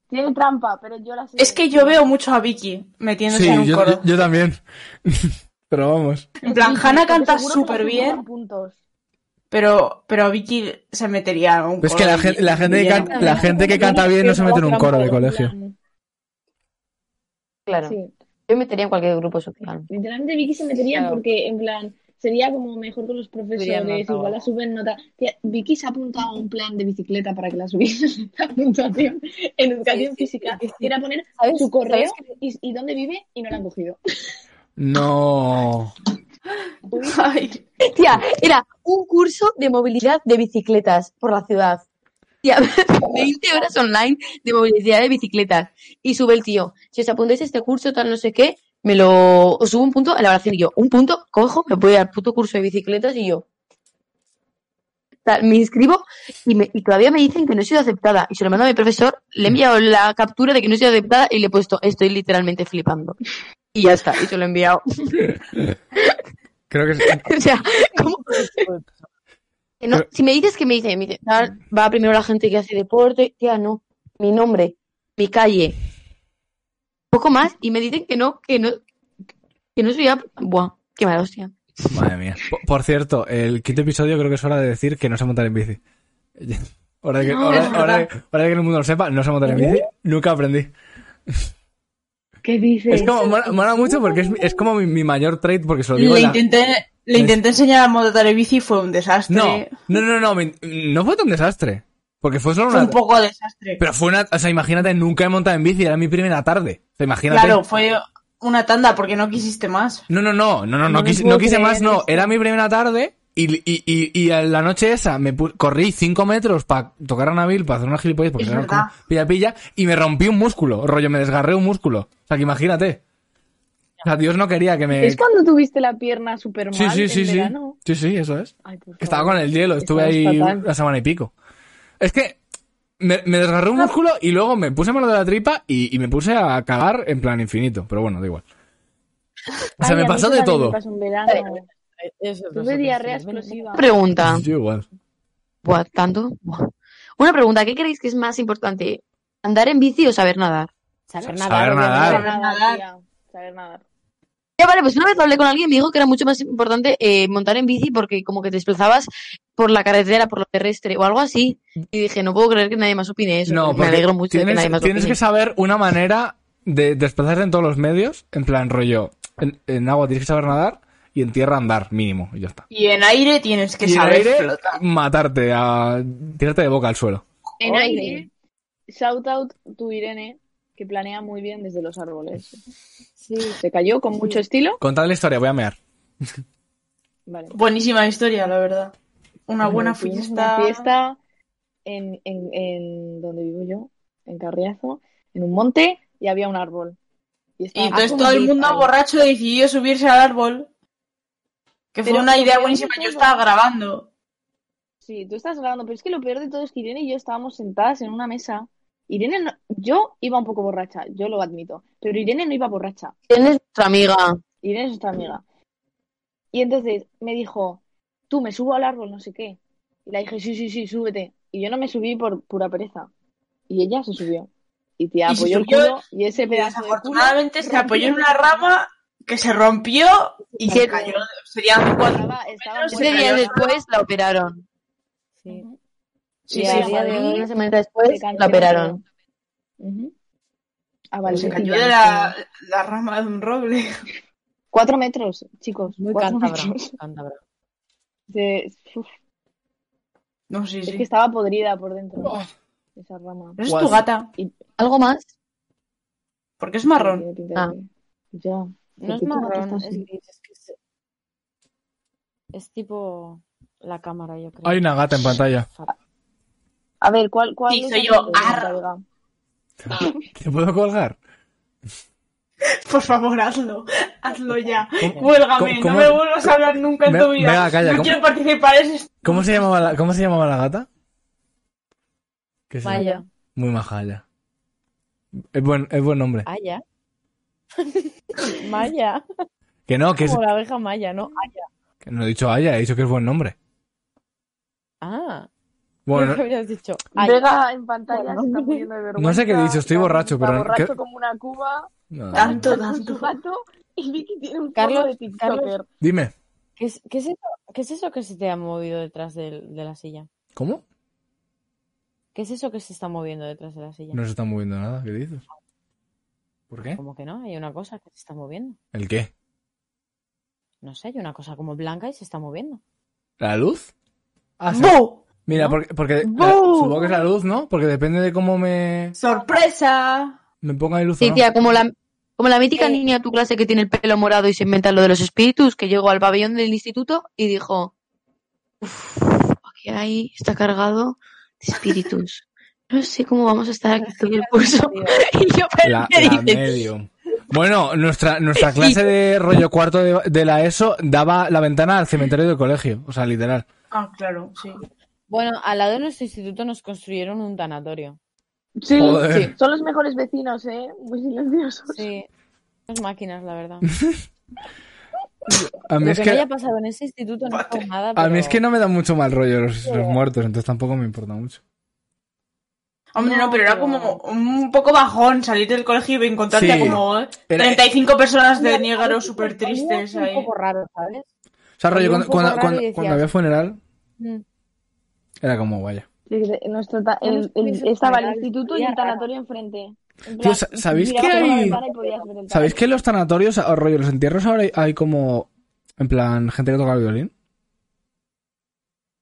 D: Tiene trampa, pero yo la sé.
B: Es que yo veo mucho a Vicky metiéndose en
A: Sí,
B: un
A: yo,
B: coro.
A: yo- yo también. *laughs* Pero vamos.
B: en plan,
D: Sí,
B: Hannah
D: porque
B: canta
D: seguro que le
B: súper bien,
D: suman puntos.
B: pero, pero Vicky se metería en un
A: Es
B: coro.
A: Pues que la
B: y-
A: gente, la
B: y
A: gente, que
B: diría,
A: can- la gente que canta bien no se mete en un coro de colegio.
E: Claro.
D: Sí.
E: Yo metería en cualquier grupo social.
D: Literalmente Vicky se metería
F: Claro.
D: porque, en plan, sería como mejor con los
F: Subirían
D: profesores,
F: nota o
D: igual la
F: algo.
D: suben nota. Tía, Vicky se ha apuntado a un plan de bicicleta para que la subiesen a *laughs* la puntuación en
F: Sí,
D: educación
F: sí,
D: física.
F: sí, sí.
D: Era poner
F: ¿Sabes-
D: su correo
F: sabes
D: y, y dónde vive y no la han cogido.
A: No.
B: Ay,
E: Tía, era un curso de movilidad de bicicletas por la ciudad. Tía, *laughs* 20 horas online de movilidad de bicicletas. Y sube el tío, si os apuntáis a este curso, tal no sé qué, me lo... Os subo un punto a la oración y yo, un punto, cojo, me voy al puto curso de bicicletas y yo... Tal, me inscribo y, me- y todavía me dicen que no he sido aceptada. Y se lo mando a mi profesor, le he enviado la captura de que no he sido aceptada y le he puesto, estoy literalmente flipando. Y ya está, y se lo he enviado.
A: Creo que es-
E: *laughs* O sea, ¿cómo? Que no,
A: Pero-
E: si me dices que me dice, me dice, "Ah, va primero la gente que hace deporte, tía, no, mi nombre, mi calle, poco más, y me dicen que no, que no, que no soy, ap- buah, qué mala hostia.
A: Madre mía. Por, por cierto, el quinto episodio creo que es hora de decir que no sé montar en bici. *laughs* Hora de que,
E: No,
A: hora-
E: es
A: hora de- hora de que el mundo lo sepa, no sé montar en
B: ¿Eh?
A: bici. Nunca aprendí.
D: ¿Qué dices?
A: Es como, mola, mola mucho porque es, mi- es como mi, mi mayor trait porque se lo digo
B: Le
A: en la-
B: intenté, le intenté enseñar a montar el bici y fue un desastre.
A: No, no, no, no, me- no fue tan desastre. Porque fue solo
B: Fue
A: una...
B: un poco desastre.
A: Pero fue una... O sea, imagínate, nunca he montado en bici, era mi primera tarde. O sea, imagínate...
B: Claro, fue una tanda porque no quisiste más.
A: No, no, no, no, no, no,
F: No me
A: quise,
F: puedo
A: no quise
F: creer
A: más, no.
F: esto.
A: Era mi primera tarde y, y, y, y a la noche esa me pu- corrí 5 metros para tocar a Nabil, para hacer una gilipollas, porque
B: Es
A: era
B: verdad.
A: como pilla-pilla, y me rompí un músculo, rollo, me desgarré un músculo. O sea, que imagínate. O sea, Dios no quería que me...
D: ¿Es cuando tuviste la pierna súper mal
A: Sí, sí,
D: en
A: sí, sí.
D: verano?
A: Sí, sí, eso es.
D: Ay, por
A: Que Estaba
D: favor.
A: con el hielo, estuve
D: Estabas
A: ahí
D: fatal.
A: una semana y pico. Es que me, me desgarré un músculo y luego me puse malo de la tripa y, y me puse a cagar en plan infinito, pero bueno, da igual. O sea,
D: Ay,
A: me
D: a mí
A: pasó
D: eso
A: de
D: también me
A: todo.
D: pasó en verano.
F: Eso, no sé
D: Tuve
F: qué
D: diarrea
F: decirles. Bueno,
D: explosiva.
E: Pregunta,
A: Yo igual.
E: buah, tanto, buah. Una pregunta, ¿qué creéis que es más importante? ¿Andar en bici o saber nadar?
F: Saber
A: Saber
F: nadar.
A: nadar.
F: obviamente.
D: Saber nadar, tía. Saber nadar.
E: Ya vale, pues una vez hablé con alguien, me dijo que era mucho más importante eh, montar en bici porque como que te desplazabas por la carretera, por lo terrestre o algo así. Y dije, no puedo creer que nadie más opine eso.
A: No,
E: me
A: porque
E: alegro mucho de
A: tienes,
E: que nadie más
A: tienes
E: opine.
A: que saber una manera de desplazarte en todos los medios, en plan rollo. En, en agua tienes que saber nadar y en tierra andar, mínimo, y ya está.
B: Y en aire tienes que
A: y en
B: saber
A: aire,
B: flotar.
A: matarte, a tirarte de boca al suelo.
D: En
F: Ole.
D: aire, shout out tu Irene, que planea muy bien desde los árboles.
F: Sí.
D: Se cayó con mucho estilo.
A: Contad la historia, voy a mear.
D: Vale.
B: Buenísima historia, la verdad. Una buena
D: Bueno, tuvimos
B: fiesta.
D: Una fiesta en, en, en donde vivo yo, en Carriazo, en un monte, y había un árbol.
B: Y
D: estaba
B: entonces
D: con
B: todo el
D: Dave
B: mundo
D: ahí.
B: borracho decidió subirse al árbol. Que fue
D: Pero
B: una
D: lo
B: idea
D: peor
B: buenísima.
D: de
B: Yo
D: todo-
B: estaba grabando.
D: Sí, tú estás grabando, pero es que lo peor de todo es que Irene y yo estábamos sentadas en una mesa. Irene, no- yo iba un poco borracha, yo lo admito, pero Irene no iba borracha.
E: Tienes nuestra amiga.
D: Irene es nuestra amiga. Y entonces me dijo, tú me subo al árbol, no sé qué. Y la dije, sí, sí, sí, súbete. Y yo no me subí por pura pereza. Y ella se subió. Y te
B: Y se
D: apoyó el
B: subió,
D: culo y ese pedazo de culo
B: Desafortunadamente se apoyó en una
D: rompió.
B: rama que se rompió y se
E: Siete.
B: cayó. Serían cuatro.
D: Estaba, estaba
B: metros,
E: Siete
B: Bueno,
E: días
B: yo-
E: después la operaron.
F: Sí.
D: Ujú.
B: Sí,
E: Y
D: Ya,
B: sí.
E: a día de hoy,
D: Madrid,
E: una semana
D: Se
B: Pues,
E: después, la
D: canceló
E: operaron.
D: todo. Ujú. Ah,
B: Pero
D: A
B: Pues se
D: Valencia
B: cayó
D: ya
B: de
D: no
B: la,
D: fue-
B: la rama de un roble.
D: Cuatro metros, chicos,
F: Muy
D: cuatro
F: cántabra.
D: metros. *laughs*
F: cántabra.
D: De- uf,
B: No, sí, Oh.
D: Es que
B: sí.
D: estaba podrida por dentro esa rama.
B: Pero es tu gata.
E: ¿Algo más?
B: Porque es
D: Sí,
B: marrón.
D: tiene pinta
E: Ah.
D: de que- Ya.
F: No es
D: porque tu gato está
F: marrón, es
D: así.
F: gris. Es, que es, es tipo la cámara, yo creo.
A: Hay una gata en pantalla.
F: Fa-
D: A ver, ¿cuál, cuál
B: Sí,
D: es
B: soy
D: el
B: yo.
D: nombre de la
B: Arr.
D: tabla?
A: ¿Te puedo
B: *laughs*
A: colgar?
B: Por favor, hazlo. Hazlo ya.
A: ¿Cómo-
B: Cuélgame.
A: cómo-
B: No me vuelvas a hablar nunca en
A: Ve-
B: tu vida.
A: venga, calla,
B: no
A: ¿cómo-
B: quiero participar. Es...
A: ¿Cómo se llamaba la, cómo se llamaba la gata? ¿Qué se llama?
F: Vaya.
A: Muy maja ya. Es buen, es buen nombre.
F: Aya. *laughs* Maya.
A: Que no, que, es-
F: Como la abeja Maya, ¿no? Aya.
A: que no he dicho Aya, he dicho que es buen nombre.
F: Ah.
A: Bueno,
F: *laughs* ¿Qué
A: no-
F: habrías dicho? Aya.
D: Vega en pantalla se está muriendo de
A: *laughs*
D: vergüenza.
A: No sé qué he dicho, estoy
D: David
A: borracho,
D: está
A: pero-
D: borracho
A: ¿qué?
D: como una cuba.
B: *laughs*
A: no,
D: David
A: no.
B: Tanto,
D: *laughs* está con su
B: tanto.
D: gato y Vicky tiene un
F: Carlos,
D: fondo de TikToker.
F: Carlos.
A: Dime,
F: ¿Qué es, qué es eso, qué es eso que se te ha movido detrás del- de, la silla?
A: ¿cómo?
F: ¿Qué es eso que se está moviendo detrás de la silla?
A: No se está moviendo nada, ¿qué dices? ¿Por qué?
F: Como que no, hay una cosa que se está moviendo.
A: ¿El qué?
F: No sé, hay una cosa como blanca y se está
A: *laughs*
F: moviendo.
A: ¿La luz? Ah, sí.
B: ¡Bu!
A: Mira,
F: ¿No?
A: porque, porque
B: ¡Bu!
A: la- supongo que es la luz, ¿no? Porque depende de cómo me,
B: ¡Sorpresa!
A: me ponga el luz o
E: Sí,
A: no.
E: tía, como la, Como la mítica
F: Eh.
E: niña de tu clase que tiene el pelo morado y se inventa lo de los espíritus, que llegó al pabellón del instituto y dijo, "Uf, aquí ahí está cargado de espíritus. No sé cómo vamos a estar aquí todo el *laughs* curso. y yo,
F: *laughs*
E: pero
A: La,
E: ¿qué
A: la
E: dices?
A: medium. Bueno, nuestra, nuestra clase de rollo cuarto de, de la ESO daba la ventana al cementerio del colegio. O sea, literal.
B: Ah, claro, sí.
F: Bueno, al lado de nuestro instituto nos construyeron un tanatorio.
D: Sí,
A: Joder.
D: sí. son los mejores vecinos, ¿eh? Muy silenciosos.
F: Sí. Unas máquinas, la
A: *laughs*
F: verdad.
A: A mí,
F: Lo
A: es
F: que,
A: que,
F: me haya pasado en ese instituto no fue nada.
A: a mí es
F: pero-
A: que no me da mucho mal rollo los, los muertos, entonces tampoco me importa mucho.
B: Hombre, no,
F: No,
B: pero era
F: pero-
B: como un poco bajón salir del colegio y encontrarte
A: Sí.
B: a como
A: Era-
B: 35 personas de negro
F: Había
B: súper
F: un poco-
B: tristes
F: había
B: ahí.
F: Un poco raro, ¿sabes?
A: O sea, rollo,
F: Era un
A: cuando,
F: poco
A: cuando,
F: raro
A: cuando-
F: y decías-
A: cuando había funeral,
F: Mm.
A: era como, vaya.
D: Sí, sí, nuestro ta-
F: Ya
D: el-
F: nos
D: el-
F: pusimos
D: estaba el
F: funerales,
D: instituto y
F: había
D: el tanatorio enfrente. En
A: Tío, sa- ¿sabéis
D: mirabas
A: que
D: por la
A: hay-
D: ventana y podías ver el
A: ¿Sabéis
D: tanatorio.
A: que en los sanatorios, o rollo, los entierros ahora hay, hay como, en plan, gente que toca el violín?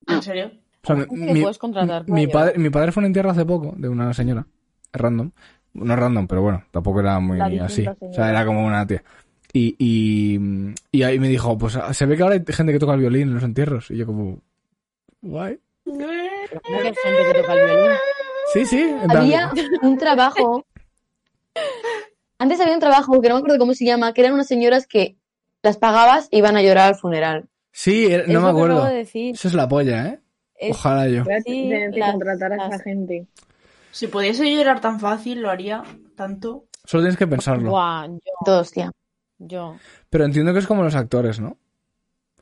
B: ¿En serio?
A: O sea, mi,
F: Gente que
A: mi-
F: puedes contratar para
A: mi
F: llorar.
A: padre, mi padre fue a un entierro hace poco de una señora random. No random, pero bueno, tampoco era muy
D: La distinta
A: así. O sea,
D: señora.
A: era como una tía. Y, y, y ahí me dijo, pues se ve que ahora hay gente que toca el violín en los entierros. Y yo como, guay.
F: Pero ¿cómo que hay gente que toca el
A: *laughs*
F: violín?
A: Sí, sí. en plan-
E: Había un trabajo. Antes había un trabajo que no me acuerdo cómo se llama, que eran unas señoras que las pagabas e iban a llorar al funeral.
A: Sí, era- no
F: es
A: me
F: lo que acabo
A: acuerdo.
F: de decir.
A: Eso es la polla, ¿eh?
F: Es-
A: Ojalá yo.
D: Voy a
F: Sí,
D: tener que
F: las-
D: contratar a esa
F: las-
D: gente.
B: Si pudiese llorar tan fácil, lo haría tanto.
A: Solo tienes que pensarlo.
F: Buah, yo,
E: Todos, tía.
F: yo.
A: Pero entiendo que es como los actores, ¿no?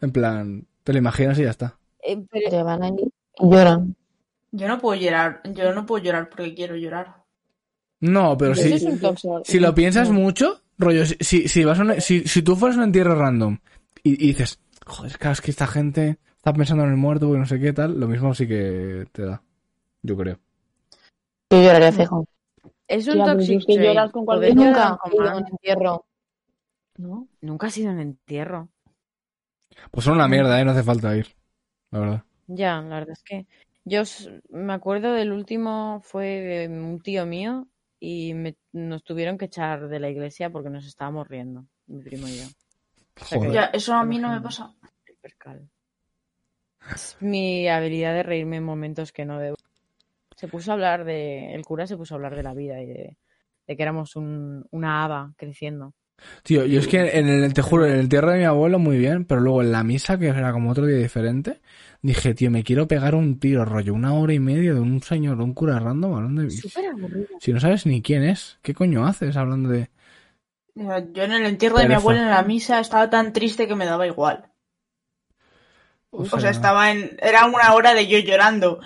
A: En plan, te lo imaginas y ya está.
F: Eh, pero
E: Pero van allí y lloran.
B: Yo no puedo llorar, yo no puedo llorar porque quiero llorar.
A: No, pero
F: eso
A: sí.
F: es un tóxico.
A: Si lo piensas mucho, rollo, si, si, si vas a una- si, si tú fueras a un entierro random y, y dices, joder, claro, es que esta gente está pensando en el muerto porque no sé qué tal, lo mismo sí que te da. Yo creo.
E: Yo lloraría fijo.
F: Es un
D: Tía, pero si
F: toxic
D: es que
F: trait.
D: lloras con
F: Lo
D: cualquier-
F: de
E: Yo nunca
F: llorar
E: he
F: con
E: ido a
F: man-
E: un entierro.
D: ¿No?
F: Nunca ha sido un entierro.
A: Pues son una mierda, ¿eh? No hace falta ir. La verdad.
F: Ya, la verdad es que yo s- me acuerdo del último fue de un tío mío y me- nos tuvieron que echar de la iglesia porque nos estábamos riendo, mi primo y yo. O sea que-
A: Joder.
B: Ya, eso a mí no me
F: Imagino.
B: pasa.
F: el percal. Es mi habilidad de reírme en momentos que no debo. Se puso a hablar de. El cura se puso a hablar de la vida y de, de que éramos un- una haba creciendo.
A: Tío, yo es que en el, te juro, en el entierro de mi abuelo muy bien, pero luego en la misa, que era como otro día diferente, dije, tío, me quiero pegar un tiro, rollo, una hora y media de un señor, un cura random, hablando de...
F: Súper aburrido.
A: Si no sabes ni quién es, ¿qué coño haces hablando de...?
B: Eh, Yo en el entierro de
A: Pero
B: mi
A: eso.
B: abuelo en la misa estaba tan triste que me daba igual.
A: Pues
B: O sea, estaba en. Era una hora de yo llorando.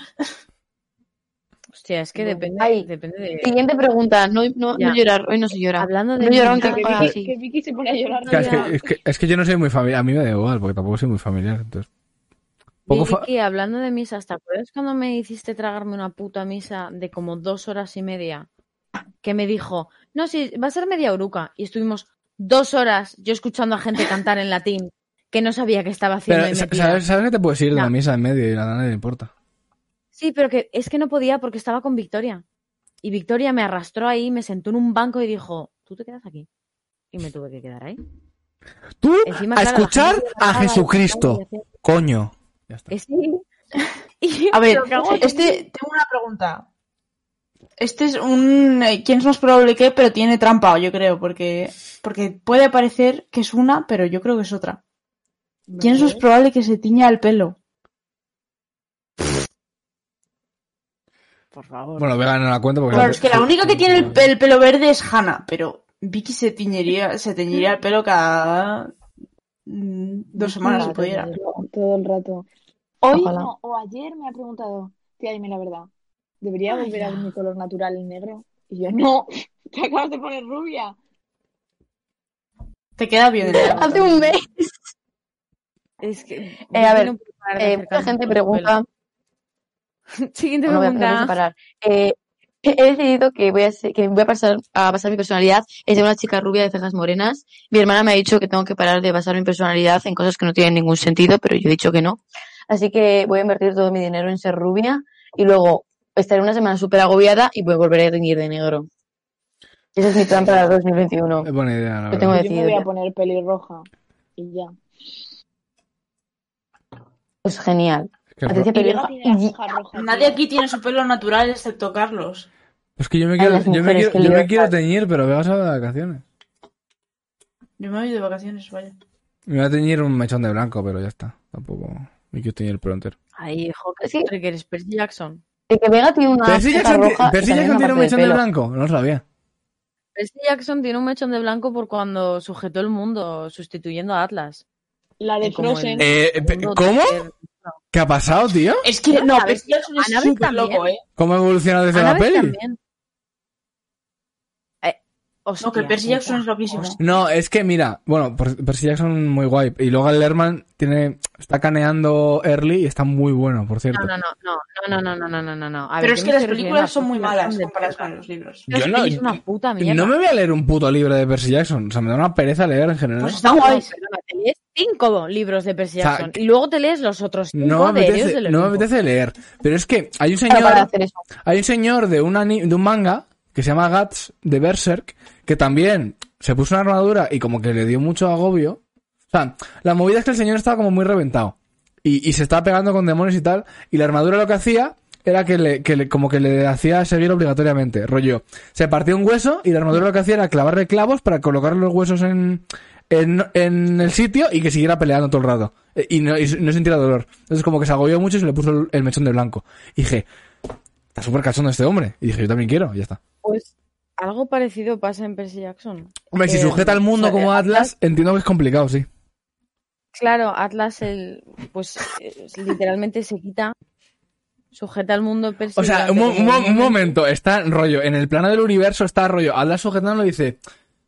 F: Hostia, es que
D: Bueno,
F: depende,
E: ahí.
F: depende de.
E: Siguiente pregunta. No, no,
F: Ya.
E: no llorar. Hoy no se llora.
F: Hablando de.
E: No lloraron
F: misa,
E: que-
D: Que
E: Ah,
D: Vicky,
E: sí.
D: que Vicky se pone a llorar.
A: Claro, es,
F: Había-
A: que, es, que, es que yo no soy muy familiar, a mí me da igual, porque tampoco soy muy familiar. Entonces, poco fa-
F: Vicky, hablando de misas, ¿te acuerdas cuando me hiciste tragarme una puta misa de como dos horas y media? Que me dijo, no, sí, va a ser media oruca. Y estuvimos dos horas yo escuchando a gente cantar en latín que no sabía que estaba haciendo.
A: Pero,
F: y
A: sa-
F: metida.
A: ¿sabes, sabes que te puedes ir de la
F: No.
A: misa en medio y a nadie le importa?
F: Sí, pero que es que no podía porque estaba con Victoria. Y Victoria me arrastró ahí, me sentó en un banco y dijo, tú te quedas aquí. Y me tuve que quedar ahí.
A: Tú,
E: Eh,
F: Encima,
A: a
F: claro, la
A: escuchar
F: gente se
A: a
F: levantaba y-
A: Jesucristo, coño. Ya está.
F: Que Eh, sí. *laughs* Y-
B: A ver,
F: pero que hago
E: eh,
F: aquí.
B: este. Tengo una pregunta. Este es un. eh, ¿Quién es más probable que? Pero tiene trampa, yo creo, porque. Porque puede parecer que es una, pero yo creo que es otra. ¿Quién es más probable que se tiña el pelo?
F: Por favor.
A: Bueno, Vega no la cuenta porque...
B: Claro, es que la única que tiene el, pe- el pelo verde es Hannah, pero Vicky se tiñería, se teñiría el pelo cada mm, dos semanas si pudiera.
D: Todo el rato. Hoy
E: Ojalá.
D: no, o ayer me ha preguntado, tía, dime la verdad, ¿debería volver a ver mi color natural el negro? Y yo, no, *laughs* te acabas de poner rubia.
B: Te queda bien. ¿eh? *laughs* ¿no?
E: Hace un mes.
F: Es que...
E: Eh, a
F: Vicky
E: ver,
F: no puede parar de
E: eh,
F: acercarse
E: mucha gente
F: con su
E: pregunta.
F: pelo. Siguiente
E: No, no voy a- no voy a
F: pregunta.
E: separar. Eh, he decidido que voy a ser- que voy a pasar a basar mi personalidad es de una chica rubia de cejas morenas. Mi hermana me ha dicho que tengo que parar de basar mi personalidad en cosas que no tienen ningún sentido, pero yo he dicho que no. Así que voy a invertir todo mi dinero en ser rubia y luego estaré una semana súper agobiada y voy a volver a teñir de negro. Esa es mi plan para el 2021.
A: Es buena idea, la
E: Lo
A: verdad.
E: tengo
D: Yo me
E: decidido
D: voy a
E: ya.
D: poner pelirroja y ya.
E: Es genial.
A: Es que,
E: Patricia
A: ro-
D: Y
E: Pelirroja.
D: Vega tiene la
E: Y-
D: ceja roja.
B: Nadie
D: tío.
B: aquí tiene su pelo natural excepto Carlos.
A: es que yo me
E: Ay,
A: quiero,
E: las
A: yo me
E: mujeres,
A: quiero-
E: qué
A: yo me
E: lío.
A: quiero teñir, pero me vas a de vacaciones.
B: Yo me voy de vacaciones, vaya.
A: Me voy a teñir un mechón de blanco, pero ya está. Tampoco me quiero teñir el pelo entero.
F: Ay, hijo, que
E: Es que-
F: que eres Percy Jackson.
E: De que Vega tiene una
A: Percy
E: ceja
A: Jackson, ti-
E: roja. y
A: Percy
E: también
A: Jackson tiene
E: una
A: un
E: parte de
A: mechón de
E: pelo.
A: blanco, no lo sabía.
F: Percy Jackson tiene un mechón de blanco por cuando sujetó el mundo, sustituyendo a Atlas.
D: La de
F: Como el-
D: Frozen.
A: Eh, pe-
F: Mundo
A: ¿Cómo?
F: Twitter.
A: ¿Qué ha pasado, tío?
B: Es que no,
F: Annabelle-
B: pero Jackson es
F: Annabelle
B: súper loco,
F: también.
B: ¿eh?
A: ¿Cómo ha evolucionado desde la
F: Annabelle
A: peli?
F: también. Eh, hostia,
B: No, que Percy Jackson
F: puta.
B: es loquísimo.
A: No, es que mira, bueno, Per- Percy Jackson muy guay. Y Logan Lerman tiene, está caneando early y está muy bueno, por
F: No,
A: cierto.
F: no, no, no, no, no, no, no, no, no, no. A ver,
B: Pero
F: yo
B: es
F: me
B: que las
F: estoy refiriendo a
B: películas son muy
F: Percy
B: malas
F: Jackson de
B: comparadas
F: mierda.
B: con los libros.
A: Yo
F: Las
A: no-
F: pelis son una puta mierda.
A: No me voy a leer un puto libro de Percy Jackson. O sea, me da una pereza leer en general.
B: Pues están guays.
F: Perdona, te lees cinco libros de Percy
A: O sea,
F: Jackson
A: que-
F: y luego te lees los otros cinco
A: No me,
F: de Héroes
A: apetece,
F: del
A: no me
F: Olimpo.
A: apetece leer. Pero es que hay un
E: Pero para
A: señor,
E: hacer eso.
A: hay un señor de un, ani- de un manga que se llama Guts de Berserk que también se puso una armadura y como que le dio mucho agobio. O sea, la movida es que el señor estaba como muy reventado y, y se estaba pegando con demonios y tal. Y la armadura lo que hacía era que, le, que le- como que le hacía servir obligatoriamente. Rollo, se partía un hueso y la armadura lo que hacía era clavarle clavos para colocar los huesos en, en, en el sitio y que siguiera peleando todo el rato. Eh, Y no, y no sintiera dolor. Entonces como que se agobió mucho y se le puso el, el mechón de blanco. Y dije, está súper cachondo este hombre. Y dije, yo también quiero. Y ya está.
F: Pues algo parecido pasa en Percy Jackson.
A: Hombre, si
F: Eh,
A: sujeta al mundo
F: o sea,
A: como
F: eh,
A: Atlas, entiendo que es complicado, sí.
F: Claro, Atlas el, pues eh, literalmente se quita, sujeta al mundo Percy
A: O sea,
F: durante
A: un, mo-
F: como
A: un mo- un
F: momento.
A: momento, está rollo, en el plano del universo está rollo, Atlas sujetando y dice,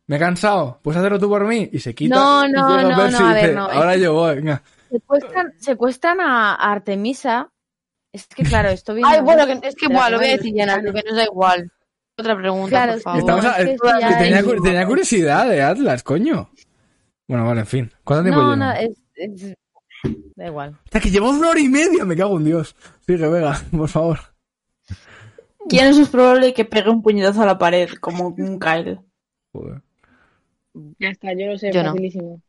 A: me he cansado, puedes hacerlo tú por mí, y se quita.
F: No,
A: y
F: no,
A: llega
F: no,
A: Percy
F: no, a
A: y dice,
F: ver, no, eh. es
A: Ahora yo voy, venga.
F: Secuestran, secuestran a a Artemisa. Es que claro, esto viene.
E: Ay,
F: de-
E: bueno, que- es que
F: de la
E: igual, lo voy a
F: novela
E: decir ya, Nacho, que nos da igual. Otra pregunta,
F: Claro,
E: por
F: sí.
E: favor.
A: Estamos a- eh,
F: es que esto
A: que
F: ya
A: tenía,
F: es-
A: cu- tenía curiosidad de Atlas, coño. Bueno, vale, pues en fin. ¿Cuánto tiempo
F: No,
A: llevo?
F: no, eh. es, es- Da igual.
A: Hasta que llevamos una hora y media, me cago en Dios. Sigue, Vega, *laughs* por favor.
B: ¿Quién es más probable que pegue un puñetazo a la pared como un Kyle?
A: Joder.
D: Ya está, yo lo sé,
E: Yo no.
D: facilísimo.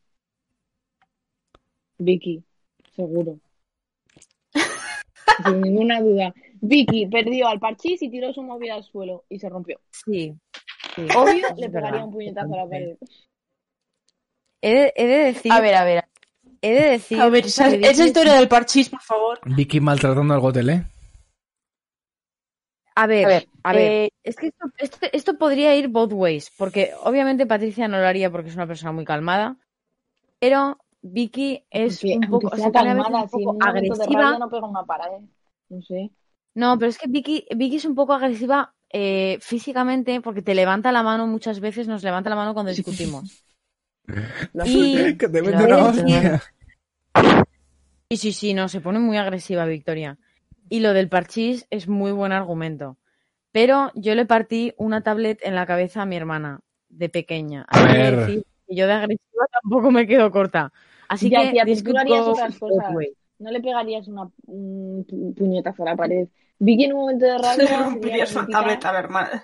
D: Vicky, seguro. Sin ninguna duda. Vicky perdió al parchís y tiró su móvil al suelo y se rompió.
F: Sí. sí,
E: *laughs*
D: Obvio,
F: eso
D: le
F: es
D: pegaría
F: verdad.
D: un puñetazo a la pared.
F: He de, he de decir,
E: A ver, a ver.
F: he de decir
B: A ver, esa,
F: que Disney-
B: esa historia del parchís, por favor.
F: *laughs*
A: Vicky maltratando al gotel, ¿eh?
F: a ver,
E: A ver,
F: a ver,
E: eh,
F: es que esto, esto- esto podría ir both ways, porque obviamente Patricia no lo haría porque es una persona muy calmada, pero Vicky es
D: Aunque,
F: un poco,
D: aunque
F: o sea,
D: sea
F: pone a veces un
D: calmada, si en
F: poco
D: un momento de
F: agresiva.
D: rabia no pega una pared. No sé.
F: No, pero es que Vicky, Vicky es un poco agresiva eh, físicamente porque te levanta la mano muchas veces, nos levanta la mano cuando
A: *laughs*
F: discutimos. Y-
A: que te
E: pero
A: mete
E: a
A: una
E: ver, pero-
F: eh.
A: hostia.
F: Y sí, sí, no, se pone muy agresiva Victoria. Y lo del parchís es muy buen argumento. Pero yo le partí una tablet en la cabeza a mi hermana de pequeña. Así que
A: ver.
F: decir que yo de agresiva tampoco me quedo corta. Así
D: Ya,
F: que
D: tía, pero
F: this
D: tú
F: could
D: harías
F: go
D: otras
F: both
D: cosas.
F: ways.
D: No le pegarías una, un pu- puñetazo a la pared. Vicky en un momento de
B: *laughs*
D: rabia
B: Le
D: sería
B: romperías
D: la
B: una
D: típica-
B: tableta a la hermana.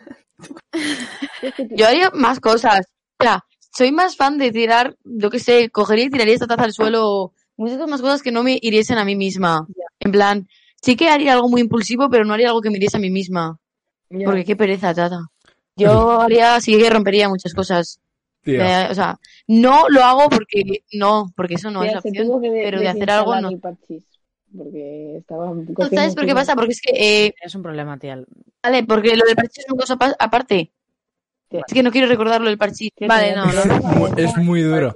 D: Es que tú-
E: Yo haría más cosas. Mira, soy más fan de tirar, yo qué sé, cogería y tiraría esta taza al suelo. Muchas más cosas que no me hiriesen a mí misma. En plan, sí que haría algo muy impulsivo, pero no haría algo que me hiriese a mí misma.
D: Ya.
E: Porque qué pereza, tata. Yo haría, sí que rompería muchas cosas.
A: Tía.
E: Eh, o sea, no lo hago porque no, porque eso no
D: Tía,
E: es la
D: se
E: opción.
D: tuvo que de-
E: pero de hacer algo
D: desinstalar
E: no.
D: el parchís, porque estaba
E: No,
D: cogiendo
E: ¿Sabes por qué
D: frío.
E: pasa? Porque es que, eh,
F: Es un problema, tía.
E: vale, porque lo del parchís es una cosa pa- aparte.
D: Sí.
E: Es que no quiero recordar lo del parchís.
D: Que
E: Vale,
D: tenía *laughs*
E: no,
D: que-
A: *laughs*
E: no.
A: Es muy, es muy duro.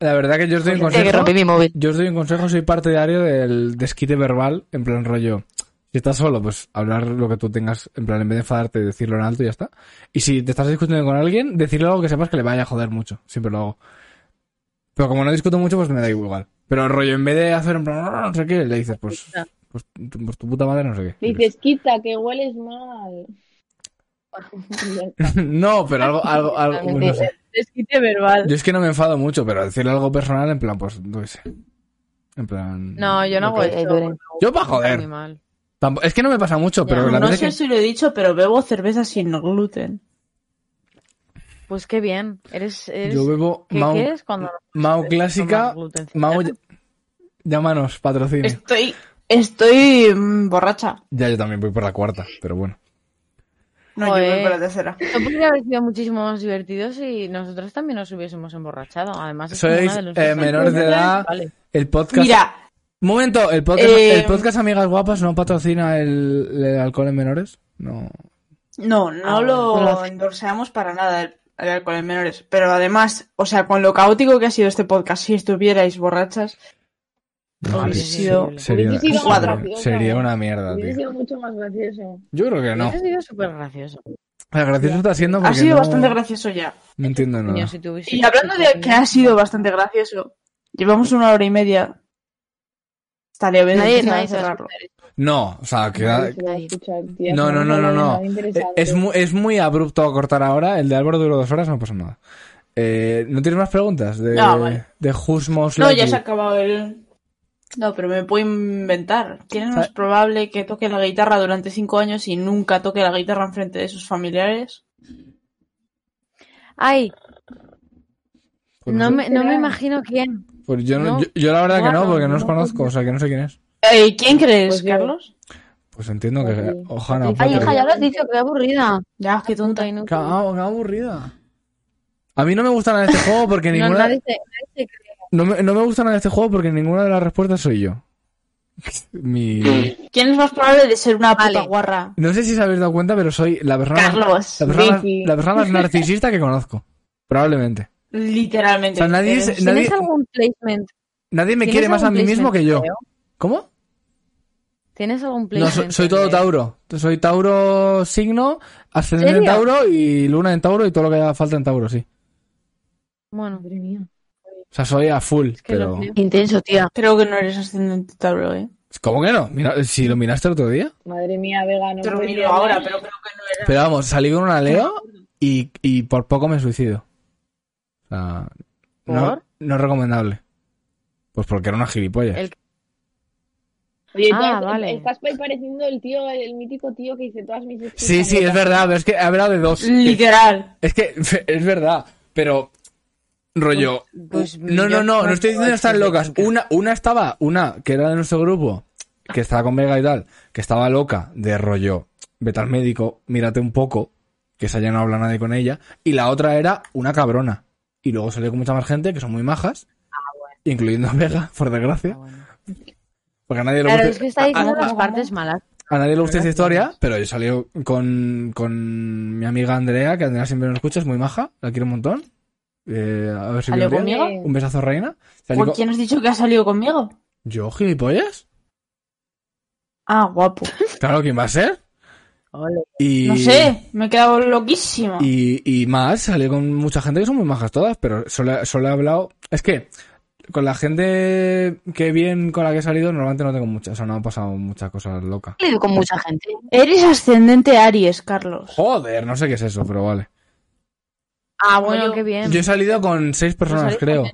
A: La verdad que yo os doy un
E: Hostia, que
A: consejo.
E: rompí mi móvil.
A: Yo os doy un consejo, soy partidario del desquite verbal, en plan rollo. Si estás solo, pues hablar lo que tú tengas, en plan, en vez de enfadarte, decirlo en alto y ya está. Y si te estás discutiendo con alguien, decirle algo que sepas que le vaya a joder mucho. Siempre lo hago. Pero como no discuto mucho, pues me da igual. Pero rollo, en vez de hacer en plan, "Ah, no sé qué, le dices, pues, pues, tu, pues tu puta madre no sé
D: Le
A: qué.
D: dices, quita, que hueles mal. Y ya está.
A: *laughs* no, pero algo, algo, algo, pues no sé.
F: Desquite verbal.
A: Yo es que no me enfado mucho, pero decirle algo personal, en plan, pues, no sé. En plan.
F: No, yo no
D: Ah,
F: hago
E: Eh,
F: eso.
E: Dore.
F: porque me
A: Yo pa'
F: gusta
A: Ah, joder.
F: muy mal.
A: Tampo- Es que no me pasa mucho, pero
F: Ya.
A: la
B: No
A: verdad
B: sé
A: que...
B: si lo he dicho, pero bebo cerveza sin gluten.
F: Pues qué bien. Eres, eres-
A: Yo bebo
F: ¿Qué
A: Mau,
F: qué eres cuando
A: Mau clásica.
F: tomas gluten?
A: Mau, llámanos, patrocinio.
B: Estoy, estoy mm, borracha.
A: Ya yo también voy por la cuarta, pero bueno.
B: No, yo
F: Joder.
B: voy por la tercera.
F: Esto podría haber sido muchísimo más divertido si nosotros también nos hubiésemos emborrachado. Además, es como
A: Sois,
F: una de los
A: eh,
F: dos
A: menores de edad.
F: Vale.
A: El podcast.
B: Mira,
A: Momento, el podcast,
B: Eh,
A: el podcast Amigas Guapas no patrocina el, el alcohol en menores. No.
B: no, no
F: Ah,
B: lo,
F: no lo hace.
B: endorseamos para nada el, el alcohol en menores. Pero además, o sea, con lo caótico que ha sido este podcast, si estuvierais borrachas,
F: Madre
A: Sí,
B: sido-
A: sería,
D: Hubiese sido
A: sería-
D: gracioso.
A: sería una mierda,
D: Hubiese
A: tío.
D: sido mucho más gracioso.
A: Yo creo que no.
F: Hubiese sido súper gracioso.
A: La gracioso está siendo porque
B: ha sido
A: no,
B: bastante gracioso ya.
A: no entiendo
F: Coño,
A: nada.
F: si tuviese-
B: Y hablando de que ha sido bastante gracioso, llevamos una hora y media. Estaría bien
E: Nadie,
B: empezar a
E: nadie se va a
B: cerrarlo.
A: No, o sea, que,
D: Nadie se va a
E: nadie.
D: escuchar, tía,
A: No,
D: se
A: no,
D: van
A: no, no,
D: a hablar de
A: no.
D: nada interesante.
A: es, mu- es muy abrupto cortar ahora. El de Álvaro duró dos horas, no pasa nada. Eh, ¿No tienes más preguntas? De,
B: No, Ah, vale.
A: de Who's Most
B: No, ya
A: Likely?
B: se ha acabado el. No, pero me puedo inventar. ¿Quién es más
A: Ah.
B: probable que toque la guitarra durante cinco años y nunca toque la guitarra en frente de sus familiares?
F: Ay,
A: Pues
F: no
A: sé.
F: me, no me
D: Será.
F: imagino quién.
A: Pues yo, no-
F: no.
A: yo, yo la verdad que no,
F: Bueno,
A: porque no os
F: no.
A: conozco, o sea, que no sé quién es.
B: Eh, ¿Quién crees,
D: Pues yo.
B: Carlos?
A: Pues entiendo
D: Pues
A: que
D: sí.
A: Ojana
D: Ay,
E: Ay,
A: Patrick.
E: hija, ya lo has dicho, qué aburrida.
B: Ya, qué
F: Puta
B: tonta.
F: inútil.
A: Qué ab- qué aburrida. A mí no me gusta nada de este juego
E: *laughs*
A: porque
F: No,
A: ninguna.
F: nadie se- nadie se cree.
A: No me, no me gusta nada de este juego porque ninguna de las respuestas soy yo. *laughs* Mi...
B: ¿Quién es más probable de ser una puta
F: Vale.
B: guarra?
A: No sé si os habéis dado cuenta, pero soy la persona, más, la
B: Carlos.
A: persona, más-
D: Vicky.
A: la
F: *laughs*
A: persona más narcisista que conozco. Probablemente. O
B: Literalmente.
A: sea, nadie,
B: Eres-
A: se- nadie,
F: ¿Tienes algún placement?
A: nadie me
F: ¿tienes
A: quiere más a
F: algún
A: mí mismo que yo.
F: placement feo?
A: ¿Cómo?
F: ¿Tienes algún
A: No, so-
F: placement?
A: soy todo
F: feo?
A: Tauro. Soy Tauro signo, ascendente en
F: ¿Serio?
A: Tauro y luna en Tauro y todo lo que haga falta en Tauro, sí.
F: Bueno,
D: Madre mía.
A: O sea, soy a full,
F: es que
A: pero...
F: lo creo.
E: Intenso, tía.
B: Creo que no eres ascendente Tauro, ¿eh?
A: ¿Cómo que no? Mira, si lo miraste el otro día.
D: Madre mía, vegano.
B: Te lo
D: pues,
B: miro
D: mira,
B: ahora, pero creo que no era.
A: Pero vamos, salí con una Leo y, y por poco me suicido. O sea, no,
F: ¿Por?
A: no es recomendable. Pues porque era una gilipollas.
F: El-
D: Oye, tú
F: Ah,
D: has-
F: vale.
D: Estás pa- pareciendo el tío, el, el mítico tío que dice todas mis excusas.
A: Sí, sí, es verdad, pero es que he hablado de dos.
B: Literal.
A: Es que *laughs* es verdad, pero rollo.
F: Pues- pues
A: no, no,
F: yo
A: no, no
F: no
A: estoy diciendo
F: puedo
A: están
F: decir
A: locas.
F: nunca.
A: Una, una estaba, una que era de nuestro grupo, que estaba con Vega y tal, que estaba loca de rollo. Vete al médico, mírate un poco, que esa ya no habla nadie con ella. Y la otra era una cabrona. Y luego salió con mucha más gente que son muy majas, incluyendo a Vega, por
F: Ah,
A: desgracia.
F: bueno.
A: Porque a nadie le
F: Claro,
A: gusta,
F: es que está diciendo
A: a-
F: las partes malas.
A: a nadie le gusta esta
F: Gracias.
A: historia, pero yo salí con, con mi amiga Andrea, que Andrea siempre nos escucha, es muy maja, la quiero un montón. Eh, a ver si
B: ¿Salió
A: viene un día.
B: conmigo?
D: Eh,
A: Un besazo, reina. Salí
B: ¿Por
A: con-
B: quién has dicho que ha salido conmigo?
A: ¿Yo, gilipollas?
B: Ah, guapo.
A: Claro, ¿quién va a ser?
F: Ole.
A: Y,
B: No sé, me he quedado loquísima.
A: Y, y más, salí con mucha gente que son muy majas todas, pero solo, solo he hablado... Es que con la gente que bien con la que he salido, normalmente no tengo muchas, o sea, no han pasado muchas cosas locas.
E: He leído con mucha gente.
B: Eres ascendente Aries, Carlos.
A: Joder, no sé qué es eso, pero vale.
F: Ah, bueno,
B: Yo-
F: qué bien.
A: Yo he salido con seis personas,
F: salís
A: creo.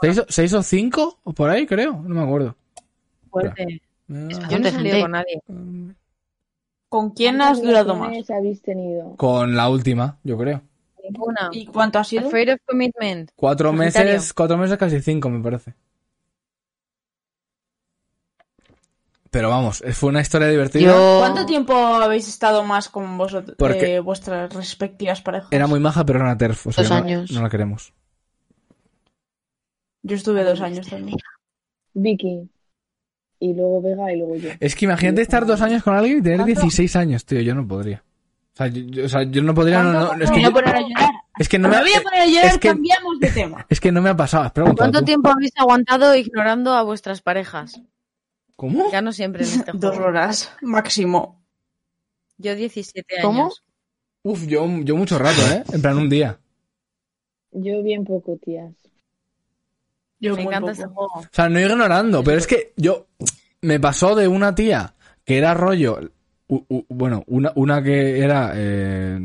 A: ¿Seis, o- seis o cinco? ¿O por ahí, creo? No me acuerdo.
F: Fuerte.
A: Ah,
F: Yo no he
E: Gente,
F: salido
E: gente.
F: con nadie.
B: ¿Con quién
D: ¿Cuántas
B: has durado más?
D: relaciones habéis tenido?
A: Con la última, yo creo.
F: Ninguna.
B: ¿Y cuánto ha sido?
F: Afraid of commitment.
A: Cuatro
F: Sagitario.
A: meses, cuatro meses, casi cinco, me parece. Pero vamos, eh, fue una historia divertida.
E: Yo...
B: ¿Cuánto tiempo habéis estado más con vosotros,
A: Porque-
B: eh, vuestras respectivas parejas?
A: Era muy maja, pero era una terf. o sea,
E: Dos
A: no-
E: años.
A: No, la queremos.
B: Yo estuve dos años también.
D: Vicky. Y luego Vega y luego yo.
A: Es que imagínate estar dos años con alguien y tener 16 años, tío. Yo no podría. O sea, yo, yo- o sea, yo no podría. No, no, es,
B: Me
A: que
B: voy
A: yo-
B: a poner a llorar.
A: es que no me,
B: Me voy a poner a llorar,
A: es que-
B: cambiamos de tema.
A: es que no me ha pasado. has preguntado
F: ¿Cuánto
A: tú.
F: tiempo habéis aguantado ignorando a vuestras parejas?
A: ¿Cómo?
F: Ya no siempre en este
B: Dos
F: juego.
B: horas, máximo.
F: Yo 17
E: ¿Cómo?
F: años.
A: Uf, yo, yo mucho rato, ¿eh? En plan, un día.
D: Yo bien poco, tías.
B: Yo
F: Me
B: muy
F: encanta
B: poco.
F: este juego.
A: O sea, no ignorando, pero es que yo me pasó de una tía que era rollo, u- u- bueno, una, una que era eh,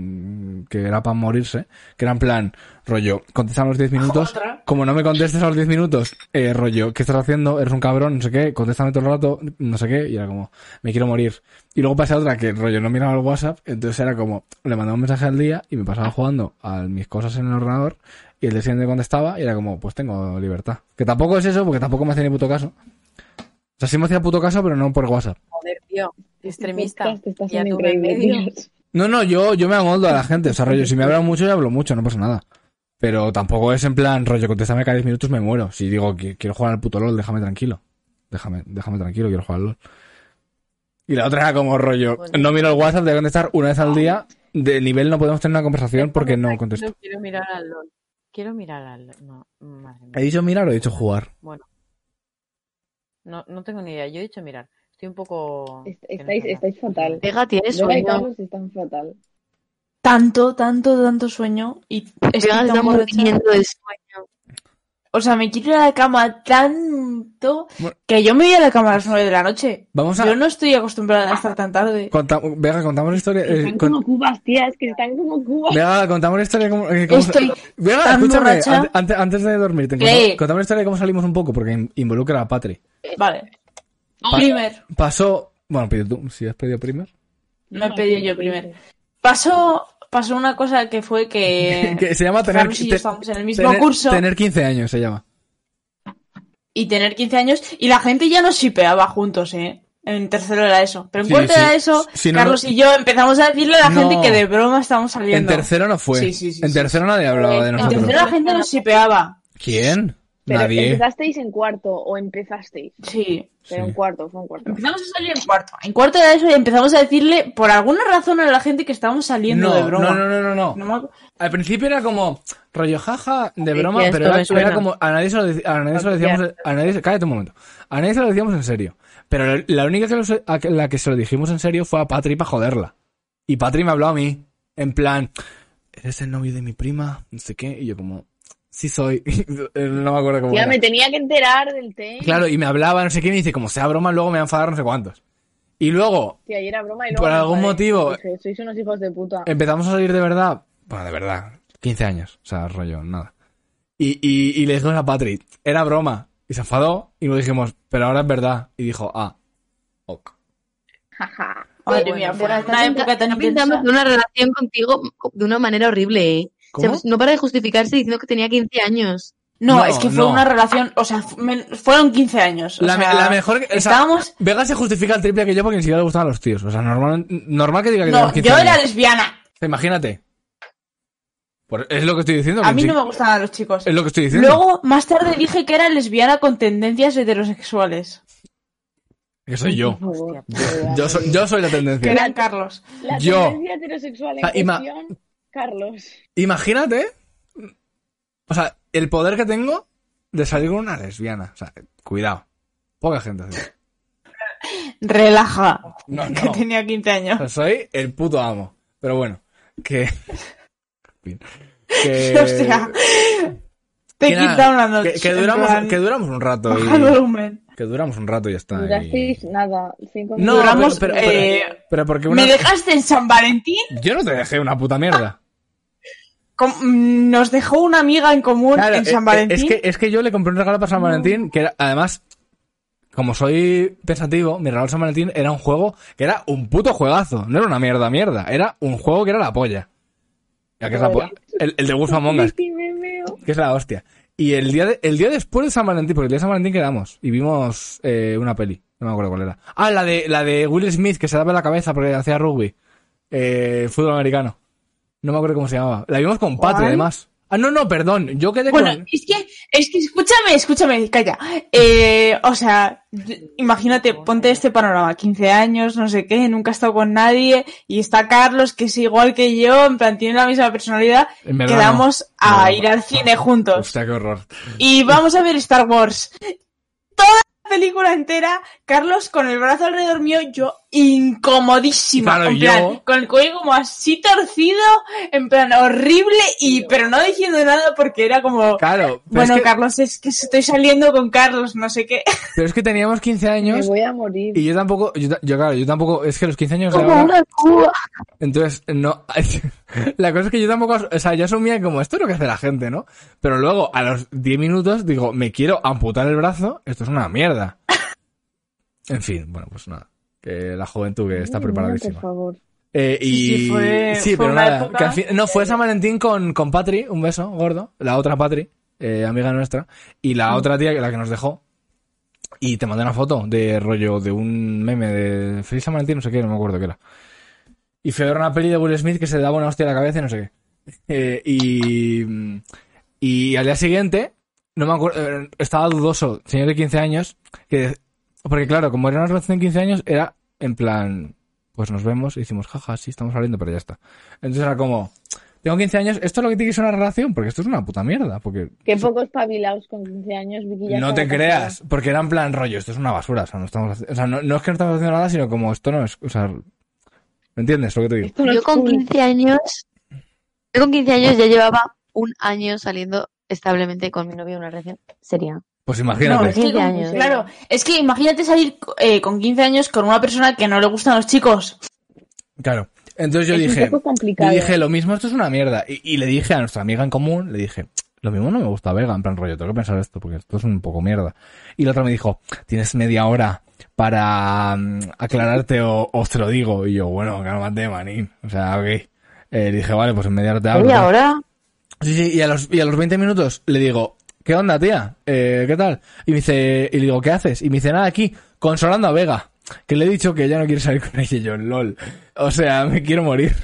A: que era para morirse, que era en plan, rollo, contestan los 10 minutos. Como no me contestes a los 10 minutos, eh, rollo, ¿qué estás haciendo? Eres un cabrón, no sé qué, contéstame todo el rato, no sé qué, y era como, me quiero morir. Y luego pasé a otra que, rollo, no miraba el WhatsApp, entonces era como, le mandaba un mensaje al día y me pasaba jugando a mis cosas en el ordenador, y el día siguiente contestaba y era como, pues tengo libertad. Que tampoco es eso, porque tampoco me hacía ni puto caso. O sea, sí me hacía puto caso, pero no por WhatsApp.
F: Joder, tío. Extremista.
D: Podcast está
F: Ya
D: siendo
F: tuve
D: increíble,
F: medio.
D: tío.
A: No, no, yo, yo me amoldo a la gente. O sea, rollo, si me hablan mucho, yo hablo mucho, no pasa nada. Pero tampoco es en plan, rollo, contéstame cada 10 minutos, me muero. Si digo, "Qui- quiero jugar al puto LOL, déjame tranquilo. Déjame, déjame tranquilo, quiero jugar al LOL. Y la otra era como rollo,
F: Bueno.
A: no miro el WhatsApp, de contestar una vez al día. De nivel no podemos tener una conversación porque no contesto.
F: No quiero mirar al LOL. Quiero mirar al LOL. No, madre mía.
A: ¿He dicho mirar o he dicho jugar?
F: Bueno. No, no tengo ni idea. Yo he dicho mirar. Estoy un poco...
D: Est-
F: que no
D: estáis-
F: sé hablar.
D: estáis fatal.
E: Vega, tienes
D: Vega y
E: sueño.
D: Carlos están
A: Eh,
D: fatal.
B: Tanto, tanto, tanto sueño. Y estoy
E: Vega
B: tan
E: está
B: borracha.
E: muriendo de sueño.
B: O sea, me quiero ir a la cama tanto
A: Bueno. Ah.
B: que yo me voy a la cama a las 9 de la noche.
A: Vamos a.
B: Yo no estoy acostumbrada a estar tan tarde.
A: conta- Vega, contamos la historia. eh,
D: Están
A: con-
D: como cubas, tía, es que están como cubas.
A: Vega, contamos la historia como. eh, como-
B: Estoy
A: Venga,
B: tan
A: escúchame,
B: borracha.
A: ante- antes, antes de dormirte,
B: ¿Qué?
A: contame contame una historia de cómo salimos un poco, porque in- involucra a Patri.
B: Vale.
A: Pa-
B: Primer.
A: Pasó. Bueno, pide tú, si has pedido primer.
B: Me he pedido yo primero. Pasó, pasó una cosa que fue que,
A: *laughs* que se llama tener,
B: Carlos Eh, y yo
A: te-
B: estábamos en el mismo
A: tener,
B: curso
A: tener 15 años, se llama.
B: y tener 15 años y la gente ya nos shipeaba juntos, ¿eh? En tercero era eso. Pero en
A: Sí,
B: cuarto
A: sí.
B: era eso,
A: Si no,
B: Carlos
A: no-
B: y yo empezamos a decirle a la
A: No.
B: gente que de broma estábamos
A: En
B: saliendo.
A: tercero no fue.
B: Sí, sí, sí,
A: en
B: sí,
A: tercero nadie hablaba de
B: En
A: nosotros.
B: tercero la gente nos shipeaba.
A: ¿Quién?
D: Pero
A: nadie.
D: empezasteis en cuarto o empezasteis.
B: Sí.
D: Pero
A: Sí.
D: en cuarto, fue en cuarto.
B: Empezamos a salir en cuarto. En cuarto era eso y empezamos a decirle por alguna razón a la gente que estábamos saliendo
A: No,
B: de broma.
A: no, no, no, no, no.
B: No me acu-
A: Al principio era como rollo jaja de
F: Sí,
A: broma,
F: ya esto
A: pero era,
F: me suena.
A: era como a nadie se lo, deci- a nadie se lo decíamos, a nadie se- cállate un momento, a nadie se lo decíamos en serio. Pero la única que lo se- a que- la que se lo dijimos en serio fue a Patri para joderla. Y Patri me habló a mí en plan, eres el novio de mi prima, no sé qué, y yo como sí soy, *laughs* no me acuerdo cómo.
D: Ya
A: era.
D: me tenía que enterar del tema.
A: Claro, y me hablaba, no sé qué, y me dice como sea broma, luego me va a enfadar no sé cuántos. Y luego
D: Tía, y era broma y luego
A: Por
D: me
A: algún
D: enfadé.
A: motivo- eh,
D: Dije, sois unos hijos de puta.
A: empezamos a salir de verdad, bueno, de verdad, 15 años, o sea, rollo, nada. Y, y, y le dijimos a Patrick, era broma, y se enfadó, y nos dijimos, pero ahora es verdad, y dijo, ah, ok.
D: Jaja.
B: Madre
F: Bueno,
B: mía,
F: pero
B: fue
E: Vega,
B: una
E: está
B: época tan
E: está pintando
B: intensa.
E: de una relación contigo de una manera horrible, ¿eh? O sea,
A: ¿Cómo?
E: pues no para de justificarse diciendo que tenía 15 años.
B: No,
A: No,
B: es que fue
A: no.
B: una relación, o sea, fu- men- fueron 15 años. o
A: La, me-
B: sea,
A: la mejor... que- o sea,
B: estábamos-
A: Vega se justifica el triple que yo porque ni siquiera le gustaban los tíos. O sea, normal, normal que diga que
B: No,
A: teníamos 15
B: yo
A: años.
B: era lesbiana.
A: Imagínate. Por- es lo que estoy diciendo.
B: A
A: que
B: mí
A: sí-
B: no me gustaban los chicos.
A: Es lo que estoy diciendo.
B: Luego, más tarde dije que era lesbiana con tendencias heterosexuales.
A: Que soy yo.
D: Por favor.
F: Hostia,
A: Yo soy, yo soy la
B: Que
A: tendencia.
B: eran Carlos.
D: La
A: Yo.
D: tendencia heterosexual
A: *laughs*
D: en
A: Ah, Ima-
D: cuestión, Carlos.
A: Imagínate. O sea, el poder que tengo de salir con una lesbiana. O sea, cuidado. Poca gente hace.
B: Relaja.
A: No,
B: Que
A: no.
B: tenía 15 años.
A: O sea, soy el puto amo. Pero bueno, que. Bien.
B: *laughs*
A: Que.
B: O sea, te
A: Eh, que
B: he
A: nada,
B: quitado una noche.
A: que, que
B: en
A: duramos,
B: plan,
A: que duramos un rato
B: baja el
A: y.
B: volumen.
A: Que duramos un rato y ya está. y-
D: Durasteis nada, cinco
A: No,
D: minutos.
B: Duramos,
A: pero- pero-
B: eh,
A: Pero porque una.
B: ¿Me dejaste en San Valentín?
A: Yo no te dejé una puta mierda.
B: Com- mm, Nos dejó una amiga en común
A: Claro,
B: en
A: eh,
B: San
A: eh,
B: Valentín.
A: Es que, es que yo le compré un regalo para San Valentín que era, además, como soy pensativo, mi regalo de San Valentín era un juego que era un puto juegazo. No era una mierda, mierda. Era un juego que era la polla. Ya que es la po- el, el de Wolf Among Us,
D: Vicky, me meo.
A: que es la hostia. Y el día, de- el día después de San Valentín, porque el día de San Valentín quedamos y vimos eh, una peli. No me acuerdo cuál era. Ah, la de, la de Will Smith que se daba la cabeza porque hacía rugby. Eh, fútbol americano. No me acuerdo cómo se llamaba. La vimos con Patri,
B: ¿Cuál?
A: además. Ah, no, no, perdón. Yo quedé
B: Bueno,
A: con...
B: es que, es que, escúchame, escúchame, calla. Eh, o sea, d- imagínate, ponte este panorama, 15 años, no sé qué, nunca he estado con nadie, y está Carlos, que es igual que yo, en plan, tiene la misma personalidad,
A: En verdad,
B: quedamos
A: no.
B: a
A: No.
B: ir al cine juntos,
A: Hostia, qué horror.
B: y vamos a ver Star Wars. Toda la película entera, Carlos con el brazo alrededor mío, yo incomodísima.
A: Claro,
B: en
A: y
B: plan,
A: yo-
B: Con el cuello como así torcido, en plan horrible, y pero no diciendo nada porque era como...
A: Claro, pero,
B: Bueno,
A: es que,
B: Carlos, es que estoy saliendo con Carlos, no sé qué.
A: pero es que teníamos 15
D: Me
A: años
D: voy a morir.
A: y yo tampoco, yo, ta- yo, claro, yo tampoco, es que los 15 años de
E: Como
A: ahora-
E: una cuba.
A: Entonces, no. *laughs* La cosa es que yo tampoco. as- O sea, yo asumía como esto es lo que hace la gente, ¿no? Pero luego, a los 10 minutos, digo, me quiero amputar el brazo, esto es una
B: *laughs*
A: mierda. En fin, bueno, pues nada. Que la juventud que está
D: Ay, niña,
B: pues,
A: preparadísima.
D: Por favor.
A: Eh, y...
B: Sí, sí, fue-
A: sí,
B: fue
A: pero
B: una
A: nada.
B: época-
A: que al fin- No, fue San Valentín con, con Patri, un beso gordo. La otra Patri, eh, amiga nuestra. Y
B: Mm.
A: la otra tía, que la que nos dejó. Y te mandé una foto de rollo de un meme de Feliz San Valentín, no sé qué, no me acuerdo qué era. Y fue a ver una peli de Will Smith que se daba una hostia a la cabeza y no sé qué. *laughs* Eh, y. Y al día siguiente, no me acuerdo, eh, estaba dudoso, señor de 15 años, que. Porque claro, como era una relación de 15 años, era en plan pues nos vemos y decimos, jaja, sí, estamos saliendo, pero ya está. Entonces era como, tengo 15 años, esto es lo que tiene que ser una relación, porque esto es una puta mierda, porque
D: Qué pocos pabilados con 15 años, Vicky. ya
A: no
D: estaba
A: te
D: casada.
A: creas, porque era en plan rollo, esto es una basura, o sea, no estamos, haci- o sea, no, no es que no estamos haciendo nada, sino como esto no es, o sea, ¿me entiendes lo que te digo?
D: Esto no
E: yo
D: es
E: con
D: cool.
E: 15 años, yo con 15 años ya llevaba un año saliendo establemente con mi novio en una relación seria.
A: Pues imagínate.
B: *laughs* No, es que
E: 15
B: como-
E: años.
B: Claro, es que imagínate salir eh, con 15 años con una persona que no le gustan los chicos.
A: Claro. Entonces yo
D: Es
A: dije,
D: un poco
A: yo
D: complicado.
A: dije, lo mismo, esto es una mierda. Y, y le dije a nuestra amiga en común, le dije, lo mismo no me gusta Vega, en plan rollo, tengo que pensar esto, porque esto es un poco mierda. Y la otra me dijo, tienes media hora para mm, aclararte o, o te lo digo. Y yo, bueno, cálmate, manín. O sea, ok. Eh, le dije, vale, pues en media hora te hablo.
E: Y ahora,
A: Sí, sí, y a los, y a los 20 minutos le digo, ¿qué onda, tía? Eh, ¿Qué tal? Y me dice, y le digo, ¿qué haces? Y me dice, nada, aquí, consolando a Vega, que le he dicho que ya no quiere salir con ella y yo, lol. O sea, me quiero morir.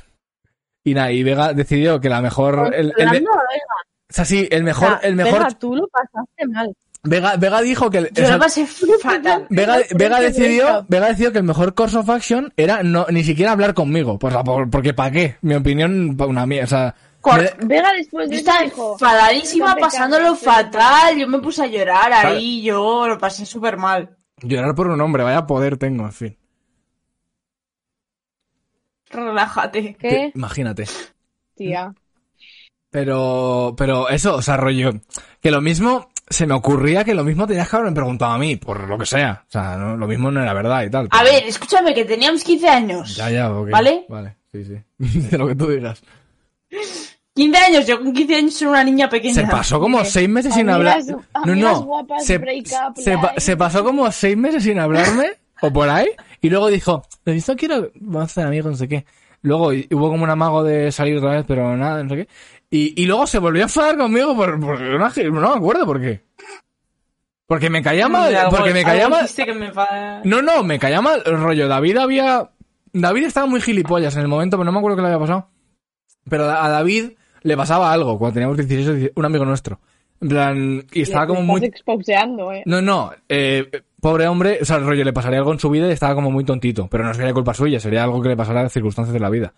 A: Y nada, y Vega decidió que la mejor... El, el me-
F: Controlando a Vega.
A: o sea, sí, el mejor... el mejor
F: Vega, tú lo pasaste mal.
A: Vega, Vega dijo que... el-
B: Yo
A: o sea,
B: lo pasé fatal.
A: Vega, Vega
F: que
A: decidió,
F: breakup.
A: Vega decidió que el mejor course of action era no, ni siquiera hablar conmigo. Pues, la- por- porque ¿para qué? Mi opinión, pa' una mierda. O sea,
B: Cor-
A: me-
D: Vega después
B: Yo
D: de
B: estaba
D: eso dijo,
B: enfadadísima, pasándolo fatal. Yo me puse a llorar
A: Claro.
B: ahí, yo lo pasé súper mal.
A: llorar por un hombre, vaya poder tengo, en fin.
B: Relájate.
F: ¿Qué?
A: Imagínate.
D: tía,
A: Pero, pero eso, o sea, rollo, que lo mismo, se me ocurría que lo mismo tenías que haberme preguntado a mí, por lo que sea. O sea, no- lo mismo no era verdad y tal.
B: A
A: pero-
B: ver, escúchame, que teníamos 15 años.
A: Ya, ya, ok.
B: ¿Vale?
A: Vale, sí, *laughs* sí. De lo que tú digas.
B: 15 años, yo con 15 años era una niña pequeña.
A: Se pasó como seis meses sin hablar.
D: amigas-
A: No,
D: amigas
A: no.
D: guapas,
A: Se,
D: break up
A: se pa-
D: line.
A: se pasó como seis meses sin
D: *laughs*
A: hablarme, o por ahí, y luego dijo, lo visto quiero, vamos a ser amigos, no sé qué. Luego y- hubo como un amago de salir otra vez, pero nada, no sé qué. Y, y luego se volvió a enfadar conmigo por, por una ge- no me acuerdo por qué. Porque me caía mal,
B: *laughs* Algo-
A: porque me
B: algo
A: caía mal.
B: hiciste que me enfadara.
A: No, no, me caía mal el rollo. David había. David estaba muy gilipollas en el momento, pero no me acuerdo qué le había pasado. Pero a David le pasaba algo cuando teníamos 16 o 17, un amigo nuestro. En plan, y estaba
D: le- le
A: como muy.
D: estás exposeando, eh.
A: No, no, eh, pobre hombre, o sea, el rollo, le pasaría algo en su vida y estaba como muy tontito. Pero no sería culpa suya, sería algo que le pasara en circunstancias de la vida.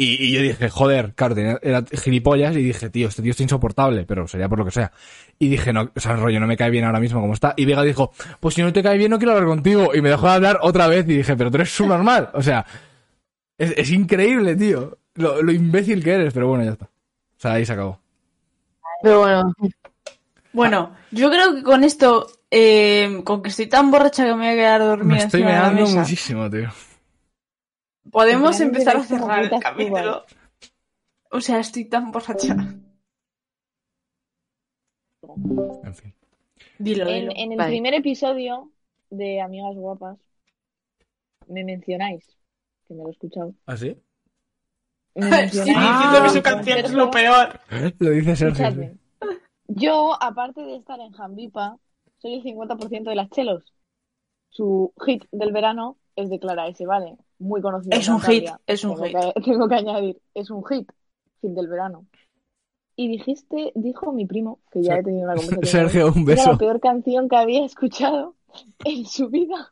A: Y, y yo dije, joder, claro, tenía- era gilipollas y dije, tío, este tío está insoportable, pero sería por lo que sea. Y dije, no, o sea, el rollo no me cae bien ahora mismo como está. Y Vega dijo, pues si no te cae bien no quiero hablar contigo. Y me dejó de hablar otra vez y dije, pero tú eres subnormal. O sea, es, es increíble, tío, lo, lo imbécil que eres, pero bueno, ya está. O sea, ahí se acabó.
E: pero bueno,
B: Bueno, yo creo que con esto, eh, con que estoy tan borracha que me voy a quedar dormida.
A: Me estoy
B: encima de la
A: meando
B: mesa,
A: muchísimo, tío.
B: Podemos
D: Ya no
B: empezar a
D: dirás como
B: cerrar el
D: putas
B: capítulo. O sea, estoy tan borracha.
A: En fin.
B: Dilo,
D: En,
B: dilo.
D: en el
E: Vale.
D: primer episodio de Amigas Guapas me mencionáis, que me lo he escuchado.
A: ¿Así?
D: Me
B: Sí,
D: mencionáis
A: Ah.
B: diciendo que
D: en
B: su
D: el
B: canción es lo
D: concierto.
B: peor.
A: Lo dice Sergio. sí.
D: Escuchadme. Yo, aparte de estar en Jambipa, soy el 50% de las chelos. Su hit del verano es de Clara S. Vale, muy conocido. en
B: Es un hit,
D: Cantabria.
B: es un hit.
D: tengo Que, *laughs* tengo que añadir, es un hit, hit del verano. Y dijiste, dijo mi primo, que ya
A: Ser-
D: he tenido una conversación. con él,
A: Sergio, un
D: que Era
A: beso.
D: la peor canción que había escuchado *laughs* en su vida.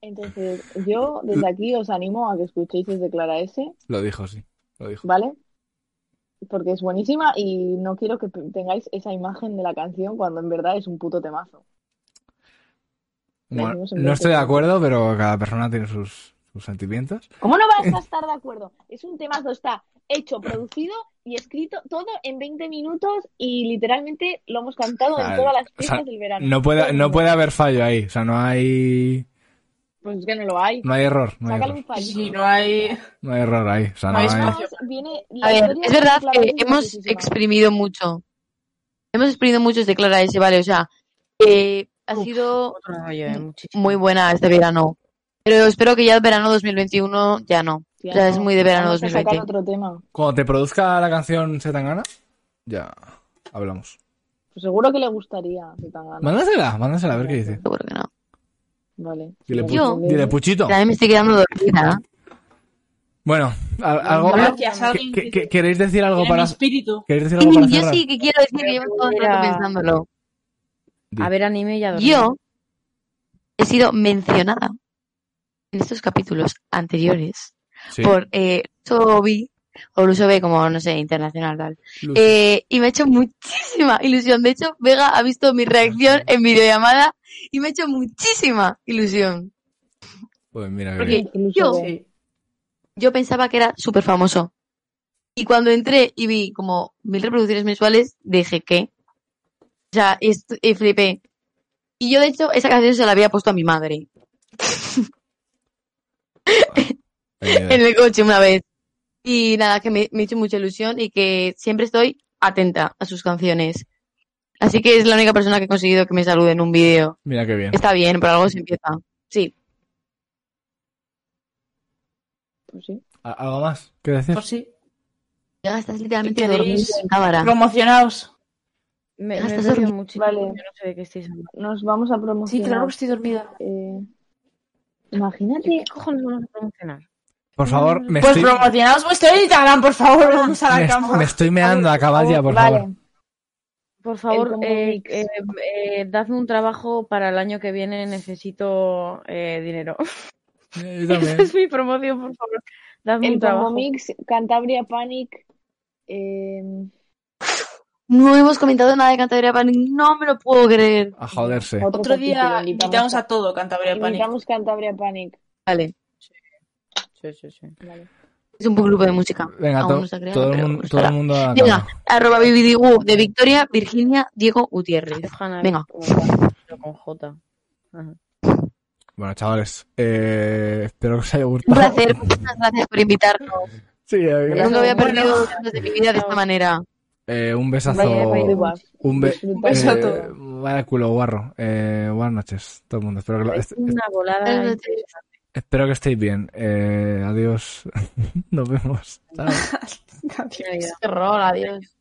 D: Entonces, yo desde aquí os animo a que escuchéis desde Clara S.
A: Lo dijo, sí. Lo dijo.
D: ¿vale? Porque es buenísima y no quiero que p- tengáis esa imagen de la canción cuando en verdad es un puto temazo.
A: Bueno,
D: Decimos en
A: no
D: vez
A: estoy de
D: de-
A: acuerdo, pero cada persona tiene sus, sus sentimientos.
G: ¿Cómo no vas
D: *laughs*
G: a estar de acuerdo? Es un temazo, está hecho, producido y escrito todo en 20 minutos y literalmente lo hemos cantado
A: Ah,
G: en todas las
A: o sea,
G: fiestas del verano.
A: No puede, no puede haber fallo ahí, o sea, no hay,
D: Pues es que no lo hay.
A: no hay error, no hay
G: Sácale
A: error,
G: un fallo.
B: Si no hay.
A: no hay error ahí, o sea, no
B: No hay
A: hay...
G: Vamos, viene la
E: A ver,
G: historia
E: es
G: de
E: verdad
G: Clara
E: que
G: Belli
E: hemos
G: graciosísima.
E: exprimido mucho. Hemos exprimido mucho este Clara S, vale, o sea, eh, ha
F: Uf.
E: sido
F: Otro rollo, eh, muchísimo.
E: muy buena este verano. Pero espero que ya el verano 2021 ya no.
D: Ya
E: o sea,
D: no.
E: es muy de verano
D: Vamos a sacar
E: 2020.
D: otro tema.
A: Cuando te produzca la canción Se gana, ya hablamos.
D: Pues seguro que le gustaría. si tan gana.
A: Mándasela, mándasela a ver qué dice.
E: Seguro que no.
D: Vale. Pues
A: Dile, pu-
E: Yo-
A: dile, puchito.
E: También me estoy quedando dormida.
A: Bueno, al- algo...
B: Gracias, alguien.
A: ¿Qué-
B: que
A: qué- ¿Queréis decir algo
B: tiene mi
A: para,
B: espíritu.
A: ¿queréis decir algo para
E: Yo
A: cerrar?
E: sí que quiero decir que llevo todo el rato
F: Mira.
E: pensándolo.
F: A ver anime y a dormir.
E: Yo he sido mencionada en estos capítulos anteriores
A: Sí.
E: por eh, Sobi, o Luso B como, no sé, internacional tal.
A: Lucy.
E: Eh, y me ha hecho muchísima ilusión. De hecho, Vega ha visto mi reacción en videollamada y me ha hecho muchísima ilusión.
A: Pues mira que
E: Porque
A: bien.
D: Incluso
E: yo-
D: de-
B: Sí.
E: Yo pensaba que era súper famoso. Y cuando entré y vi como mil reproducciones mensuales, dije que. O sea, y, estu- y flipé. Y yo, de hecho, esa canción se la había puesto a mi madre
A: Ahí me da.
E: en el coche una vez. Y nada, que me, me ha hecho mucha ilusión y que siempre estoy atenta a sus canciones. Así que es la única persona que he conseguido que me salude en un vídeo.
A: Mira que bien.
E: Está bien, por algo se empieza. Sí.
D: pues sí.
A: ¿A- ¿Algo más que decir?
B: Pues sí.
E: Ya estás literalmente
F: ¿Queréis?
E: dormido en cámara.
B: Promocionaos.
F: Me,
E: Ah,
F: me he
E: estás
F: perdido
E: dormida.
F: muchísimo.
D: Vale.
F: Yo no sé de qué estáis hablando.
D: Nos vamos a
B: Sí,
D: promocionar.
B: claro que estoy dormida.
D: Eh,
F: ¿Qué
D: imagínate.
F: cojones vamos a promocionar?
A: Por favor, me
B: Pues
A: estoy,
B: promocionaos vuestro Instagram, por favor. Vamos a la
A: me, me
B: cama.
A: estoy meando a caballa, por
D: vale.
A: favor.
F: Por
D: El
F: favor,
D: combo
F: eh,
D: mix.
F: eh, eh, dadme un trabajo para el año que viene. Necesito eh, dinero.
A: Eh, Yo
F: *laughs* Esa
A: también.
F: es mi promoción, por favor. Dadme
D: El
F: un
D: Combo
F: trabajo.
D: Mix, Cantabria Panic. eh,
E: No hemos comentado nada de Cantabria Panic. No me lo puedo creer.
A: A joderse.
B: Otro día
D: capítulo,
B: invitamos a todo Cantabria Panic.
D: invitamos Cantabria Panic.
E: Vale.
F: Sí, sí, sí.
D: Vale.
E: Es un grupo de música.
A: Venga,
E: Aún
A: to-
E: no se ha creado,
A: todo, el
E: pero
A: mundo,
E: lo
A: todo el
E: será.
A: mundo a la
E: Venga,
A: cama.
E: arroba BBDU de Victoria, Virginia, Diego Gutiérrez.
F: Hanna,
E: Venga.
F: como Juan, pero con J. Ajá.
A: Bueno, chavales, eh, espero que os haya
E: Un
A: gustado.
E: placer, muchas gracias por invitarnos.
A: *laughs* Sí, eh,
F: Gracias.
E: Nunca había
F: Bueno.
E: perdido tantos de mi vida de esta manera.
A: eh, un
F: Vaya, vaya.
A: besazo.
D: Pruebas.
A: Un, be-
D: Disfruta.
B: Un beso a todos.
A: eh, vaya culo guarro. Eh, buenas noches, todo el mundo. Espero que, lo-
F: Es
A: est- est-
F: una volada.
E: Buenas noches.
A: espero que estéis bien. Eh, adiós. *laughs* Nos vemos. Chao.
B: Adiós.
E: Qué horror, adiós.